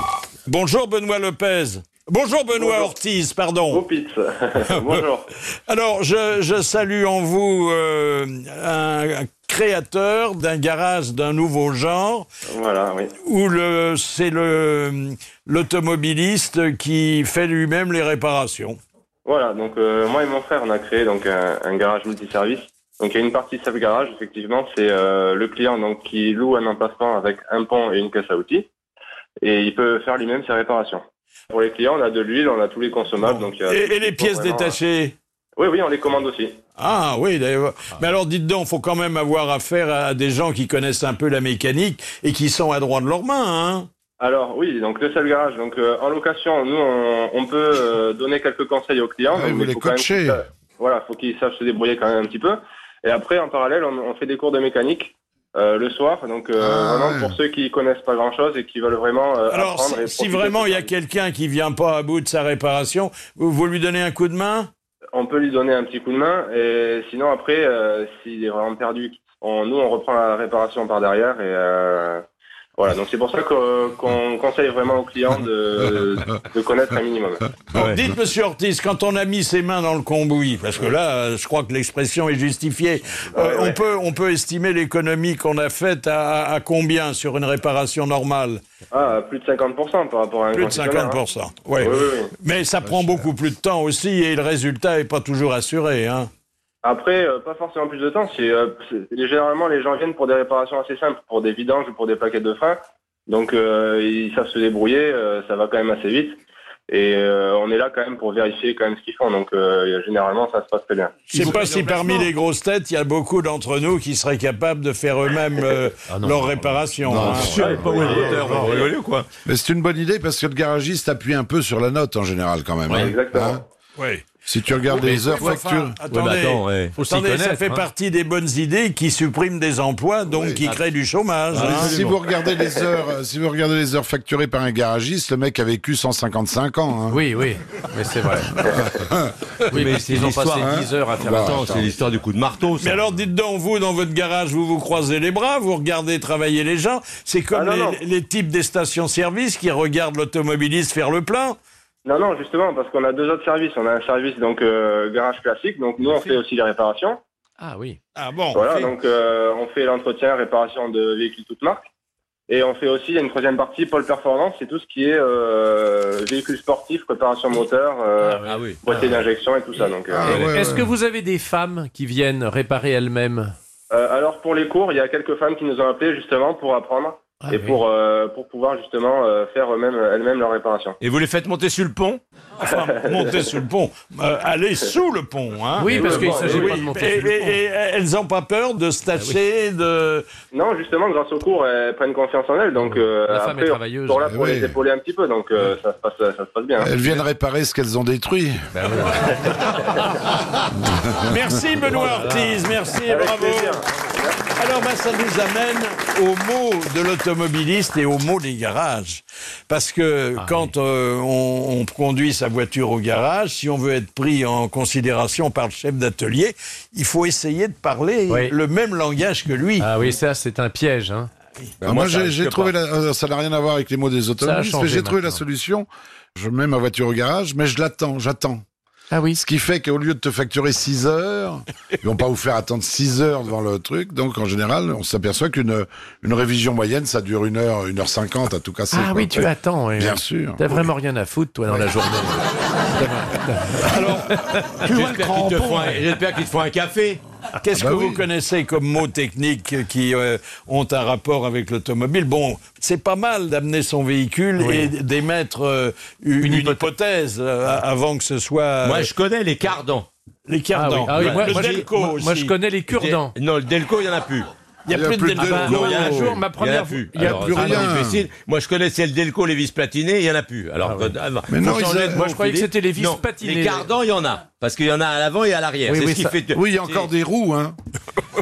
Speaker 2: Bonjour Benoît Lopez. Bonjour Benoît Ortiz, pardon.
Speaker 21: Bonjour.
Speaker 2: Alors, je, je salue en vous euh, un, un créateur d'un garage d'un nouveau genre,
Speaker 21: Voilà, oui.
Speaker 2: où le, c'est le, l'automobiliste qui fait lui-même les réparations.
Speaker 21: Voilà, donc euh, moi et mon frère, on a créé donc un, un garage multiservice. Donc il y a une partie self-garage, effectivement, c'est euh, le client donc qui loue un emplacement avec un pont et une caisse à outils, et il peut faire lui-même ses réparations. Pour les clients, on a de l'huile, on a tous les consommables, donc il y a-
Speaker 2: Et, et les pièces
Speaker 21: vraiment,
Speaker 2: détachées
Speaker 21: euh, Oui, oui, on les commande aussi.
Speaker 2: ah oui, d'ailleurs. Mais alors dites donc, faut quand même avoir affaire à des gens qui connaissent un peu la mécanique et qui sont à droit de leurs mains. Hein
Speaker 21: Alors oui, donc le seul garage, donc euh, en location, nous on, on peut euh, donner quelques conseils aux clients.
Speaker 4: Ah,
Speaker 21: donc,
Speaker 4: vous
Speaker 21: il
Speaker 4: les
Speaker 21: faut quand même euh,
Speaker 4: coachez.
Speaker 21: qu'ils sa- Voilà, faut qu'ils sachent se débrouiller quand même un petit peu. Et après, en parallèle, on, on fait des cours de mécanique euh, le soir. Donc euh, vraiment pour ceux qui connaissent pas grand chose et qui veulent vraiment euh,
Speaker 2: Alors si,
Speaker 21: apprendre. et
Speaker 2: si
Speaker 21: profiter de
Speaker 2: vraiment
Speaker 21: ce
Speaker 2: il y a quelqu'un qui vient pas à bout de sa réparation, vous, vous lui donnez un coup de main
Speaker 21: on peut lui donner un petit coup de main et sinon après euh, s'il est vraiment perdu on, nous on reprend la réparation par derrière et euh, Voilà, donc c'est pour ça que, euh, qu'on conseille vraiment aux clients de, de connaître un minimum.
Speaker 2: Bon, Dites, monsieur Ortiz, quand on a mis ses mains dans le cambouis, parce que là, euh, je crois que l'expression est justifiée, euh, on, peut, on peut estimer l'économie qu'on a faite à, à- à combien sur une réparation normale
Speaker 21: Ah, plus de 50% par rapport à un
Speaker 2: Plus de
Speaker 21: concessionnaire, hein.
Speaker 2: 50%. ouais.
Speaker 21: Oui, oui, Ah, oui.
Speaker 2: Mais ça prend beaucoup plus de temps aussi et le résultat n'est pas toujours assuré. Hein.
Speaker 21: Après, euh, pas forcément plus de temps. C'est, euh, c'est- généralement, les gens viennent pour des réparations assez simples, pour des vidanges ou pour des paquets de freins. Donc, euh, ils savent se débrouiller. euh, ça va quand même assez vite. Et euh, on est là quand même pour vérifier quand même ce qu'ils font. Donc, euh, généralement, ça se passe très bien.
Speaker 2: Je ne sais pas si parmi les grosses têtes, il y a beaucoup d'entre nous qui seraient capables de faire eux-mêmes euh,
Speaker 21: Ah
Speaker 2: leur réparation. hein.
Speaker 4: quoi. Mais c'est une bonne idée parce que le garagiste appuie un peu sur la note en général quand même.
Speaker 2: Ouais,
Speaker 4: hein.
Speaker 2: exactement.
Speaker 4: Hein
Speaker 2: Ouais.
Speaker 4: Si tu regardes
Speaker 2: Mais
Speaker 4: les heures
Speaker 2: enfin,
Speaker 4: factures.
Speaker 2: attendez, attendez, ça
Speaker 5: hein.
Speaker 7: hein.
Speaker 2: fait partie des bonnes idées qui suppriment des emplois, donc qui créent du chômage.
Speaker 4: Mais
Speaker 2: hein.
Speaker 4: Ah, si vous regardez les heures, euh, si vous regardez les heures facturées par un garagiste, le mec a vécu 155 ans. hein.
Speaker 5: Oui, oui, mais c'est vrai.
Speaker 7: Oui, mais c'est l'histoire. hein. Attends, c'est l'histoire du coup de marteau.
Speaker 2: Mais alors, dites donc, vous, dans votre garage, vous vous croisez les bras, vous regardez travailler les gens. C'est comme
Speaker 7: Ah,
Speaker 21: non,
Speaker 2: les,
Speaker 21: non.
Speaker 2: les types des stations-service qui regardent l'automobiliste faire le plein.
Speaker 21: Non, non, justement, parce qu'on a deux autres services. On a un service donc euh, garage classique. Donc, nous, on fait aussi les réparations.
Speaker 5: Ah oui.
Speaker 2: Ah bon
Speaker 21: Voilà, donc euh, on fait l'entretien, réparation de véhicules toutes marques. Et on fait aussi, il y a une troisième partie, Pôle Performance, c'est tout ce qui est euh, véhicules sportifs, préparation moteur, euh,
Speaker 2: Ah,
Speaker 21: boîtier d'injection et tout ça. Donc, euh,
Speaker 15: Ah
Speaker 5: Est-ce que vous avez des femmes qui viennent réparer elles-mêmes
Speaker 21: Euh, alors pour les cours, il y a quelques femmes qui nous ont appelés justement pour apprendre
Speaker 2: Ah,
Speaker 21: et pour, euh, pour pouvoir justement euh, faire eux-mêmes- elles-mêmes leur réparation.
Speaker 7: Et vous les faites monter sur le pont
Speaker 2: Enfin, monter sur le pont. Euh, aller sous le pont. Hein.
Speaker 7: Oui, parce qu'il s'agit
Speaker 2: oui.
Speaker 7: pas de monter
Speaker 2: Et-
Speaker 7: sur le
Speaker 2: et-
Speaker 7: pont.
Speaker 2: et elles n'ont pas peur de se tâcher, de...
Speaker 21: Non, justement, grâce aux cours, elles prennent confiance en elles, donc euh,
Speaker 2: La femme
Speaker 21: après,
Speaker 2: est
Speaker 21: on est
Speaker 2: travailleuse.
Speaker 21: toujours là
Speaker 4: Eh
Speaker 21: pour
Speaker 4: oui.
Speaker 21: les épauler un petit peu, donc euh, ça, se passe, ça se passe bien.
Speaker 4: Elles viennent réparer ce qu'elles ont détruit.
Speaker 2: Ben Merci Benoît Ortiz, merci et bravo. Alors bah, ça nous amène au mot de l'automobiliste et au mot des garages. Parce que
Speaker 5: Ah
Speaker 2: quand euh, on, on conduit sa voiture au garage, si on veut être pris en considération par le chef d'atelier, il faut essayer de parler
Speaker 5: Oui.
Speaker 2: le même langage que lui.
Speaker 5: Ah oui, ça, c'est un piège. Hein.
Speaker 4: Ah, moi, j'ai- j'ai trouvé, la- euh, ça n'a rien à voir avec les mots des automobilistes,
Speaker 5: changé
Speaker 4: mais j'ai trouvé la
Speaker 5: maintenant.
Speaker 4: solution. Je mets ma voiture au garage, mais je l'attends, j'attends.
Speaker 5: Ah oui.
Speaker 4: Ce qui fait qu'au lieu de te facturer 6 heures, ils vont pas vous faire attendre 6 heures devant le truc. Donc, en général, on s'aperçoit qu'une une révision moyenne, ça dure 1 heure, 1 heure 50 à tout casser.
Speaker 5: Ah
Speaker 4: quoi.
Speaker 5: oui, tu attends. ouais.
Speaker 4: Bien sûr.
Speaker 5: T'as vraiment rien à foutre, toi, dans la journée.
Speaker 7: J'espère qu'ils te font un- j'espère qu'ils te font un café.
Speaker 2: Qu'est-ce
Speaker 7: hein. Ah bah
Speaker 2: que
Speaker 7: oui.
Speaker 2: vous connaissez comme mots techniques qui euh, ont un rapport avec l'automobile Bon, c'est pas mal d'amener son véhicule et d'émettre euh, une, une hypothèse euh, avant que ce soit. euh,
Speaker 7: Moi, je connais les cardans.
Speaker 2: Les cardans.
Speaker 7: Ah oui, ah oui, moi-
Speaker 2: le
Speaker 7: moi, j'ai-
Speaker 2: Delco
Speaker 7: moi-
Speaker 2: aussi.
Speaker 7: moi, je connais
Speaker 5: les
Speaker 7: cure-dents. Non, le Delco, il n'y en a plus.
Speaker 2: Il y a Il y a plus de plus de Delco. Delco.
Speaker 7: Ah bah, Il y en
Speaker 2: Il
Speaker 7: a
Speaker 2: y en a
Speaker 7: plus.
Speaker 2: ma
Speaker 7: Il y en
Speaker 2: première-
Speaker 7: a plus.
Speaker 2: il y a
Speaker 7: Alors,
Speaker 2: plus
Speaker 7: c'est
Speaker 2: rien.
Speaker 7: difficile. Moi, je connaissais le Delco, les vis platinées, il n'y en a plus. Alors, quand- avant-
Speaker 4: Mais non,
Speaker 7: faut
Speaker 4: ils
Speaker 7: changer
Speaker 4: avaient-
Speaker 7: de
Speaker 4: Moi,
Speaker 7: mot,
Speaker 4: je croyais que
Speaker 7: Philippe.
Speaker 4: c'était les vis
Speaker 7: Non,
Speaker 4: patinées.
Speaker 7: Les cardans, il y en a. Parce qu'il y en a à l'avant et à l'arrière.
Speaker 5: Oui,
Speaker 7: C'est
Speaker 5: oui,
Speaker 7: ce qui
Speaker 5: ça-
Speaker 7: fait.
Speaker 5: oui, il y a encore
Speaker 4: des roues, hein.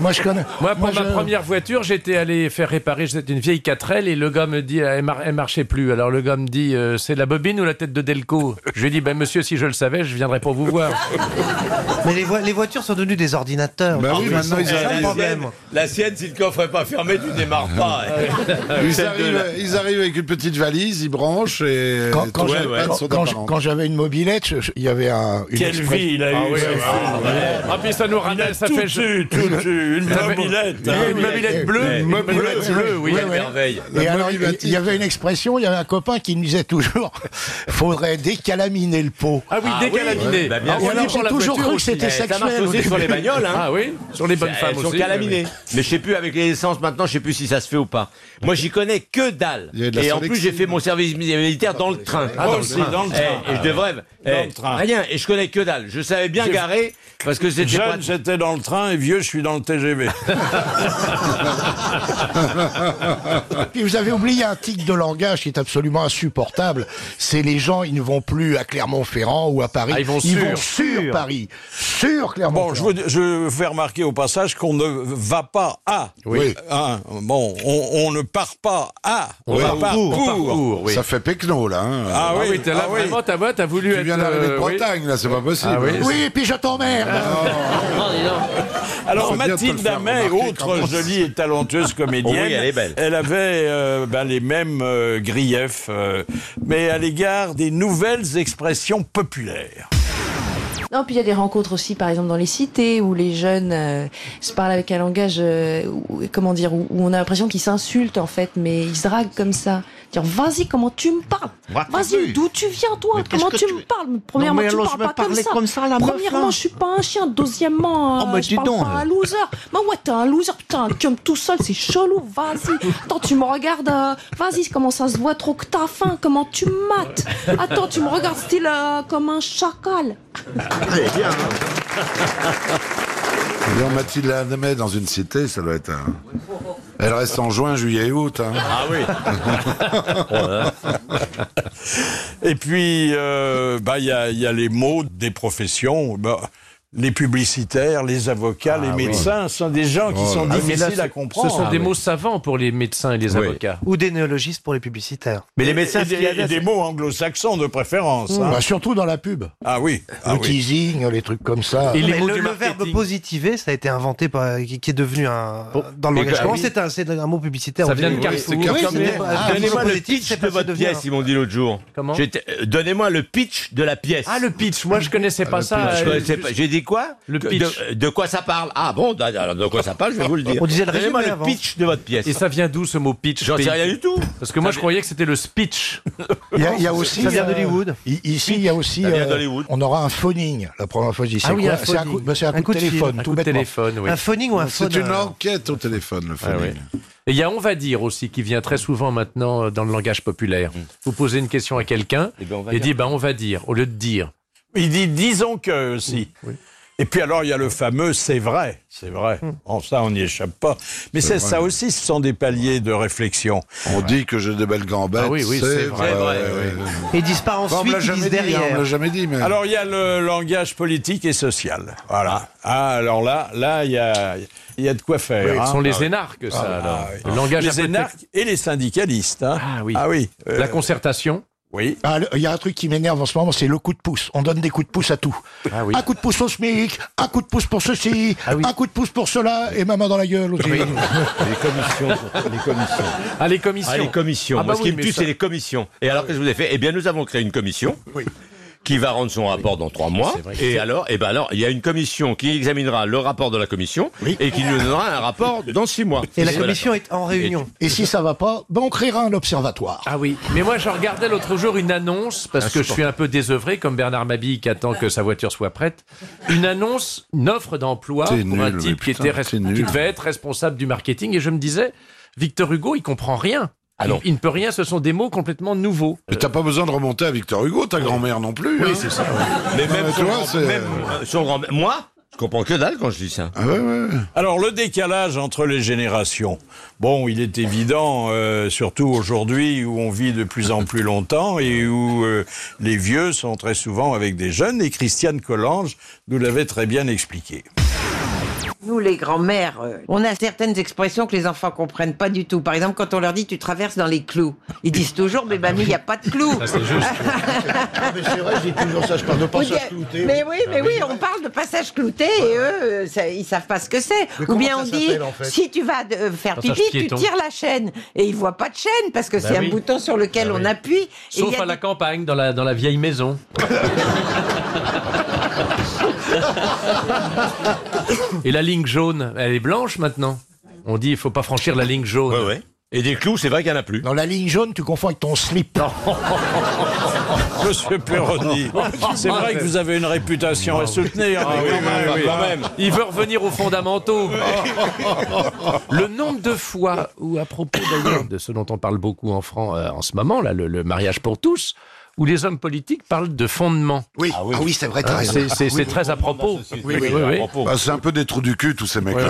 Speaker 5: Moi, je connais. Moi, pour
Speaker 7: Moi,
Speaker 5: ma
Speaker 7: je-
Speaker 5: première voiture, j'étais allé faire réparer. C'était une vieille 4L et le gars me dit, elle, mar- elle marchait plus. Alors le gars me dit, euh, c'est la bobine ou la tête de Delco Je lui ai dit, ben monsieur, si je le savais, je viendrais pour vous voir.
Speaker 9: Mais les, voi- les voitures sont devenues des ordinateurs.
Speaker 5: Bah
Speaker 9: Ah
Speaker 5: oui,
Speaker 9: c'est
Speaker 5: maintenant,
Speaker 9: ça,
Speaker 5: ils
Speaker 9: c'est
Speaker 5: ont
Speaker 9: ça le
Speaker 5: la
Speaker 9: problème.
Speaker 7: La sienne, si le coffre n'est pas fermé, tu démarres pas.
Speaker 5: Ah,
Speaker 4: Ils arrivent, ils arrivent avec une petite valise, ils branchent et
Speaker 6: Quand, quand
Speaker 4: tout
Speaker 6: j'avais-
Speaker 4: dépend de
Speaker 6: quand-
Speaker 4: son
Speaker 6: quand je-
Speaker 4: apparence.
Speaker 6: quand j'avais une mobilette, je- je- il y avait un. une
Speaker 4: Quelle
Speaker 6: express-
Speaker 4: vie il a Ah eue, oui, ce oui, fou. oui.
Speaker 5: Ah, puis ça nous ramène, ça
Speaker 6: tout
Speaker 5: fait.
Speaker 6: eu, tout eu, une
Speaker 5: Ça fait-
Speaker 6: mobilette,
Speaker 5: Une
Speaker 6: hein.
Speaker 5: mobilette bleue.
Speaker 6: Une mobilette bleue, oui.
Speaker 7: Quelle merveille.
Speaker 6: Et alors, il il y avait une expression, il y avait un copain qui nous disait toujours faudrait décalaminer le pot.
Speaker 5: Ah oui, décalaminer.
Speaker 7: Bah,
Speaker 6: Ouais.
Speaker 7: Ah,
Speaker 6: Et alors, j'ai toujours cru que c'était
Speaker 7: Eh, Ça marche
Speaker 6: sexuel.
Speaker 7: aussi sur les bagnoles. Hein.
Speaker 5: Ah oui, sur les bonnes
Speaker 7: Elles
Speaker 5: femmes
Speaker 7: sont
Speaker 5: aussi,
Speaker 7: calaminées.
Speaker 5: oui,
Speaker 7: Mais je sais plus, avec les essences maintenant, je sais plus si ça se fait ou pas. Moi, j'y connais que dalle.
Speaker 5: y a de la
Speaker 7: Et en plus,
Speaker 5: Solexine.
Speaker 7: j'ai fait mon service militaire dans le train.
Speaker 5: Ah, dans le train.
Speaker 7: Eh, Et je devrais.
Speaker 2: Dans
Speaker 7: eh,
Speaker 2: le train.
Speaker 7: Rien. Et je connais que dalle. Je savais bien
Speaker 2: J'ai-
Speaker 7: garer parce que c'était
Speaker 2: Jeune,
Speaker 7: pas-
Speaker 2: j'étais dans le train et vieux, je suis dans le TGV.
Speaker 6: Puis vous avez oublié un tic de langage qui est absolument insupportable. C'est les gens, ils ne vont plus à Clermont-Ferrand ou à Paris.
Speaker 2: Ah, ils vont sur-
Speaker 6: sur,
Speaker 2: sur.
Speaker 6: Paris. Sur Clermont-Ferrand.
Speaker 2: Bon, je vous, je vous fais remarquer au passage qu'on ne va pas à.
Speaker 6: Oui.
Speaker 2: Hein, bon, on, on ne part pas à.
Speaker 4: Oui.
Speaker 2: va pas pour.
Speaker 4: Ça fait Pecno, là. hein.
Speaker 2: Ah oui,
Speaker 5: t'as là,
Speaker 2: ah oui.
Speaker 5: vraiment, ta voix, t'as voulu
Speaker 4: Tu viens
Speaker 5: être,
Speaker 4: d'arriver de
Speaker 5: euh, oui.
Speaker 4: Bretagne, là, c'est pas possible.
Speaker 5: Ah oui,
Speaker 6: Oui, puis je t'emmerde. Ah,
Speaker 2: Alors
Speaker 17: Faut bien te le
Speaker 2: Mathilde
Speaker 17: faire
Speaker 2: Amet,
Speaker 17: remarquer
Speaker 2: autre
Speaker 17: quand-
Speaker 2: jolie et talentueuse comédienne,
Speaker 17: Oui, elle est belle.
Speaker 2: avait euh, ben, les mêmes euh, griefs, euh, mais à l'égard des nouvelles expressions populaires.
Speaker 22: Non, puis il y a des rencontres aussi, par exemple, dans les cités, où les jeunes euh, se parlent avec un langage, euh, où- comment dire, où, où on a l'impression qu'ils s'insultent, en fait, mais ils se draguent comme ça. Dire, vas-y, comment tu me parles Vas-y, d'où tu viens, toi Comment tu, me parles Premièrement,
Speaker 23: mais
Speaker 22: tu
Speaker 23: elle
Speaker 22: me
Speaker 23: ose
Speaker 22: parles
Speaker 23: me
Speaker 22: pas comme
Speaker 23: parler
Speaker 22: ça.
Speaker 23: comme ça, la meuf,
Speaker 22: Premièrement,
Speaker 23: là
Speaker 22: je suis pas un chien. Deuxièmement, euh,
Speaker 23: Oh, mais
Speaker 22: je
Speaker 23: dis
Speaker 22: parle
Speaker 23: donc.
Speaker 22: pas à un loser. Mais ouais, t'es un loser, putain, tu aimes tout seul, c'est chelou, vas-y. Attends, tu me regardes, euh, vas-y, comment ça se voit trop que t'as faim, comment tu me mates Attends, tu me regardes style euh, comme un chacal.
Speaker 24: Ayant Mathilde Hamet dans une cité, ça doit être un... Elle reste en juin, juillet, août. hein.
Speaker 7: Ah oui.
Speaker 2: Et puis, euh, bah, il y, a- il y a les mots des professions. bah, les publicitaires, les avocats, les médecins, ce sont des gens
Speaker 6: Oh
Speaker 9: Oh
Speaker 2: qui sont
Speaker 9: Ah,
Speaker 2: difficiles à comprendre.
Speaker 5: Ce sont des mots savants pour les médecins et les
Speaker 2: Oui.
Speaker 5: avocats.
Speaker 9: Ou des néologistes pour les publicitaires.
Speaker 2: et des, et des mots anglo-saxons de préférence. hein.
Speaker 6: Bah, surtout dans la pub.
Speaker 2: Ah oui. Ah
Speaker 6: le
Speaker 2: oui.
Speaker 6: teasing, les trucs comme ça.
Speaker 9: Mais le, le verbe positiver, ça a été inventé par, qui, qui est devenu un dans le
Speaker 6: Et
Speaker 9: langage
Speaker 6: que-
Speaker 9: courant,
Speaker 6: ah oui.
Speaker 9: c'est un, c'est un mot publicitaire.
Speaker 7: Ça
Speaker 9: au
Speaker 7: vient de
Speaker 9: début.
Speaker 7: Carrefour.
Speaker 9: Oui,
Speaker 7: C'est
Speaker 9: c'est-
Speaker 7: Carrefour.
Speaker 9: c'est-
Speaker 7: Ah,
Speaker 9: c'est-
Speaker 7: Donnez-moi
Speaker 9: c'est-
Speaker 7: le
Speaker 9: c'est-
Speaker 7: pitch
Speaker 9: c'est-
Speaker 7: de votre
Speaker 9: devient-
Speaker 7: pièce, ils m'ont dit l'autre jour.
Speaker 5: Comment
Speaker 7: J'étais- euh, Donnez-moi le pitch de la pièce. Ah,
Speaker 5: Ah, le pitch, moi je connaissais pas ça.
Speaker 7: Je
Speaker 5: euh,
Speaker 7: connaissais
Speaker 5: juste-
Speaker 7: pas. J'ai dit quoi
Speaker 5: Le
Speaker 7: Que-
Speaker 5: pitch.
Speaker 7: De, de quoi ça parle Ah bon, d- alors de quoi ça parle, je vais vous le dire.
Speaker 5: On disait le
Speaker 7: Donnez-moi
Speaker 5: résumé
Speaker 7: le
Speaker 5: avant.
Speaker 7: pitch de votre pièce.
Speaker 5: Et ça vient d'où ce mot pitch
Speaker 7: J'en sais
Speaker 5: pays-
Speaker 7: rien du tout.
Speaker 5: Parce que moi je croyais que c'était le speech.
Speaker 6: Il y a, il y a aussi. euh, i- Ici, il y a aussi.
Speaker 5: Ça vient
Speaker 6: euh,
Speaker 5: d'Hollywood.
Speaker 6: on aura un phoning la première fois. Je dis, c'est
Speaker 5: Ah oui,
Speaker 6: quoi
Speaker 5: un
Speaker 6: C'est un
Speaker 5: phoning.
Speaker 6: coup, bah, c'est un
Speaker 5: Un
Speaker 6: coup de
Speaker 5: coup de fil,
Speaker 6: téléphone.
Speaker 5: un
Speaker 6: tout
Speaker 5: coup de
Speaker 6: bêtement.
Speaker 5: téléphone, oui. Un phoning ou un
Speaker 24: C'est
Speaker 5: phone,
Speaker 24: une
Speaker 5: euh,
Speaker 24: enquête au téléphone, le
Speaker 5: Ah
Speaker 24: phoning.
Speaker 5: oui. Et il y a on va dire aussi qui vient très souvent maintenant euh, dans le langage populaire.
Speaker 7: Mm.
Speaker 5: Vous posez une question à quelqu'un
Speaker 7: Eh
Speaker 5: et,
Speaker 2: ben, on va
Speaker 5: il
Speaker 2: dire.
Speaker 5: dit ben on va dire au lieu de dire.
Speaker 2: Il dit disons que aussi. Et puis alors il y a le fameux c'est vrai, c'est vrai. En ça on n'y échappe pas. Mais
Speaker 24: C'est
Speaker 2: c'est
Speaker 24: vrai.
Speaker 2: ça aussi, ce sont des paliers de réflexion.
Speaker 24: On dit que j'ai de belles gambettes.
Speaker 2: Ah oui, oui, c'est vrai. C'est vrai, oui.
Speaker 9: Ils disent pas
Speaker 24: Bah, on me
Speaker 9: ensuite,
Speaker 24: l'a
Speaker 9: ils
Speaker 24: jamais dit,
Speaker 9: disent
Speaker 24: hein, on me
Speaker 9: derrière.
Speaker 24: l'a jamais dit, mais.
Speaker 2: Alors il y a le langage politique et social. Voilà. Ah, alors là, là il y a, il y a de quoi faire.
Speaker 5: Oui, ce
Speaker 2: hein.
Speaker 5: sont les
Speaker 2: Ah oui.
Speaker 5: énarques, ça,
Speaker 2: Ah,
Speaker 5: alors.
Speaker 2: ah oui.
Speaker 5: Le langage un
Speaker 2: les
Speaker 5: peu
Speaker 2: énarques et les syndicalistes. hein. Ah oui. Ah oui.
Speaker 5: La concertation.
Speaker 2: Oui.
Speaker 6: Ah, le- Il y a un truc qui m'énerve en ce moment, c'est le coup de pouce. On donne des coups de pouce à tout.
Speaker 5: Ah
Speaker 6: Un coup de pouce au SMIC, un coup de pouce pour ceci, un coup de pouce pour cela, et maman dans la gueule aussi.
Speaker 7: Les commissions, surtout, les commissions.
Speaker 5: Ah, les commissions.
Speaker 7: Ah, les commissions.
Speaker 5: Ah,
Speaker 7: Moi,
Speaker 5: bah
Speaker 7: ce
Speaker 5: oui,
Speaker 7: qui me
Speaker 5: mais
Speaker 7: tue,
Speaker 5: ça-
Speaker 7: c'est les commissions. Et alors, qu'est-ce que vous avez fait Eh bien, nous avons créé une commission. Qui va rendre son rapport dans trois mois.
Speaker 18: C'est vrai.
Speaker 7: Et alors, eh ben alors, il y a une commission qui examinera le rapport de la commission et qui nous donnera un rapport dans six mois.
Speaker 6: Et la
Speaker 7: Voilà.
Speaker 6: commission
Speaker 9: est en
Speaker 7: réunion.
Speaker 6: Et si ça va pas, ben on créera un observatoire.
Speaker 5: Ah oui, mais moi je regardais l'autre jour une annonce, parce que je
Speaker 6: Insupportable.
Speaker 5: suis un peu désœuvré, comme Bernard Mabille qui attend que sa voiture soit prête. Une annonce, une offre d'emploi pour
Speaker 24: C'est
Speaker 5: un
Speaker 24: nul, mais
Speaker 5: type qui,
Speaker 24: putain,
Speaker 5: était res-
Speaker 24: c'est nul.
Speaker 5: qui devait être responsable du marketing, et je me disais, Victor Hugo, il comprend rien. Il- il, ne peut rien, ce sont des mots complètement nouveaux.
Speaker 24: Mais t'as pas besoin de remonter à Victor Hugo, ta grand-mère non plus.
Speaker 7: Oui,
Speaker 24: hein.
Speaker 7: c'est ça. Mais
Speaker 24: Non,
Speaker 7: même
Speaker 24: mais
Speaker 7: son
Speaker 24: tu vois,
Speaker 7: grand-
Speaker 24: c'est-
Speaker 7: même, euh, son grand Moi, je comprends que dalle quand je dis
Speaker 24: Ah
Speaker 7: ça.
Speaker 2: Alors le décalage entre les générations. Bon, il est évident, euh, surtout aujourd'hui où on vit de plus en plus longtemps et où euh, les vieux sont très souvent avec des jeunes. Et Christiane Collange nous l'avait très bien expliqué.
Speaker 25: Nous, les grands-mères, euh, on a certaines expressions que les enfants comprennent pas du tout. Par exemple, quand on leur dit tu traverses dans les clous, ils disent toujours mais mamie, il n'y a pas de clous.
Speaker 6: Ça, c'est juste. Ah, mais c'est vrai, j'ai toujours ça, je parle de
Speaker 25: Oui,
Speaker 6: passage
Speaker 25: que-
Speaker 6: clouté. Ah,
Speaker 25: Mais oui, mais oui, on parle de passage clouté et eux, euh, ça- ils savent pas ce que c'est.
Speaker 6: Mais
Speaker 25: Ou bien
Speaker 6: comment
Speaker 25: on
Speaker 6: ça
Speaker 25: dit
Speaker 6: s'appelle, en fait
Speaker 25: si tu vas euh, faire
Speaker 5: Passage
Speaker 25: pipi, tu
Speaker 5: piéton.
Speaker 25: tires la chaîne et ils voient pas de chaîne parce que
Speaker 5: Bah
Speaker 25: c'est
Speaker 5: oui.
Speaker 25: un bouton sur lequel on appuie. Et il
Speaker 5: Sauf
Speaker 25: y a
Speaker 5: à la campagne, dans la, dans la vieille maison. Et la ligne jaune, elle est blanche maintenant. On dit il faut pas franchir la ligne jaune.
Speaker 7: Et des clous, c'est vrai qu'il n'y en a plus.
Speaker 6: Dans la ligne jaune, tu confonds avec ton slip.
Speaker 2: Monsieur Perroni, c'est vrai que vous avez une réputation
Speaker 5: Ah
Speaker 2: à soutenir. hein, quand même, quand même.
Speaker 5: Il veut revenir aux fondamentaux. le nombre de fois où, à propos d'ailleurs de ce dont on parle beaucoup en France euh, en ce moment, là, le, le mariage pour tous, où les hommes politiques parlent de fondement.
Speaker 6: Oui, ah oui, c'est vrai, t'as
Speaker 5: Hein,
Speaker 6: raison.
Speaker 5: c'est-
Speaker 6: Ah
Speaker 5: C'est
Speaker 6: oui,
Speaker 5: c'est
Speaker 6: oui,
Speaker 5: très à propos.
Speaker 24: Oui, oui, oui. Bah, c'est un peu des trous du cul, tous ces mecs-là.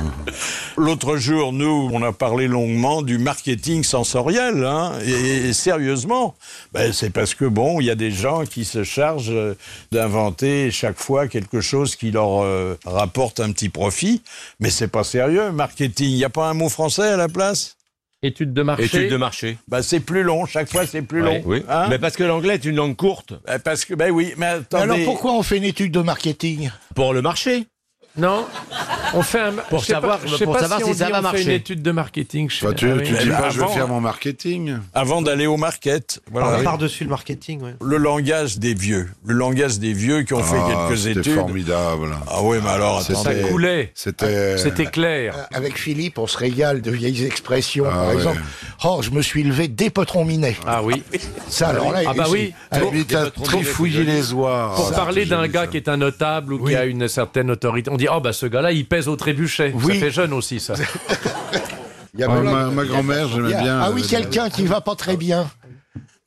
Speaker 2: L'autre jour, nous, on a parlé longuement du marketing sensoriel, hein, et, et sérieusement, ben, c'est parce que bon, il y a des gens qui se chargent euh, d'inventer chaque fois quelque chose qui leur euh, rapporte un petit profit, mais c'est pas sérieux, marketing. Il n'y a pas un mot français à la place
Speaker 5: Études de marché.
Speaker 7: Études de marché.
Speaker 2: Bah, c'est plus long, chaque fois c'est plus long.
Speaker 7: Oui.
Speaker 2: Hein
Speaker 7: mais parce que l'anglais est une langue courte.
Speaker 2: Parce que, ben oui, mais attendez.
Speaker 6: Alors pourquoi on fait une étude de marketing
Speaker 7: Pour le marché.
Speaker 5: Non, on fait un.
Speaker 7: Pour
Speaker 5: je sais
Speaker 7: savoir-
Speaker 5: pas- je sais
Speaker 7: pour
Speaker 5: pas
Speaker 7: savoir si
Speaker 5: on
Speaker 7: ça
Speaker 5: dit
Speaker 7: va
Speaker 5: on
Speaker 7: marcher.
Speaker 5: fait une étude de marketing. je sais
Speaker 2: Bah, tu-
Speaker 5: ah oui.
Speaker 2: tu dis
Speaker 5: Mais
Speaker 2: pas, je vais
Speaker 5: avant-
Speaker 2: faire
Speaker 24: mon marketing.
Speaker 2: Avant d'aller au market.
Speaker 9: Par-
Speaker 2: Voilà.
Speaker 9: Par-dessus le marketing, ouais.
Speaker 2: Le langage des vieux. Le langage des vieux qui ont fait
Speaker 24: Ah,
Speaker 2: quelques
Speaker 24: c'était
Speaker 2: études.
Speaker 24: formidable.
Speaker 2: Ah oui, mais alors,
Speaker 24: C'était-
Speaker 2: attendez. Ah,
Speaker 24: Ça coulait.
Speaker 2: Euh,
Speaker 24: C'était- C'était
Speaker 5: clair.
Speaker 6: Euh, Avec Philippe, on se régale de vieilles expressions.
Speaker 24: Ah
Speaker 6: par
Speaker 24: ouais.
Speaker 6: exemple, oh, je me suis levé des potrons minés.
Speaker 5: Ah oui.
Speaker 6: Ça, alors là,
Speaker 5: Ah bah oui.
Speaker 6: Pour- Ah,
Speaker 5: Pour parler d'un gars qui est un notable ou qui a une certaine autorité, on dit oh bah ce gars-là il pèse au trébuchet.
Speaker 6: Oui.
Speaker 5: Ça fait jeune aussi ça.
Speaker 6: Il y a
Speaker 24: Ah,
Speaker 6: plein
Speaker 24: ma-
Speaker 6: de-
Speaker 24: ma
Speaker 6: il y a-
Speaker 24: grand-mère, j'aimais
Speaker 6: il y a-
Speaker 24: bien,
Speaker 6: Ah
Speaker 24: euh,
Speaker 6: oui,
Speaker 24: le-
Speaker 6: quelqu'un qui va pas très bien.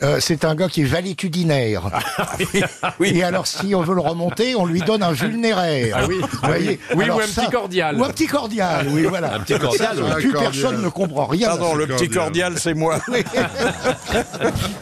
Speaker 6: Euh, c'est un gars qui est valétudinaire. Et alors, si on veut le remonter, on lui donne un vulnéraire.
Speaker 5: Ah oui.
Speaker 6: Vous
Speaker 5: Ah oui.
Speaker 6: voyez
Speaker 5: Oui,
Speaker 6: Alors
Speaker 5: ou un
Speaker 6: ça-
Speaker 5: petit cordial.
Speaker 6: Ou un petit cordial, oui, voilà.
Speaker 5: Un petit cordial,
Speaker 6: Ça,
Speaker 5: oui.
Speaker 6: là-dessus,
Speaker 5: Un cordial.
Speaker 6: personne ne comprend rien.
Speaker 2: Pardon, le petit cordial, c'est moi. Ah,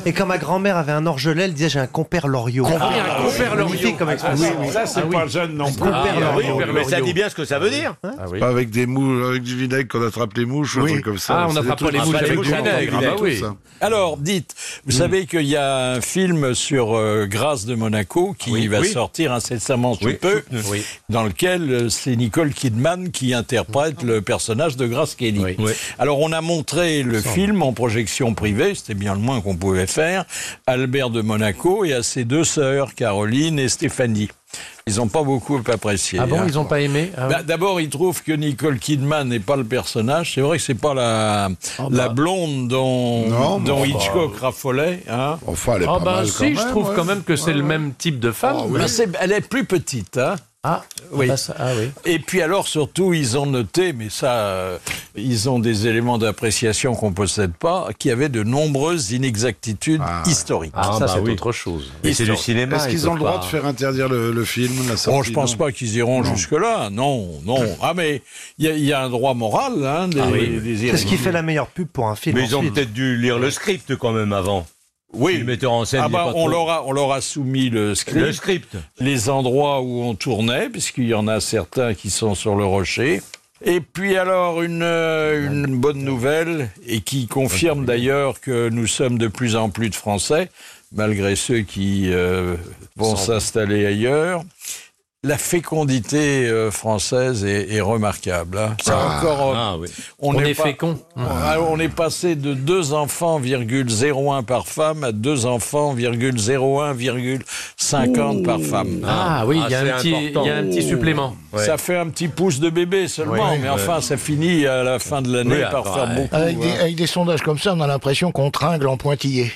Speaker 9: Et quand ma grand-mère avait un orgelet, elle disait j'ai un compère Loriot.
Speaker 2: Ah, oui, un compère
Speaker 9: Magnifique
Speaker 2: Loriot.
Speaker 9: comme
Speaker 2: Ah,
Speaker 9: expression.
Speaker 2: ça, ça, c'est pas jeune non plus.
Speaker 24: Ah,
Speaker 9: Compère
Speaker 24: oui,
Speaker 9: Loriot.
Speaker 24: mais ça dit
Speaker 7: bien ce que ça veut dire. hein.
Speaker 24: C'est Pas avec des mouches, avec du vinaigre qu'on attrape les mouches ou un truc comme ça.
Speaker 2: Ah, on
Speaker 24: C'est des
Speaker 2: attrape
Speaker 24: trucs-
Speaker 2: les mouches
Speaker 24: Ah,
Speaker 2: avec
Speaker 24: les
Speaker 2: du vinaigre,
Speaker 24: avec
Speaker 2: ah bah
Speaker 24: tout
Speaker 2: oui.
Speaker 24: ça. Hmm.
Speaker 2: Alors, dites, vous savez qu'il y a un film sur euh, Grâce de Monaco qui
Speaker 7: Oui,
Speaker 2: va
Speaker 7: oui.
Speaker 2: sortir incessamment sous
Speaker 7: Oui,
Speaker 2: peu,
Speaker 7: sous peu. Oui.
Speaker 2: dans lequel euh, c'est Nicole Kidman qui interprète le personnage de Grace Kelly.
Speaker 7: Oui.
Speaker 2: Alors, on a montré le
Speaker 7: Ensemble.
Speaker 2: film en projection privée, c'était bien le moins qu'on pouvait faire, à Albert de Monaco et à ses deux sœurs, Caroline et Stéphanie. Ils n'ont pas beaucoup apprécié.
Speaker 5: Ah bon,
Speaker 2: hein.
Speaker 5: ils ont pas aimé. Ah,
Speaker 2: Bah, D'abord, il trouve que Nicole Kidman n'est pas le personnage. C'est vrai que c'est pas la, la blonde dont,
Speaker 24: Ah bah. Non, mais
Speaker 2: dont
Speaker 24: enfin, euh,
Speaker 2: Hitchcock raffolait. Hein.
Speaker 24: Enfin, elle est
Speaker 5: Ah
Speaker 24: pas
Speaker 5: bah
Speaker 24: mal
Speaker 5: si,
Speaker 24: quand
Speaker 5: je
Speaker 24: même,
Speaker 5: trouve
Speaker 24: ouais. Ah
Speaker 5: quand même que c'est le même type de femme.
Speaker 2: Bah, c'est- elle est plus petite. Hein.
Speaker 5: Ah,
Speaker 2: oui.
Speaker 5: bah, ça- ah oui.
Speaker 2: Et puis alors, surtout, ils ont noté, mais ça, euh, ils ont des éléments d'appréciation qu'on possède pas, qu'il y avait de nombreuses inexactitudes historiques.
Speaker 5: Ah, ça, c'est autre chose.
Speaker 2: Mais bah c'est du
Speaker 7: cinéma,
Speaker 24: Est-ce qu'ils ont le droit de faire interdire le, le film la
Speaker 2: Bon,
Speaker 24: sortie,
Speaker 2: je pense
Speaker 24: non
Speaker 2: pas qu'ils iront jusque-là. Non, non. Ah, mais il y, a- il y a un droit moral, hein, des,
Speaker 7: Ah oui.
Speaker 2: des
Speaker 9: C'est ce qui fait la meilleure pub pour un film.
Speaker 7: Mais ils ont
Speaker 9: ensuite. hein.
Speaker 7: peut-être dû lire le script quand même avant.
Speaker 2: Oui.
Speaker 7: Le metteur en scène.
Speaker 2: Ah
Speaker 7: il est
Speaker 2: bah,
Speaker 7: pas
Speaker 2: on
Speaker 7: trop-
Speaker 2: leur a on leur a soumis le script.
Speaker 7: Le script.
Speaker 2: Les endroits où on tournait, puisqu'il y en a certains qui sont sur le rocher. Et puis alors, une, euh, une bonne nouvelle, et qui confirme d'ailleurs que nous sommes de plus en plus de Français, malgré ceux qui euh, vont s'installer ailleurs. La fécondité euh, française est, est remarquable. hein. C'est
Speaker 7: Ah,
Speaker 2: encore, euh,
Speaker 7: ah oui.
Speaker 5: On est
Speaker 2: pas-
Speaker 5: fécond.
Speaker 2: ah, On est passé de 2 enfants, 0,01 par femme à 2 enfants, 0,01, 0,50 par femme.
Speaker 5: Ah oui, il y a un petit- il y a un petit supplément. Ouais.
Speaker 2: Ça fait un petit pouce de bébé seulement,
Speaker 5: Oui.
Speaker 2: mais
Speaker 5: Ouais.
Speaker 2: enfin, ça finit à la fin de l'année
Speaker 5: Oui,
Speaker 2: par
Speaker 5: attends,
Speaker 2: faire
Speaker 5: ouais.
Speaker 2: beaucoup.
Speaker 6: Avec des,
Speaker 2: hein.
Speaker 6: avec des sondages comme ça, on a l'impression qu'on tringle en pointillé.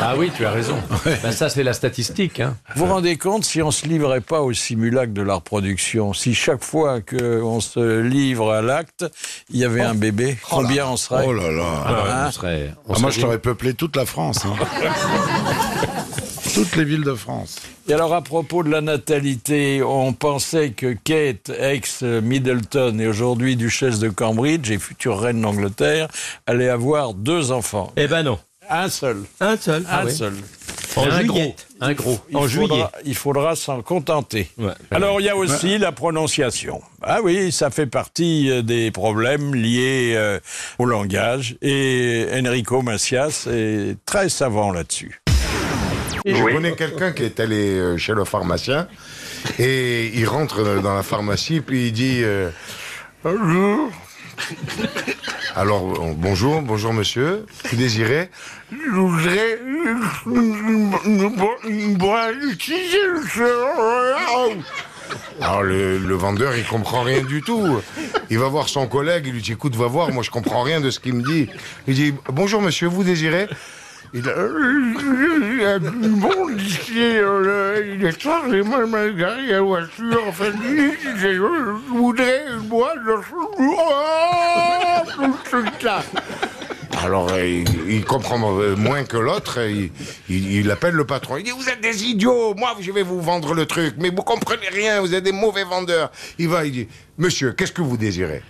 Speaker 5: Ah oui, tu as raison. Bah, ça, c'est la statistique. hein.
Speaker 2: Vous vous rendez compte si on se livrait pas au simulacre de la reproduction Si chaque fois qu'on se livre à l'acte, il y avait un bébé, combien on serait
Speaker 24: Oh là là.
Speaker 5: Ah,
Speaker 2: Hein
Speaker 5: on serait- on
Speaker 24: Ah, moi,
Speaker 5: serait-
Speaker 24: je t'aurais peuplé toute la France. hein. Toutes les villes de France.
Speaker 2: Et alors, à propos de la natalité, on pensait que Kate, ex-Middleton et aujourd'hui duchesse de Cambridge et future reine d'Angleterre, allait avoir deux enfants.
Speaker 7: Eh ben non.
Speaker 2: Un seul.
Speaker 7: Un seul. ah
Speaker 2: Un seul.
Speaker 7: En
Speaker 2: Un
Speaker 7: juillet.
Speaker 5: Un gros.
Speaker 2: Il
Speaker 7: En
Speaker 2: faudra-
Speaker 7: juillet.
Speaker 2: Il faudra s'en contenter. Alors, il y a aussi la prononciation. Ah oui, ça fait partie euh, des problèmes liés euh, au langage. Et Enrico Macias est très savant là-dessus.
Speaker 1: Je connais quelqu'un qui est allé euh, chez le pharmacien et il rentre euh, dans la pharmacie puis il dit euh, Bonjour. Alors on- bonjour, bonjour monsieur, vous désirez Je voudrais une boîte alors Ah, le, le vendeur, il comprend rien du tout. Il va voir son collègue, il lui dit écoute, va voir, moi je comprends rien de ce qu'il me dit. Il dit bonjour monsieur, vous désirez Il a euh, bon d'ici euh, le- il est tard et moi je m'égare la voiture. Enfin, je voudrais une boîte de Oh, tout ce truc-là. Alors, euh, il, il comprend euh, moins que l'autre. et Il, il- il appelle le patron. Il dit Vous êtes des idiots. Moi, je vais vous vendre le truc. Mais vous comprenez rien. Vous êtes des mauvais vendeurs. Il va, il dit Monsieur, qu'est-ce que vous désirez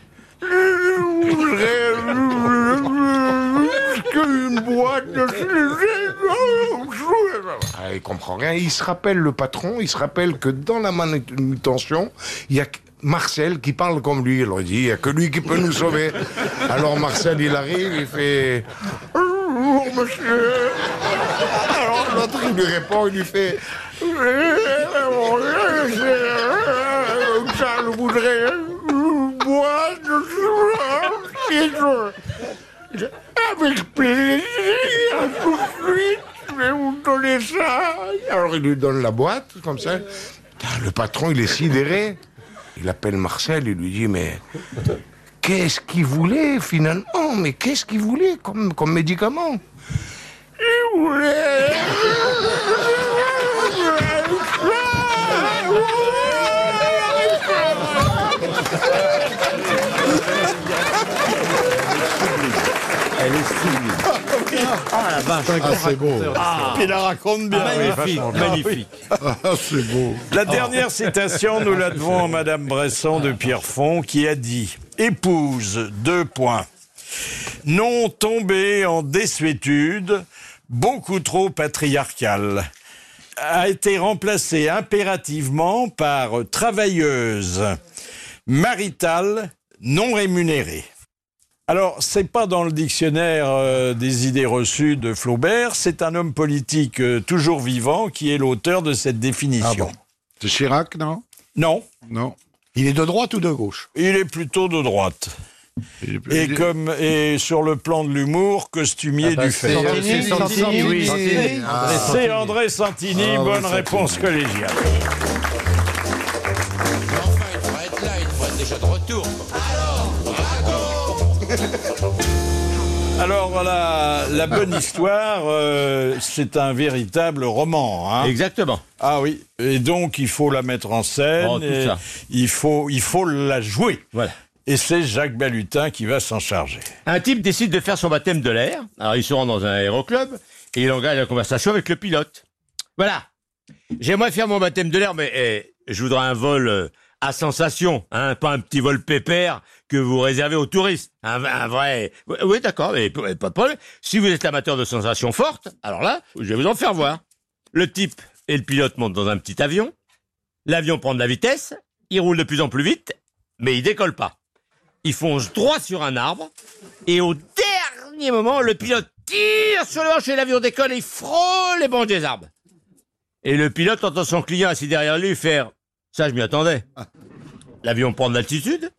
Speaker 1: Qu'une boîte de ah, il comprend rien. Il se rappelle le patron, il se rappelle que dans la manutention, il y a Marcel qui parle comme lui. Il leur dit, il n'y a que lui qui peut nous sauver. Alors Marcel, il arrive, il fait... Bonjour, monsieur. Alors l'autre, il lui répond, il lui fait... Charles voudrait moi je suis avec plaisir tout de suite je vais vous donner ça alors il lui donne la boîte comme ça Putain, le patron il est sidéré il appelle Marcel il lui dit mais qu'est-ce qu'il voulait finalement mais qu'est-ce qu'il voulait comme, comme médicament il voulait
Speaker 7: Elle est sublime. Ah la vache.
Speaker 24: Ah, c'est beau.
Speaker 7: Ah.
Speaker 24: Puis il la raconte bien.
Speaker 7: Ah, magnifique,
Speaker 24: Ah, oui, vachement.
Speaker 7: magnifique.
Speaker 24: Ah, c'est beau.
Speaker 2: La dernière citation, nous la devons à Madame Bresson de Pierrefonds, qui a dit Épouse, deux points. Non tombée en désuétude, beaucoup trop patriarcale. A été remplacée impérativement par travailleuse, maritale, non rémunérée. Alors, c'est pas dans le dictionnaire euh, des idées reçues de Flaubert, c'est un homme politique euh, toujours vivant qui est l'auteur de cette définition.
Speaker 24: C'est Chirac, non
Speaker 2: Non.
Speaker 24: Non.
Speaker 2: Il est de droite ou de gauche Il est plutôt de droite. Et, comme, et sur le plan de l'humour, costumier
Speaker 24: Ah bah,
Speaker 2: du
Speaker 24: c'est-
Speaker 2: fait.
Speaker 24: Santini, Santini, Santini, oui. Santini. Ah.
Speaker 2: C'est André Santini,
Speaker 24: Ah ouais,
Speaker 2: bonne
Speaker 24: Santini.
Speaker 2: réponse collégiale.
Speaker 8: déjà de retour.
Speaker 2: Alors voilà, la bonne histoire, euh, c'est un véritable roman.
Speaker 7: Exactement.
Speaker 2: Ah oui, et donc il faut la mettre en scène,
Speaker 7: Oh, tout
Speaker 2: et
Speaker 7: ça.
Speaker 2: Il, faut, il faut la jouer. Et c'est Jacques Balutin qui va s'en charger.
Speaker 7: Un type décide de faire son baptême de l'air. Alors, il se rend dans un aéroclub et il engage la conversation avec le pilote. Voilà. J'aimerais faire mon baptême de l'air, mais eh, je voudrais un vol euh, à sensation, hein, pas un petit vol pépère que vous réservez aux touristes. Un, un vrai. Oui, Oui, d'accord, mais p- pas de problème. Si vous êtes amateur de sensations fortes, alors là, je vais vous en faire voir. Le type et le pilote montent dans un petit avion. L'avion prend de la vitesse, il roule de plus en plus vite, mais il décolle pas. Il fonce droit sur un arbre, et au dernier moment, le pilote tire sur le manche et l'avion décolle et il frôle les branches des arbres. Et le pilote entend son client assis derrière lui faire Ça, je m'y attendais. L'avion prend de l'altitude.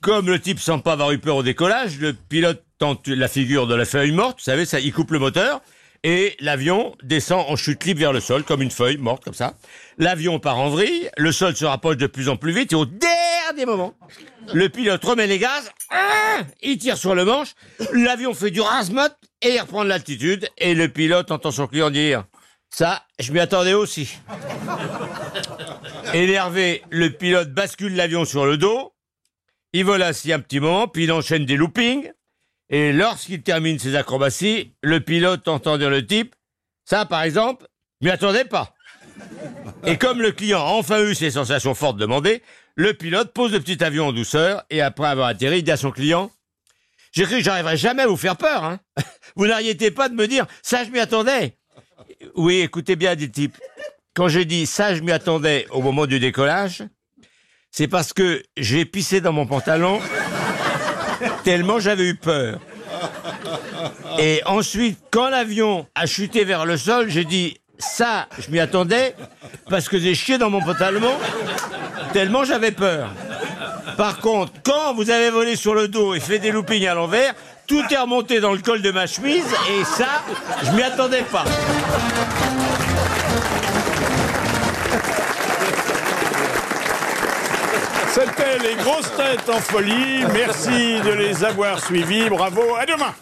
Speaker 7: Comme le type semble pas avoir eu peur au décollage, le pilote tente la figure de la feuille morte, vous savez, ça, il coupe le moteur, et l'avion descend en chute libre vers le sol, comme une feuille morte, comme ça. L'avion part en vrille, le sol se rapproche de plus en plus vite, et au dernier moment, le pilote remet les gaz, ah il tire sur le manche, l'avion fait du rasmot, et il reprend de l'altitude, et le pilote entend son client dire « Ça, je m'y attendais aussi ». Énervé, le pilote bascule l'avion sur le dos. Il vole assis un petit moment, puis il enchaîne des loopings. Et lorsqu'il termine ses acrobaties, le pilote entend dire le type Ça, par exemple, je m'y attendais pas. Et comme le client a enfin eu ses sensations fortes demandées, le pilote pose le petit avion en douceur et après avoir atterri, il dit à son client J'ai cru que j'arriverais jamais à vous faire peur. hein. Vous n'arrêtez pas de me dire Ça, je m'y attendais. Oui, écoutez bien, dit le type. Quand je dis ça, je m'y attendais au moment du décollage, c'est parce que j'ai pissé dans mon pantalon tellement j'avais eu peur. Ah. Et ensuite, quand l'avion a chuté vers le sol, j'ai dit ça, je m'y attendais parce que j'ai chié dans mon pantalon tellement j'avais peur. Par contre, quand vous avez volé sur le dos et fait des loopings à l'envers, tout est remonté dans le col de ma chemise et ça, je m'y attendais pas.
Speaker 2: C'était les grosses têtes en folie. Merci de les avoir suivis. Bravo. À demain.